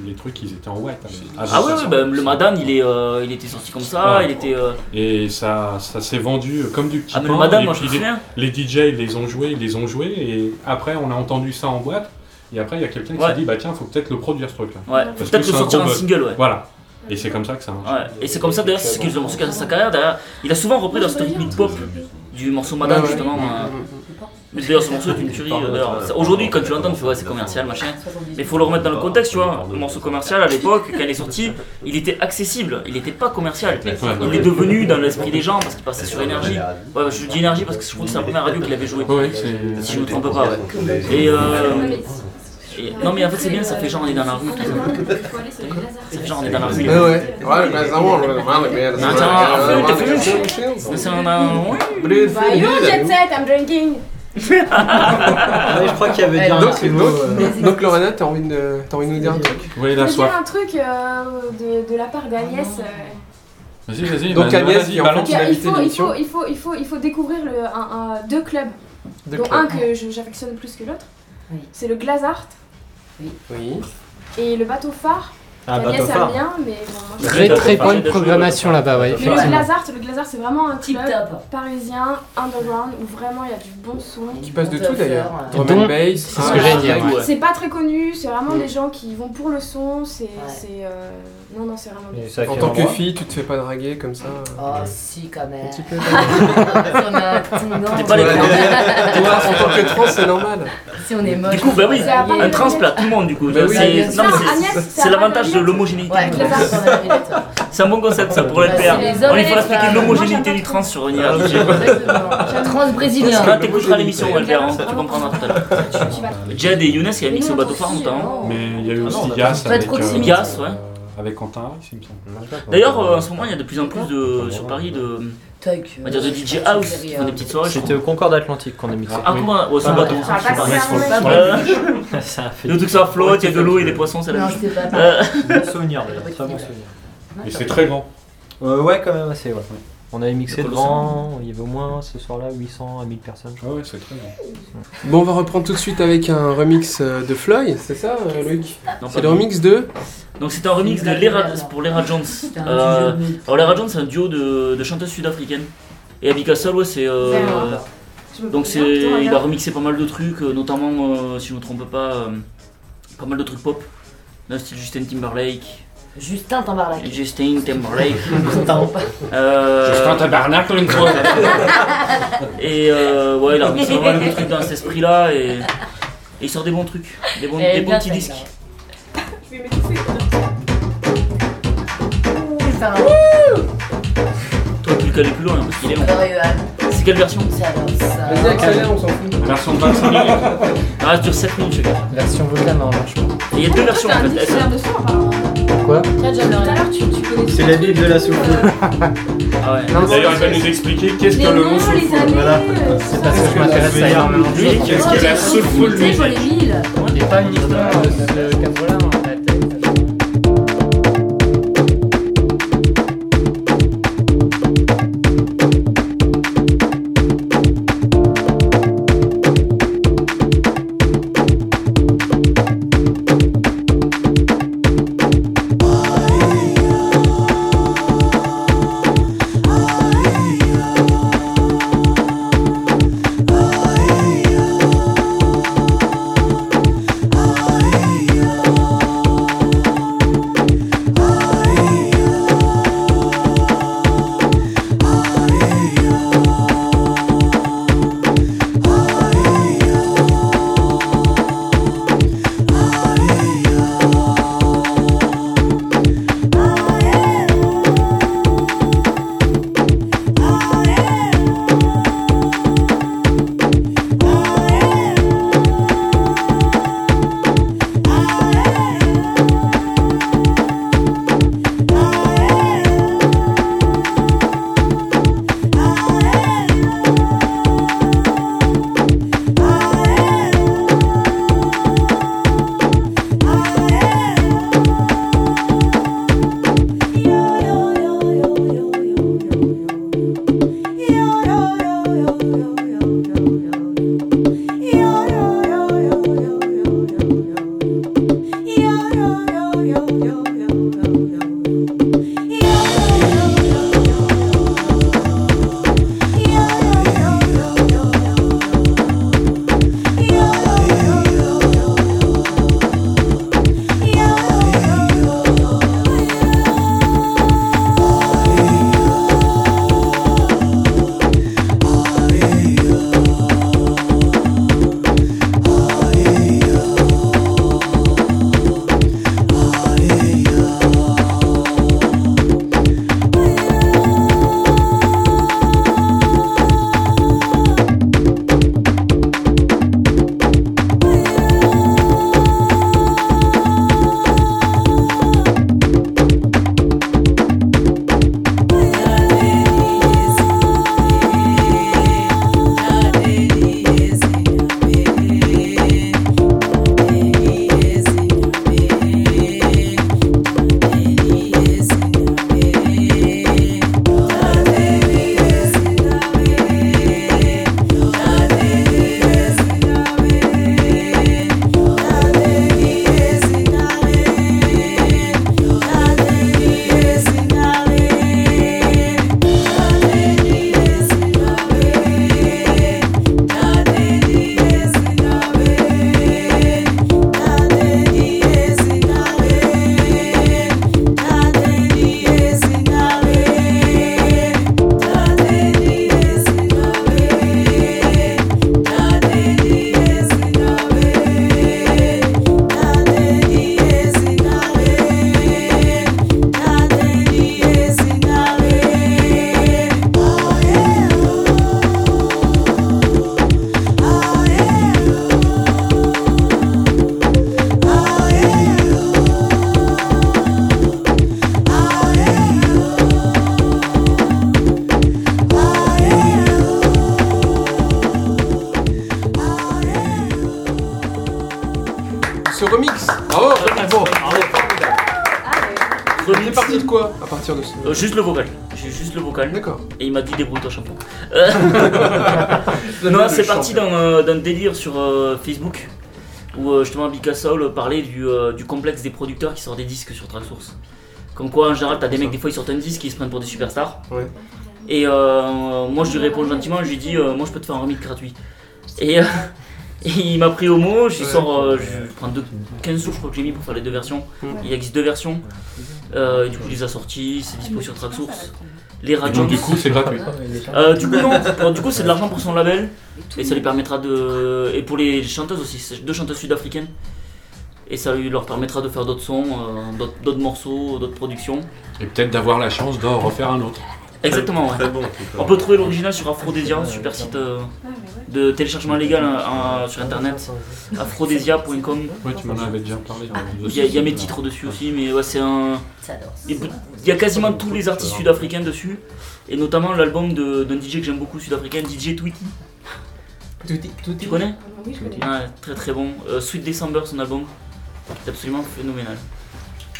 Speaker 5: les trucs, ils étaient en hein, wet.
Speaker 4: Ah ouais, ouais, bah, le Madame, il, est, euh, il était sorti comme ça,
Speaker 5: Ouais.
Speaker 4: il était. euh,
Speaker 5: Et ça, ça s'est vendu comme du petit
Speaker 4: Ah, mais le
Speaker 5: pain,
Speaker 4: Madame,
Speaker 5: et
Speaker 4: moi je me
Speaker 5: puis les-
Speaker 4: souviens.
Speaker 5: les DJ, ils les ont joués, ils les ont joués, et après, on a entendu ça en boîte, et après, il y a quelqu'un qui
Speaker 4: Ouais.
Speaker 5: s'est dit, bah tiens, faut peut-être le produire, ce truc-là.
Speaker 4: Ouais,
Speaker 5: Parce que
Speaker 4: peut-être
Speaker 5: c'est
Speaker 4: le
Speaker 5: un
Speaker 4: sortir en
Speaker 5: gros bug.
Speaker 4: single, ouais.
Speaker 5: Voilà. Et c'est comme ça que ça marche.
Speaker 4: Ouais. Et c'est comme ça d'ailleurs, c'est ce que je morceau qui a sa carrière. Derrière, il a souvent repris dans cette rythmique pop du morceau Madame
Speaker 1: Ouais, ouais.
Speaker 5: Mm,
Speaker 4: justement. euh, Mais d'ailleurs, ce morceau est une tuerie. euh, d'ailleurs. C'est- Aujourd'hui, quand tu l'entends, tu vois, c'est commercial, machin. Mais faut le remettre dans le contexte, tu vois. Le morceau commercial à l'époque, quand il est sorti, il était accessible, il n'était pas commercial. Il est devenu dans l'esprit des gens parce qu'il passait sur énergie. Ouais, je dis énergie parce que je crois que c'est la première radio qu'il avait joué.
Speaker 5: Ouais, c'est-
Speaker 4: Si je me trompe pas, ouais. Et, euh, et- non, mais en fait, c'est bien, ça fait genre on est dans la rue. tout ça. Ça fait genre on est dans la rue.
Speaker 1: Ouais, ouais. Ouais, mais ça, on le parle, mais-
Speaker 4: Non, attends, Ah, t'as fait Mais c'est un- un- ouais.
Speaker 13: Bah, you jet set, I'm drinking.
Speaker 7: je crois qu'il y avait bien un
Speaker 1: Eh, Donc,
Speaker 7: petit mot, euh,
Speaker 1: donc, donc, Lorena, t'as envie de, t'as envie de nous dire un truc
Speaker 5: Oui,
Speaker 13: Je
Speaker 5: la
Speaker 13: veux dire
Speaker 5: soif.
Speaker 13: un truc euh, de, de la part d'Agnès. euh,
Speaker 5: Vas-y, vas-y.
Speaker 1: Donc,
Speaker 5: bah,
Speaker 1: Agnès,
Speaker 5: vas-y,
Speaker 1: qui est en
Speaker 5: balance.
Speaker 1: fait-
Speaker 13: Il
Speaker 1: invité
Speaker 13: faut, il,
Speaker 1: d'émission.
Speaker 13: faut, il, faut, il, faut, il faut découvrir le, un, un- deux clubs,
Speaker 1: de
Speaker 13: dont
Speaker 1: Claire
Speaker 13: un que je- j'affectionne plus que l'autre.
Speaker 12: Oui.
Speaker 13: C'est le Glazart
Speaker 1: Oui.
Speaker 13: et le Bateau Phare.
Speaker 7: Ah,
Speaker 13: Agnès
Speaker 7: bateau
Speaker 13: aime
Speaker 7: phare.
Speaker 13: bien, mais bon, moi, je-
Speaker 2: bah, Très très bonne programmation là-bas, ouais,
Speaker 13: Mais le
Speaker 2: effectivement.
Speaker 13: Glazart, le Glazart, c'est vraiment un
Speaker 12: Tip
Speaker 13: club
Speaker 12: top.
Speaker 13: parisien, underground, où vraiment il y a du bon son.
Speaker 1: Qui passe de tout d'ailleurs.
Speaker 2: Donc,
Speaker 1: Drum and bass,
Speaker 2: c'est ce que j'allais dire, ouais.
Speaker 13: C'est pas très connu, c'est vraiment
Speaker 1: Mm.
Speaker 13: des gens qui vont pour le son, c'est... c'est, euh, Non, non, c'est vraiment bien.
Speaker 7: Et ça
Speaker 1: En
Speaker 7: fait
Speaker 1: tant que
Speaker 7: endroit.
Speaker 1: fille, tu te fais pas draguer comme ça. euh.
Speaker 12: Oh, si, quand même.
Speaker 1: Un petit peu.
Speaker 12: Si on a un petit nom,
Speaker 4: T'es pas les
Speaker 1: Ouais.
Speaker 4: grands.
Speaker 1: Toi, en tant que trans, c'est normal.
Speaker 12: Si on est moche.
Speaker 4: Du coup, bah oui,
Speaker 13: C'est à part
Speaker 4: un
Speaker 13: le
Speaker 4: transplat, tout le monde du coup.
Speaker 1: Bah
Speaker 4: tu vois,
Speaker 1: oui.
Speaker 4: c'est-
Speaker 12: Non,
Speaker 4: non, mais
Speaker 13: Agnès,
Speaker 4: c'est-
Speaker 13: c'est
Speaker 4: c'est
Speaker 13: à
Speaker 4: l'avantage de
Speaker 13: Agnès.
Speaker 4: l'homogénéité.
Speaker 12: Ouais,
Speaker 13: Glazart.
Speaker 12: Glazart, on a dit, toi.
Speaker 4: C'est un bon concept ça pour le
Speaker 12: Ouais,
Speaker 4: PR.
Speaker 12: c'est
Speaker 4: On
Speaker 12: les hommes
Speaker 4: les
Speaker 12: et les
Speaker 4: fera expliquer
Speaker 12: femmes.
Speaker 4: l'homogénéité du trans sur une hiérarchie.
Speaker 12: Exactement. Transbrésilien.
Speaker 4: Là, t'écouteras l'émission, on va le faire, hein, tu comprendras tout à l'heure.
Speaker 13: Tu vas-
Speaker 4: Jade et Younes, il a mixé au bateau hein. phare notamment.
Speaker 5: Mais il y a eu
Speaker 12: Ah
Speaker 5: aussi
Speaker 12: non,
Speaker 5: Yass
Speaker 12: pas de
Speaker 5: avec, euh,
Speaker 12: proximité.
Speaker 4: Yass, ouais.
Speaker 5: avec Quentin Harris, il me semble.
Speaker 4: D'ailleurs, euh, en ce moment, il y a de plus en plus de, sur Paris de, Ah. on va dire de DJ House qui font des petites soirées. je
Speaker 7: C'était au Concorde Atlantique qu'on a mixé. bah,
Speaker 4: Ah, comment Ouais, c'est un bateau.
Speaker 13: Ça va pas
Speaker 4: c'est
Speaker 13: se faire,
Speaker 4: pareil.
Speaker 13: mais-
Speaker 4: Euh,
Speaker 7: ça a fait
Speaker 4: Le truc ça flotte, il y a de l'eau et des poissons, c'est la
Speaker 12: Non,
Speaker 4: même chose.
Speaker 12: c'était pas
Speaker 4: Euh,
Speaker 7: bon souvenir d'ailleurs. Très bon souvenir.
Speaker 5: Et c'est très grand.
Speaker 7: Euh, ouais, quand même assez, ouais. On avait mixé
Speaker 4: Le
Speaker 7: devant, il y avait au moins ce soir-là 800 à 1000 personnes.
Speaker 5: Ah ouais, c'est très grand.
Speaker 1: Bon, on va reprendre tout de suite avec un remix euh, de Floyd, c'est ça, euh, Loïc
Speaker 4: non, pas
Speaker 1: C'est le
Speaker 4: de-
Speaker 1: remix de.
Speaker 4: Donc c'était un remix de Lera, pour Lera Jones. Euh, alors Lera Jones c'est un duo de, de chanteuses sud-africaines. Et Abika Sol, ouais, c'est... euh,
Speaker 13: Je me
Speaker 4: donc
Speaker 13: pose
Speaker 4: c'est,
Speaker 13: bien, putain,
Speaker 4: il a
Speaker 13: regarde.
Speaker 4: remixé pas mal de trucs, euh, notamment, euh, si je ne me trompe pas, euh, pas mal de trucs pop. D'un style Justin Timberlake.
Speaker 12: Justin Timberlake.
Speaker 4: Justin Timberlake.
Speaker 12: Justin.
Speaker 4: Euh,
Speaker 5: tabernacle, une fois.
Speaker 4: Et euh, ouais, il a remixé pas mal de trucs dans cet esprit-là. Et, et il sort des bons trucs, des bons, des
Speaker 12: Eh
Speaker 4: bons
Speaker 12: bien,
Speaker 4: petits
Speaker 12: celle-là.
Speaker 4: disques.
Speaker 13: Je vais m'étouffer.
Speaker 12: Putain.
Speaker 4: Toi, tu le calais plus loin, hein, parce qu'il est long.
Speaker 12: Alors, Johan,
Speaker 4: C'est quelle version
Speaker 12: j'adore ça.
Speaker 1: Vas-y, accélère, on s'en fout.
Speaker 5: Version de 25 minutes.
Speaker 4: Ah, ça dure 7 minutes, je gars.
Speaker 2: Version vocale, normalement, je pense.
Speaker 4: Et Il y a deux versions en fait.
Speaker 13: Toi, t'es un
Speaker 4: Elles
Speaker 13: dictionnaire
Speaker 4: sont-
Speaker 13: de son, apparemment.
Speaker 2: quoi
Speaker 10: Tiens, John, tout à l'heure, tu, tu connais
Speaker 14: C'est la Bible de la souffle.
Speaker 5: D'ailleurs, il va nous expliquer qu'est-ce
Speaker 10: Les
Speaker 5: que le mot
Speaker 10: noms,
Speaker 5: souffle.
Speaker 10: les années,
Speaker 5: Voilà.
Speaker 10: euh,
Speaker 5: C'est
Speaker 2: parce que je m'intéresse à énormément de choses.
Speaker 5: Qu'est-ce
Speaker 4: Ah,
Speaker 5: que la soulful
Speaker 10: Tu sais, pour
Speaker 5: music
Speaker 10: les villes.
Speaker 2: Il n'est pas uniquement euh, ce cadre-là. hein.
Speaker 12: Ah,
Speaker 8: Ce remix Bravo
Speaker 4: Ah,
Speaker 8: Bravo Il est parti de quoi à partir de ce.
Speaker 4: Euh, juste le vocal. J'ai juste le vocal.
Speaker 8: D'accord.
Speaker 4: Et il m'a dit débrouille-toi champion. Euh, non,
Speaker 8: Donne-moi
Speaker 4: c'est
Speaker 8: le
Speaker 4: parti
Speaker 8: champion.
Speaker 4: d'un euh, d'un délire sur euh, Facebook où euh, justement Bicasol parlait du, euh, du complexe des producteurs qui sortent des disques sur Tracksource. Comme quoi, en général, t'as des mecs, des fois, ils sortent un disque et ils se prennent pour des superstars.
Speaker 8: Ouais.
Speaker 4: Et euh, moi, je lui réponds gentiment, je lui dis, euh, moi, je peux te faire un remix gratuit. Et euh, et il m'a pris au mot, j'y sors, euh, je prends deux- 15 sous, je crois que j'ai mis pour faire les deux versions.
Speaker 8: Mm.
Speaker 4: Il existe deux versions. Euh, et du coup, il les a sorties, c'est dispo sur Tracksource. Les radios.
Speaker 5: donc, du coup, c'est gratuit.
Speaker 4: Euh, du coup, non. Alors, du coup, c'est de l'argent pour son label. Et ça lui permettra de. Et pour les chanteuses aussi, c'est deux chanteuses sud-africaines. Et ça lui leur permettra de faire d'autres sons, euh, d'autres- d'autres morceaux, d'autres productions.
Speaker 5: Et peut-être d'avoir la chance d'en refaire un autre.
Speaker 4: Exactement, ouais.
Speaker 6: Très bon, en tout cas.
Speaker 4: On peut trouver l'original sur Aphrodisia, super site euh, de téléchargement légal euh, euh, sur internet. Aphrodisia.com.
Speaker 5: Ouais, tu m'en avais déjà parlé.
Speaker 4: Il y, a- il y a mes titres dessus aussi, mais ouais, c'est un. Il il y a quasiment tous les artistes sud-africains dessus, et notamment l'album de- d'un DJ que j'aime beaucoup sud-africain, DJ Tweety. Tu connais
Speaker 13: Oui, je connais.
Speaker 4: Ouais, Très très bon. Euh, Sweet December, son album, est absolument phénoménal.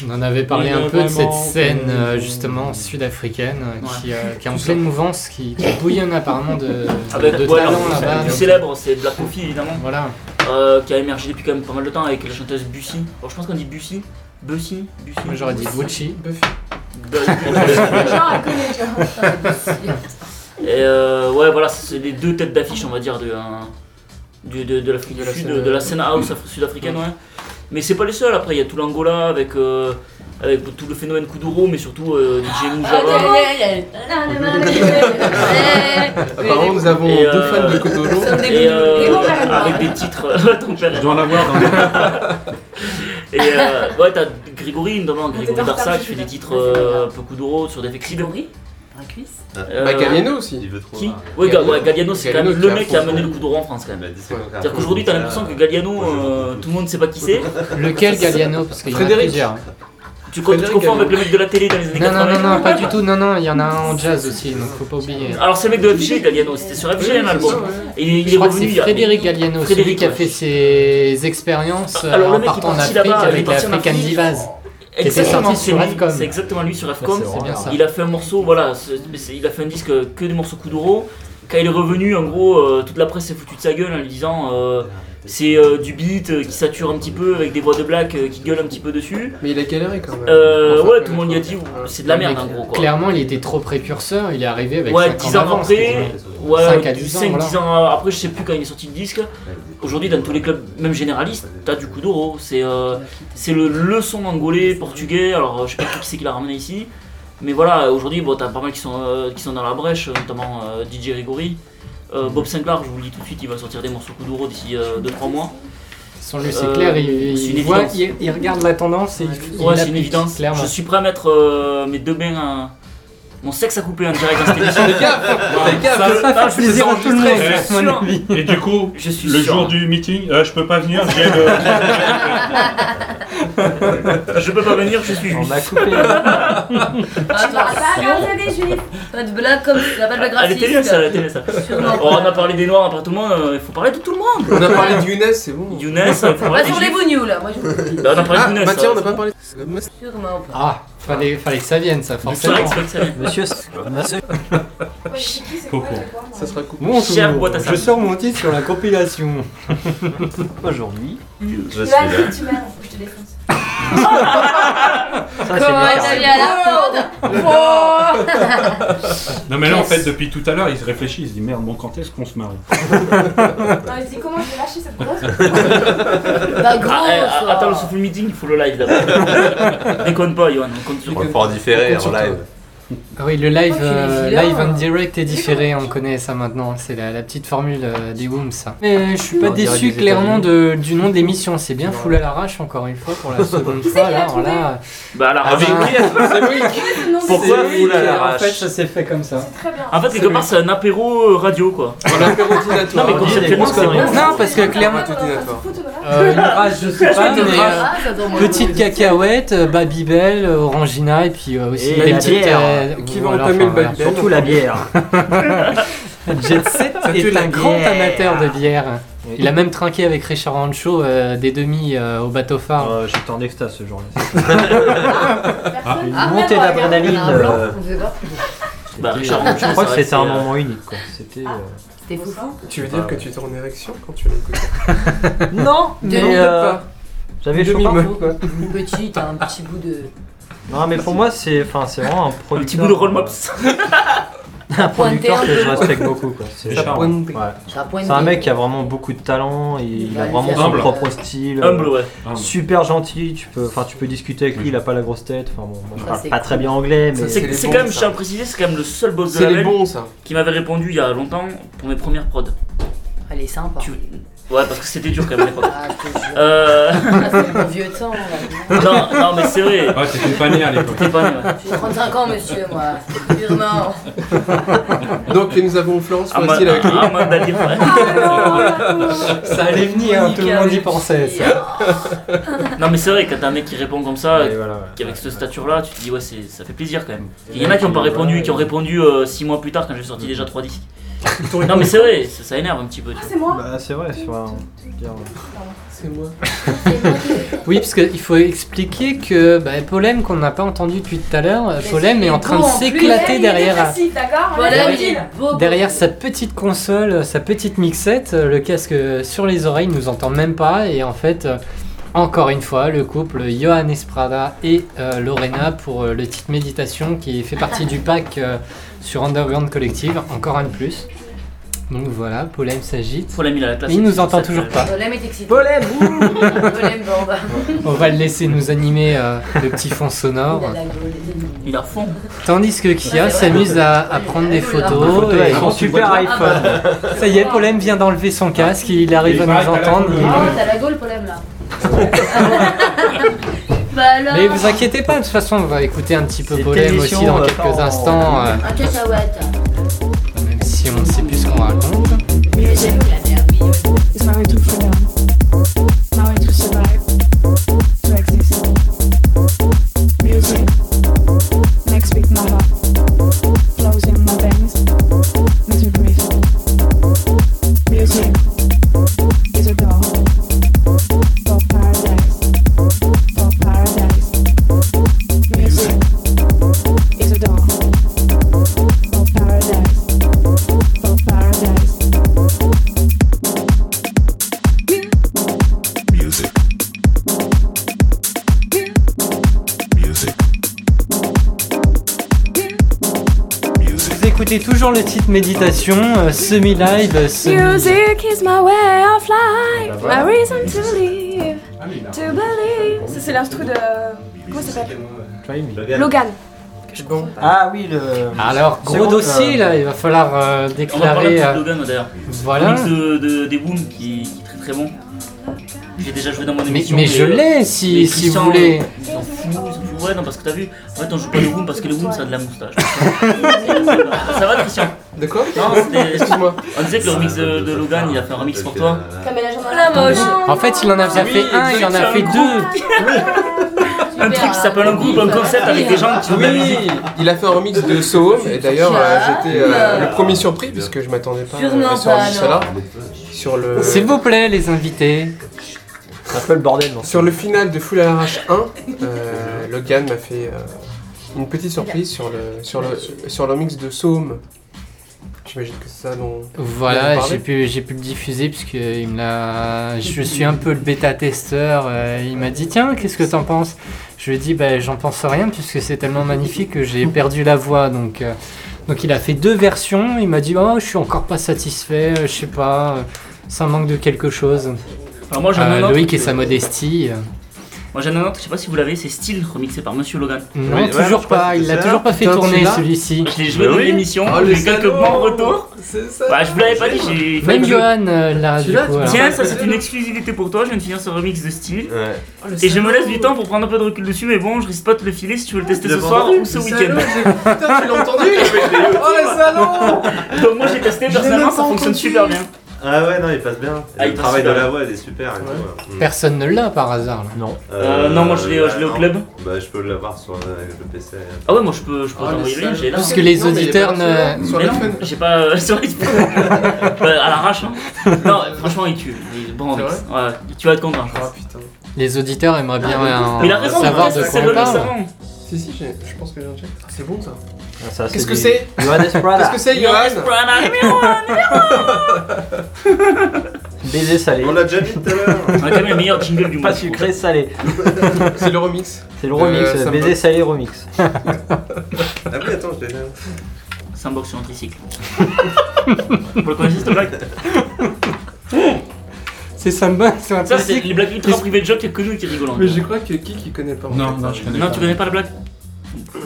Speaker 2: On en avait parlé
Speaker 4: Il
Speaker 2: un
Speaker 4: est
Speaker 2: peu de cette
Speaker 4: vraiment-
Speaker 2: scène euh, justement sud-africaine euh, qui, euh, qui est en
Speaker 4: Tout ça.
Speaker 2: pleine mouvance, qui, qui bouillonne apparemment de,
Speaker 4: Ah bah,
Speaker 2: Euh, de
Speaker 4: ouais,
Speaker 2: talent
Speaker 4: alors,
Speaker 2: là-bas.
Speaker 4: Le célèbre, c'est Black Coffee évidemment.
Speaker 2: Voilà.
Speaker 4: Euh, qui a émergé depuis quand même pas mal de temps avec la chanteuse Bussy. Alors je pense qu'on dit Bussy. Bussy Bussy
Speaker 2: Moi, j'aurais dit Bucci.
Speaker 4: Buffy.
Speaker 12: Genre, elle connaît, genre.
Speaker 4: Et euh, ouais, voilà, c'est les deux têtes d'affiche, on va dire, de, un- du- de, de l'Afrique du
Speaker 2: la
Speaker 4: Sud,
Speaker 2: scène,
Speaker 4: de la
Speaker 2: euh,
Speaker 4: scène house afro- sud-africaine, ouais. Mais c'est pas les seuls, après, il y a tout l'Angola avec, euh, avec tout le phénomène Kuduro, mais surtout euh, DJ
Speaker 12: Ah,
Speaker 4: Moujaba.
Speaker 1: Apparemment, nous avons
Speaker 4: Et,
Speaker 1: deux fans de Kotoro.
Speaker 4: et, euh, avec des titres.
Speaker 15: euh,
Speaker 4: Ton père. Je dois en avoir. et euh, ouais, t'as Grégory, notamment
Speaker 15: Ah,
Speaker 4: Grégory
Speaker 15: t'es en retard,
Speaker 4: Darsa
Speaker 15: je
Speaker 4: qui
Speaker 15: suis
Speaker 4: fait des
Speaker 15: là.
Speaker 4: titres euh, un peu Kuduro sur des effets Grégory
Speaker 15: Un cuisse
Speaker 1: Bah, Galliano aussi. Il veut trop,
Speaker 4: Qui
Speaker 1: hein.
Speaker 4: Ouais, Ga- ouais,
Speaker 1: Galliano.
Speaker 4: Galliano, c'est quand
Speaker 1: Galliano
Speaker 4: même le
Speaker 1: qui a
Speaker 4: mec qui a
Speaker 1: fondé-
Speaker 4: amené le Kuduro en France quand même. C'est-à-dire
Speaker 1: Carrefour,
Speaker 4: qu'aujourd'hui, t'as
Speaker 1: ça,
Speaker 4: l'impression que Galliano, euh, tout le monde sait pas qui c'est.
Speaker 2: Lequel Galliano Parce qu'il y en a
Speaker 4: Frédéric.
Speaker 2: plusieurs.
Speaker 4: Tu con- tu
Speaker 2: Frédéric
Speaker 4: confonds avec
Speaker 2: Galliano.
Speaker 4: le mec de la télé dans les années
Speaker 2: Non, non,
Speaker 4: 80
Speaker 2: non, non, pas du tout. Non, non, il y en a un en jazz aussi, donc faut pas oublier.
Speaker 4: Alors c'est le mec de FG Galliano, c'était sur
Speaker 2: Oui,
Speaker 4: FG
Speaker 2: c'est
Speaker 4: l'album.
Speaker 2: ça, ouais.
Speaker 4: Et il est- il
Speaker 2: Je
Speaker 4: est
Speaker 2: crois que
Speaker 4: revenu.
Speaker 2: c'est
Speaker 4: il y a-
Speaker 2: Frédéric Galliano, celui
Speaker 4: Frédéric,
Speaker 2: qui a
Speaker 4: ouais. Ah,
Speaker 2: fait ses expériences euh,
Speaker 4: Alors, le
Speaker 2: en
Speaker 4: mec est
Speaker 2: partant en
Speaker 4: parti
Speaker 2: Afrique
Speaker 4: là-bas, il est
Speaker 2: avec
Speaker 4: parti en
Speaker 2: l'African
Speaker 4: Afrique.
Speaker 2: Divas, qui était
Speaker 4: Exactement,
Speaker 2: sorti
Speaker 4: c'est
Speaker 2: sur
Speaker 4: lui,
Speaker 2: Afcom.
Speaker 4: C'est exactement lui sur Afcom.
Speaker 2: C'est bien ça.
Speaker 4: Il a fait un morceau, voilà, c'est- mais c'est- il a fait un disque euh, que des morceaux Kuduro. Quand il est revenu, en gros, euh, toute la presse s'est foutue de sa gueule en lui disant euh, c'est euh, du beat euh, qui sature un petit peu avec des voix de black euh, qui gueulent un petit peu dessus.
Speaker 1: Mais il a galéré quand même.
Speaker 4: Euh,
Speaker 1: Enfin,
Speaker 4: ouais, tout le monde lui a dit c'est de la merde
Speaker 2: Mais
Speaker 4: en gros. Quoi.
Speaker 2: Clairement, il était trop précurseur, il est arrivé avec
Speaker 4: ouais,
Speaker 2: 5
Speaker 4: 10 ans
Speaker 2: d'avance,
Speaker 4: après,
Speaker 2: quasiment.
Speaker 4: ouais,
Speaker 2: 5 à
Speaker 4: 10,
Speaker 2: 10 ans,
Speaker 4: 5,
Speaker 2: voilà.
Speaker 4: 10 ans après, je sais plus quand il est sorti le disque. Aujourd'hui, dans tous les clubs, même généralistes, t'as du Kuduro. C'est euh, c'est le, le son angolais, portugais. Alors, euh, je sais pas qui c'est qui l'a ramené ici. Mais voilà, aujourd'hui, bon, t'as pas mal qui sont, euh, qui sont dans la brèche, notamment euh, DJ Rigori. Euh, Bob Sinclair, je vous le dis tout de suite, il va sortir des morceaux Kuduro d'ici 2-3 mois.
Speaker 2: Son lui, c'est
Speaker 4: Euh,
Speaker 2: clair, il,
Speaker 4: c'est
Speaker 2: il
Speaker 4: une
Speaker 2: voit,
Speaker 4: évidence.
Speaker 2: il, il regarde la tendance et il, il
Speaker 4: Ouais, c'est une
Speaker 2: l'applique,
Speaker 4: évidence.
Speaker 2: clairement.
Speaker 4: Je suis prêt à mettre euh, mes deux mains. à- Mon sexe à couper en direct dans cette émission.
Speaker 5: Fais gaffe,
Speaker 4: Ouais.
Speaker 5: fais gaffe,
Speaker 4: Ah, Ça-
Speaker 5: ça
Speaker 4: ça,
Speaker 5: fait
Speaker 4: je les
Speaker 5: plaisir à tout le monde,
Speaker 4: enregistrerai,
Speaker 5: à
Speaker 4: je suis
Speaker 5: mon
Speaker 4: sûr.
Speaker 5: avis. Et du coup,
Speaker 4: je suis
Speaker 5: le
Speaker 4: sûr.
Speaker 5: jour du meeting, euh, je peux pas venir, j'ai le.
Speaker 4: je peux pas venir, je suis
Speaker 5: On a coupé. hein.
Speaker 12: Ah,
Speaker 13: Ah,
Speaker 12: Pas de blague comme ça, pas de blague
Speaker 4: Elle
Speaker 12: raciste.
Speaker 4: était bien ça, elle était bien ça.
Speaker 12: Sûrement.
Speaker 4: Oh, on a parlé des noirs, on a parlé de tout le monde, euh, il faut parler de tout le monde.
Speaker 1: On a parlé de Younes, c'est bon.
Speaker 4: Younes, il faut parler
Speaker 12: Vas-y,
Speaker 4: des
Speaker 12: on les
Speaker 4: Juifs.
Speaker 12: vous là. Moi, je vous le dis.
Speaker 4: Bah, on a parlé
Speaker 1: Ah,
Speaker 4: de Younes.
Speaker 1: bah tiens, on n'a
Speaker 4: ça.
Speaker 1: pas parlé.
Speaker 12: Sûrement pas.
Speaker 2: Ah, fallait, fallait que ça vienne, ça, forcément.
Speaker 4: fallait que ça vienne.
Speaker 7: Monsieur,
Speaker 2: Coco.
Speaker 1: Ça sera coupé.
Speaker 2: Bon,
Speaker 4: Cher
Speaker 2: tout-
Speaker 4: boîte à
Speaker 2: je
Speaker 4: sable.
Speaker 2: sors mon titre sur la compilation.
Speaker 7: Aujourd'hui.
Speaker 12: Tu vas aller, tu vas aller, je te défonce.
Speaker 7: Ça, c'est
Speaker 12: Comment t'as
Speaker 7: bien.
Speaker 12: mis à la porte
Speaker 5: Non, mais là, en fait, depuis tout à l'heure, il se réfléchit, il se dit merde, bon, quand est-ce qu'on se marie
Speaker 13: Non, il se dit comment je vais lâcher cette grosse
Speaker 12: Bah,
Speaker 4: Ah, eh, ah, Attends, le souffle meeting, il faut le live là-bas. Déconne pas, Yohan, on compte sur
Speaker 6: On va pouvoir différer en live.
Speaker 2: Ah oui, le live,
Speaker 6: Oh, tu les
Speaker 2: euh,
Speaker 6: fais là.
Speaker 7: hein.
Speaker 2: live en direct et différé, on connaît ça maintenant. C'est la, la petite formule euh, des Wooms, ça. Mais je suis pas
Speaker 7: On dirait
Speaker 2: déçu
Speaker 7: des
Speaker 2: clairement de- du nom de l'émission. C'est bien full à l'arrache encore une fois pour la seconde fois. Là, Ah alors là.
Speaker 4: Bah, à l'arrache. Pourquoi
Speaker 2: C'est
Speaker 4: full à
Speaker 2: Week,
Speaker 4: l'arrache
Speaker 2: En fait, ça s'est fait comme ça.
Speaker 4: En fait, quelque part, c'est un apéro euh, radio quoi.
Speaker 1: Un apéro dînatoire.
Speaker 4: Non, mais conceptuellement, c'est bon.
Speaker 2: Non, parce que clairement. Euh, une race, je sais pas,
Speaker 4: Une
Speaker 2: mais,
Speaker 4: race.
Speaker 2: euh,
Speaker 4: Ah, ça doit moins
Speaker 2: petite cacahuète, euh, Babybel, euh, Orangina et puis euh, aussi
Speaker 7: Et
Speaker 2: des
Speaker 7: la
Speaker 2: petites. euh,
Speaker 7: bière.
Speaker 1: Qui va
Speaker 2: voilà,
Speaker 1: entamer
Speaker 2: enfin,
Speaker 1: le
Speaker 2: voilà.
Speaker 1: Babybel
Speaker 7: Surtout la bière.
Speaker 2: Jet Set
Speaker 1: Ça tue
Speaker 2: est
Speaker 1: la
Speaker 2: un grand
Speaker 1: bière.
Speaker 2: amateur de bière.
Speaker 7: Oui.
Speaker 2: Il a même trinqué avec Richard Rancho euh, des demi euh, au bateau phare.
Speaker 7: Euh, J'étais en extase ce jour-là.
Speaker 2: Ah,
Speaker 7: une
Speaker 2: ah,
Speaker 7: montée
Speaker 2: ouais,
Speaker 7: d'adrénaline.
Speaker 2: regarde, on a un
Speaker 7: euh,
Speaker 12: blanc, on verra.
Speaker 7: c'était-
Speaker 4: Bah, Richard Rancho,
Speaker 7: je crois
Speaker 4: ça
Speaker 7: que c'était
Speaker 4: reste,
Speaker 7: un
Speaker 4: euh,
Speaker 7: moment unique. quoi. C'était. euh,
Speaker 12: C'était fou.
Speaker 1: Tu veux
Speaker 7: Ah
Speaker 1: dire que
Speaker 7: ouais.
Speaker 1: tu étais en érection quand tu l'as écouté
Speaker 7: Non, mais,
Speaker 1: peut-être
Speaker 7: euh,
Speaker 1: pas.
Speaker 7: j'avais
Speaker 1: Une
Speaker 7: chaud
Speaker 1: demi-meule,
Speaker 7: partout,
Speaker 1: quoi.
Speaker 12: Une petite, un petit bout de.
Speaker 7: Non, mais pour moi, c'est enfin, c'est vraiment un
Speaker 4: Un petit
Speaker 7: producteur.
Speaker 4: bout de roll mops.
Speaker 7: un producteur
Speaker 12: Pointer un
Speaker 7: que je
Speaker 12: peu.
Speaker 7: respecte beaucoup. quoi. C'est
Speaker 1: Ça
Speaker 7: Richard.
Speaker 1: pointe.
Speaker 7: Ouais.
Speaker 12: Ça pointe.
Speaker 7: C'est un mec qui a vraiment beaucoup de talent, il,
Speaker 12: Il
Speaker 7: a
Speaker 12: va
Speaker 7: vraiment
Speaker 12: lui
Speaker 7: son
Speaker 12: faire, euh,
Speaker 7: propre style.
Speaker 4: Humble, ouais.
Speaker 7: euh, Super gentil, tu peux, enfin, tu peux discuter avec lui, il a pas la grosse tête. Enfin, bon, moi, je
Speaker 12: Ça,
Speaker 7: parle
Speaker 12: c'est
Speaker 7: pas
Speaker 12: cool.
Speaker 7: très bien anglais, mais.
Speaker 4: C'est c'est quand même, je tiens à préciser, c'est quand même le seul boss de
Speaker 1: C'est
Speaker 4: la
Speaker 1: les
Speaker 4: label
Speaker 1: bons, ça.
Speaker 4: qui m'avait répondu il y a longtemps pour mes premières prods.
Speaker 12: Elle est sympa.
Speaker 4: Tu- Ouais, parce que c'était dur quand même à l'époque.
Speaker 12: Ah, je te jure.
Speaker 4: Euh,
Speaker 12: Ah, c'est mon vieux temps, là.
Speaker 4: non, non, mais c'est vrai.
Speaker 5: Ouais, t'étais pas né à l'époque.
Speaker 4: T'étais pas né, ouais.
Speaker 12: J'ai 35 ans, monsieur, moi. Durement.
Speaker 1: Donc nous avons Florence
Speaker 4: Ama-
Speaker 1: Forestier avec nous.
Speaker 4: Amanda Di Fra-
Speaker 2: Ça allait venir, hein, tout le monde y pensait.
Speaker 12: Ah,
Speaker 2: Ça.
Speaker 4: Non, mais c'est vrai, quand t'as un mec qui répond comme ça,
Speaker 7: Et voilà, ouais.
Speaker 4: qui- avec ce stature-là, tu te dis, ouais, c'est- ça fait plaisir quand même. Il y en a qui ont pas répondu, qui ont répondu 6 mois plus tard quand j'ai sorti déjà 3 disques. Non, mais c'est vrai, ça, ça énerve un petit peu. tu
Speaker 10: Ah,
Speaker 4: vois.
Speaker 10: c'est moi
Speaker 7: Bah, c'est vrai, c'est vrai. hein. Je veux dire,
Speaker 1: C'est moi.
Speaker 2: Oui, parce qu'il faut expliquer que bah, Polem, qu'on n'a pas entendu depuis tout à l'heure, Polem est en train de
Speaker 12: beau en plus.
Speaker 2: s'éclater
Speaker 12: Il
Speaker 2: derrière.
Speaker 10: Merci, d'accord on
Speaker 12: Voilà,
Speaker 10: est
Speaker 12: il
Speaker 10: tranquille.
Speaker 12: est beau.
Speaker 2: Derrière sa petite console, euh, sa petite mixette, euh, le casque euh, sur les oreilles il nous entend même pas. Et en fait, euh, encore une fois, le couple Johan Esprada et euh, Lorena pour euh, le titre Méditation qui fait partie du pack euh, sur Underground Collective. Encore un de plus. Donc voilà, Polem s'agite.
Speaker 4: Faut la mille à la classe.
Speaker 2: Mais il nous entend
Speaker 4: Ça,
Speaker 2: toujours
Speaker 4: ça-
Speaker 2: pas.
Speaker 12: Polem est excité.
Speaker 2: Polem
Speaker 12: Polem bande.
Speaker 2: On va le laisser nous animer euh, le petit fond sonore.
Speaker 12: Il a la gueule.
Speaker 4: Il a fond.
Speaker 2: Tandis que Kia
Speaker 12: Ouais, c'est vrai.
Speaker 2: s'amuse à, à prendre des
Speaker 12: Elle nous l'a
Speaker 2: photos.
Speaker 7: Photo avec
Speaker 2: et-
Speaker 7: son super iPhone.
Speaker 2: Ça y est, Polem vient d'enlever son casque, il arrive
Speaker 5: Et
Speaker 2: à
Speaker 5: il
Speaker 2: nous
Speaker 5: paraît qu'elle a
Speaker 2: entendre.
Speaker 5: le-
Speaker 12: Ah, t'as la gueule, Polem, là. bah alors.
Speaker 2: Mais vous inquiétez pas, de toute façon, on va écouter un petit peu
Speaker 7: Cette
Speaker 2: Polem
Speaker 7: émission
Speaker 2: aussi dans
Speaker 7: va
Speaker 2: quelques
Speaker 7: pas en-
Speaker 2: instants, euh,
Speaker 12: Un cacahuète.
Speaker 2: même si on ne sait plus ce qu'on raconte.
Speaker 12: Mais j'aime la merde.
Speaker 13: It's my way to freedom. My way to survive. To exist. Music makes big mother. Flows in my veins. Makes me breathe. Music is a door. For paradise. For paradise. Music is a door. For paradise. For paradise.
Speaker 9: Music. Music. Music.
Speaker 2: Vous écoutez toujours le titre Méditation, euh, semi-live, euh, semi-
Speaker 10: Music is my way of
Speaker 12: Ah,
Speaker 10: life,
Speaker 7: voilà.
Speaker 10: my reason to live,
Speaker 5: Ah, mais il a-
Speaker 10: to believe. Ça, c'est l'instru de. Comment ça s'appelle Logan. Que je
Speaker 1: Bon.
Speaker 10: comprends pas.
Speaker 7: Ah oui, le.
Speaker 2: Alors, gros
Speaker 7: C'est bon,
Speaker 2: dossier
Speaker 7: euh,
Speaker 2: là, il va falloir euh,
Speaker 4: On va parler
Speaker 2: déclarer.
Speaker 4: un petit
Speaker 2: euh,
Speaker 4: peu de Logan hein, d'ailleurs.
Speaker 2: voilà.
Speaker 4: Mix de, de- des Boom qui, qui est très très bon. J'ai déjà joué dans mon
Speaker 2: Mais,
Speaker 4: émission.
Speaker 2: mais je
Speaker 4: euh, mais
Speaker 2: l'ai si, si vous
Speaker 4: Christian,
Speaker 2: voulez.
Speaker 4: il s'en fout, il s'en fout. Ouais, non, parce que t'as vu. En fait, on joue pas le Boom parce que le Boom ça a de la moustache. ça va, Christian
Speaker 1: De quoi
Speaker 4: Non, c'était-
Speaker 1: Excuse-moi.
Speaker 4: On disait que le remix de, de Logan, il a fait un remix pour toi.
Speaker 12: Comme elle a jamais la
Speaker 1: Ah
Speaker 12: moche.
Speaker 2: En fait, il en a
Speaker 5: Ah,
Speaker 2: déjà
Speaker 4: Oui,
Speaker 2: fait un, il en a
Speaker 4: Christian,
Speaker 2: fait
Speaker 4: le
Speaker 2: deux.
Speaker 4: Un truc qui s'appelle un groupe, un concept avec des gens qui jouent de la musique.
Speaker 1: Oui, il a fait un remix de Soho, et d'ailleurs euh, j'étais euh, le premier surpris puisque je m'attendais pas euh,
Speaker 12: Sûrement
Speaker 1: à ce remix-là.
Speaker 12: pas,
Speaker 7: euh,
Speaker 1: Sur le,
Speaker 2: S'il vous plaît, les invités.
Speaker 7: C'est un peu le bordel dans ce.
Speaker 1: sur le final de Full RH 1, euh, Logan m'a fait euh, une petite surprise sur le, sur le, sur le remix de Sohom. J'imagine que c'est ça dont. Vous en
Speaker 2: Voilà,
Speaker 1: parlez
Speaker 2: j'ai pu, j'ai pu le diffuser puisque il me l'a- je suis un peu le bêta-testeur. euh, il m'a dit Tiens, qu'est-ce que t'en penses Je lui ai dit bah, J'en pense rien puisque c'est tellement magnifique que j'ai perdu la voix. Donc, euh, donc il a fait deux versions. Il m'a dit Oh, je suis encore pas satisfait, euh, je sais pas, euh, ça manque de quelque chose.
Speaker 4: Alors moi, j'en ai
Speaker 2: Euh,
Speaker 4: un autre.
Speaker 2: Loïc et sa modestie. euh,
Speaker 4: Moi, j'en ai un autre, je sais pas si vous l'avez, c'est Style, remixé par Monsieur Logan.
Speaker 2: non,
Speaker 6: ouais,
Speaker 2: toujours
Speaker 6: je crois
Speaker 2: pas.
Speaker 6: que
Speaker 2: Il l'a
Speaker 6: c'est ça.
Speaker 2: toujours pas fait
Speaker 1: Putain,
Speaker 2: tourner
Speaker 1: celui-là
Speaker 2: celui-ci.
Speaker 4: Je l'ai joué
Speaker 6: Mais
Speaker 4: dans
Speaker 6: oui.
Speaker 4: l'émission,
Speaker 1: Oh, le
Speaker 4: j'ai eu quelques
Speaker 1: salaud
Speaker 4: bons retours.
Speaker 1: C'est ça
Speaker 4: Bah, je vous l'avais pas dit, j'ai.
Speaker 2: Même
Speaker 4: Tiens,
Speaker 2: Johan euh, l'a du
Speaker 1: Celui-là,
Speaker 2: coup.
Speaker 1: tu
Speaker 2: alors.
Speaker 1: tiens.
Speaker 4: ça c'est une exclusivité pour toi, je viens de finir ce remix de Style.
Speaker 6: Ouais.
Speaker 1: Oh, le
Speaker 4: Et je
Speaker 1: salaud.
Speaker 4: me laisse du temps pour prendre un peu de recul dessus, mais bon, je risque pas de te le filer si tu veux le tester
Speaker 6: Il a
Speaker 4: ce
Speaker 6: pas
Speaker 4: soir
Speaker 6: entendu,
Speaker 4: ou ce
Speaker 1: Le
Speaker 4: week-end.
Speaker 1: salaud, j'ai- Putain, tu l'as entendu Oh le salaud
Speaker 4: Donc, moi, j'ai testé, personnellement, ça fonctionne super bien.
Speaker 6: Ah ouais, non, il passe bien.
Speaker 4: Ah,
Speaker 6: le
Speaker 4: il passe
Speaker 6: travail de
Speaker 4: super.
Speaker 6: la voix, il est super. et tout,
Speaker 1: Ouais.
Speaker 6: ouais. Mm.
Speaker 2: Personne ne l'a par hasard. là.
Speaker 7: Non.
Speaker 4: Euh, non, moi, je l'ai-
Speaker 6: bah,
Speaker 4: je l'ai au
Speaker 6: non.
Speaker 4: club.
Speaker 6: Bah, je peux l'avoir sur euh, avec le PC.
Speaker 4: Ah ouais, moi, je peux, je peux
Speaker 1: Oh, le
Speaker 4: t'envoyer le lien,
Speaker 1: salaud.
Speaker 4: j'ai là.
Speaker 2: Parce que les
Speaker 1: Non, mais il est pas
Speaker 2: auditeurs
Speaker 1: là,
Speaker 2: ne.
Speaker 1: Sur
Speaker 4: Mais
Speaker 1: le
Speaker 4: non,
Speaker 1: fun.
Speaker 4: j'ai pas euh, sur les- Bah, à l'arrache. Hein. Non, franchement, il tue. Il est bon,
Speaker 1: C'est
Speaker 4: remix. ouais, tu vas être content. je crois.
Speaker 1: Ah putain.
Speaker 2: Les auditeurs aimeraient bien en
Speaker 4: Mais il a raison,
Speaker 2: savoir de
Speaker 4: c'est
Speaker 2: quoi
Speaker 4: le
Speaker 2: on
Speaker 4: remix
Speaker 2: parle.
Speaker 4: avant.
Speaker 1: Si, si, j'ai- je pense que j'ai un check. Ah, c'est bon ça.
Speaker 7: Ah, ça,
Speaker 1: Qu'est-ce
Speaker 7: du-
Speaker 1: que c'est
Speaker 7: Johannes
Speaker 1: Qu'est-ce
Speaker 7: Prada.
Speaker 1: que c'est, Johan
Speaker 7: Baiser salé.
Speaker 6: On l'a déjà dit tout à l'heure.
Speaker 4: On a quand même le meilleur jingle du monde.
Speaker 7: Pas
Speaker 4: je trouve.
Speaker 7: sucré, salé.
Speaker 1: C'est le remix.
Speaker 7: C'est le remix.
Speaker 1: Euh, ça me
Speaker 7: Baiser
Speaker 1: va. Ah
Speaker 7: salé remix.
Speaker 6: Ah oui, attends, je l'ai là.
Speaker 4: C'est un box sur un tricycle. Vous le connaissez cette blague
Speaker 2: C'est Samba, c'est un
Speaker 4: Ça, c'est
Speaker 2: classique.
Speaker 4: les blagues ultra privées de job, il y a que nous qui hein. rigolons.
Speaker 1: Mais je crois que qui qui connaît pas en
Speaker 5: Non,
Speaker 1: fait.
Speaker 5: non, je connais
Speaker 4: Non,
Speaker 5: pas.
Speaker 4: tu connais pas la blague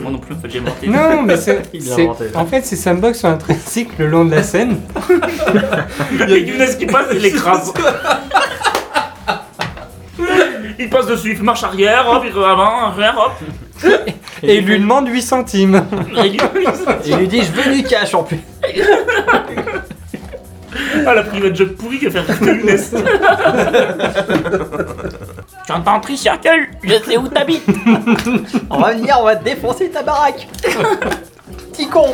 Speaker 4: Moi non plus, en fait, j'ai inventé.
Speaker 2: Non, mais c'est.
Speaker 7: Il l'a
Speaker 2: c'est-
Speaker 7: inventé, là.
Speaker 2: En fait, ces sandbox sont intrinsiques le long de la scène.
Speaker 4: Il y a Younes qui passe et il l'écrase. il passe dessus, il fait marche arrière, hop, il revient avant, arrière, hop.
Speaker 2: Et il lui demande 8 centimes.
Speaker 4: Et il-
Speaker 7: Il lui dit je veux du cash en plus.
Speaker 4: Ah, la private joke pourrie qui va faire rire Younes. J'entends Tricia gueule, je sais où t'habites.
Speaker 7: On va venir, on va défoncer ta baraque. Petit con.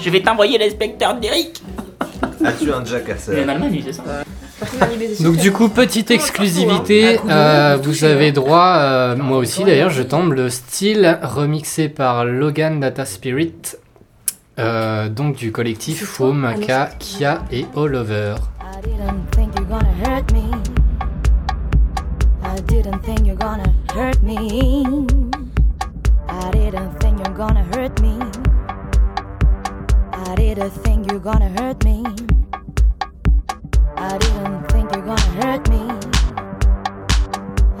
Speaker 4: Je vais t'envoyer l'inspecteur d'Eric.
Speaker 6: As-tu un jackass
Speaker 4: Il est en Allemagne, c'est ça
Speaker 2: Donc du coup, petite exclusivité, euh, vous avez droit, euh, moi aussi d'ailleurs, je tombe, le style remixé par Logan Data Spirit, euh, donc du collectif Foam, Aka, Kia et All Over.
Speaker 13: I didn't think you're gonna hurt me. I didn't think you're gonna hurt me. I didn't think you're gonna hurt me. I didn't think you're gonna hurt me. I didn't think you're gonna hurt me.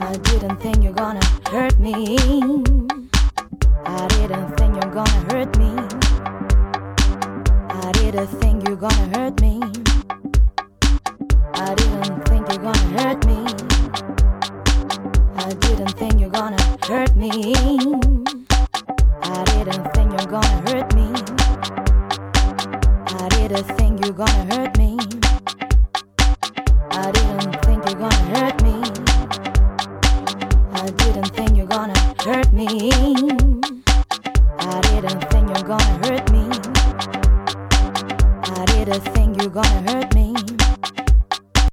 Speaker 13: I didn't think you're gonna hurt me. I didn't think you're gonna hurt me. I didn't think you're gonna hurt me. I didn't think you're gonna hurt me. I didn't think you're gonna hurt me. I didn't think you're gonna hurt me. I didn't think you're gonna hurt me. I didn't think you're gonna hurt me. I didn't think you're gonna hurt me. I didn't think you're gonna hurt me. I didn't think you're gonna hurt me.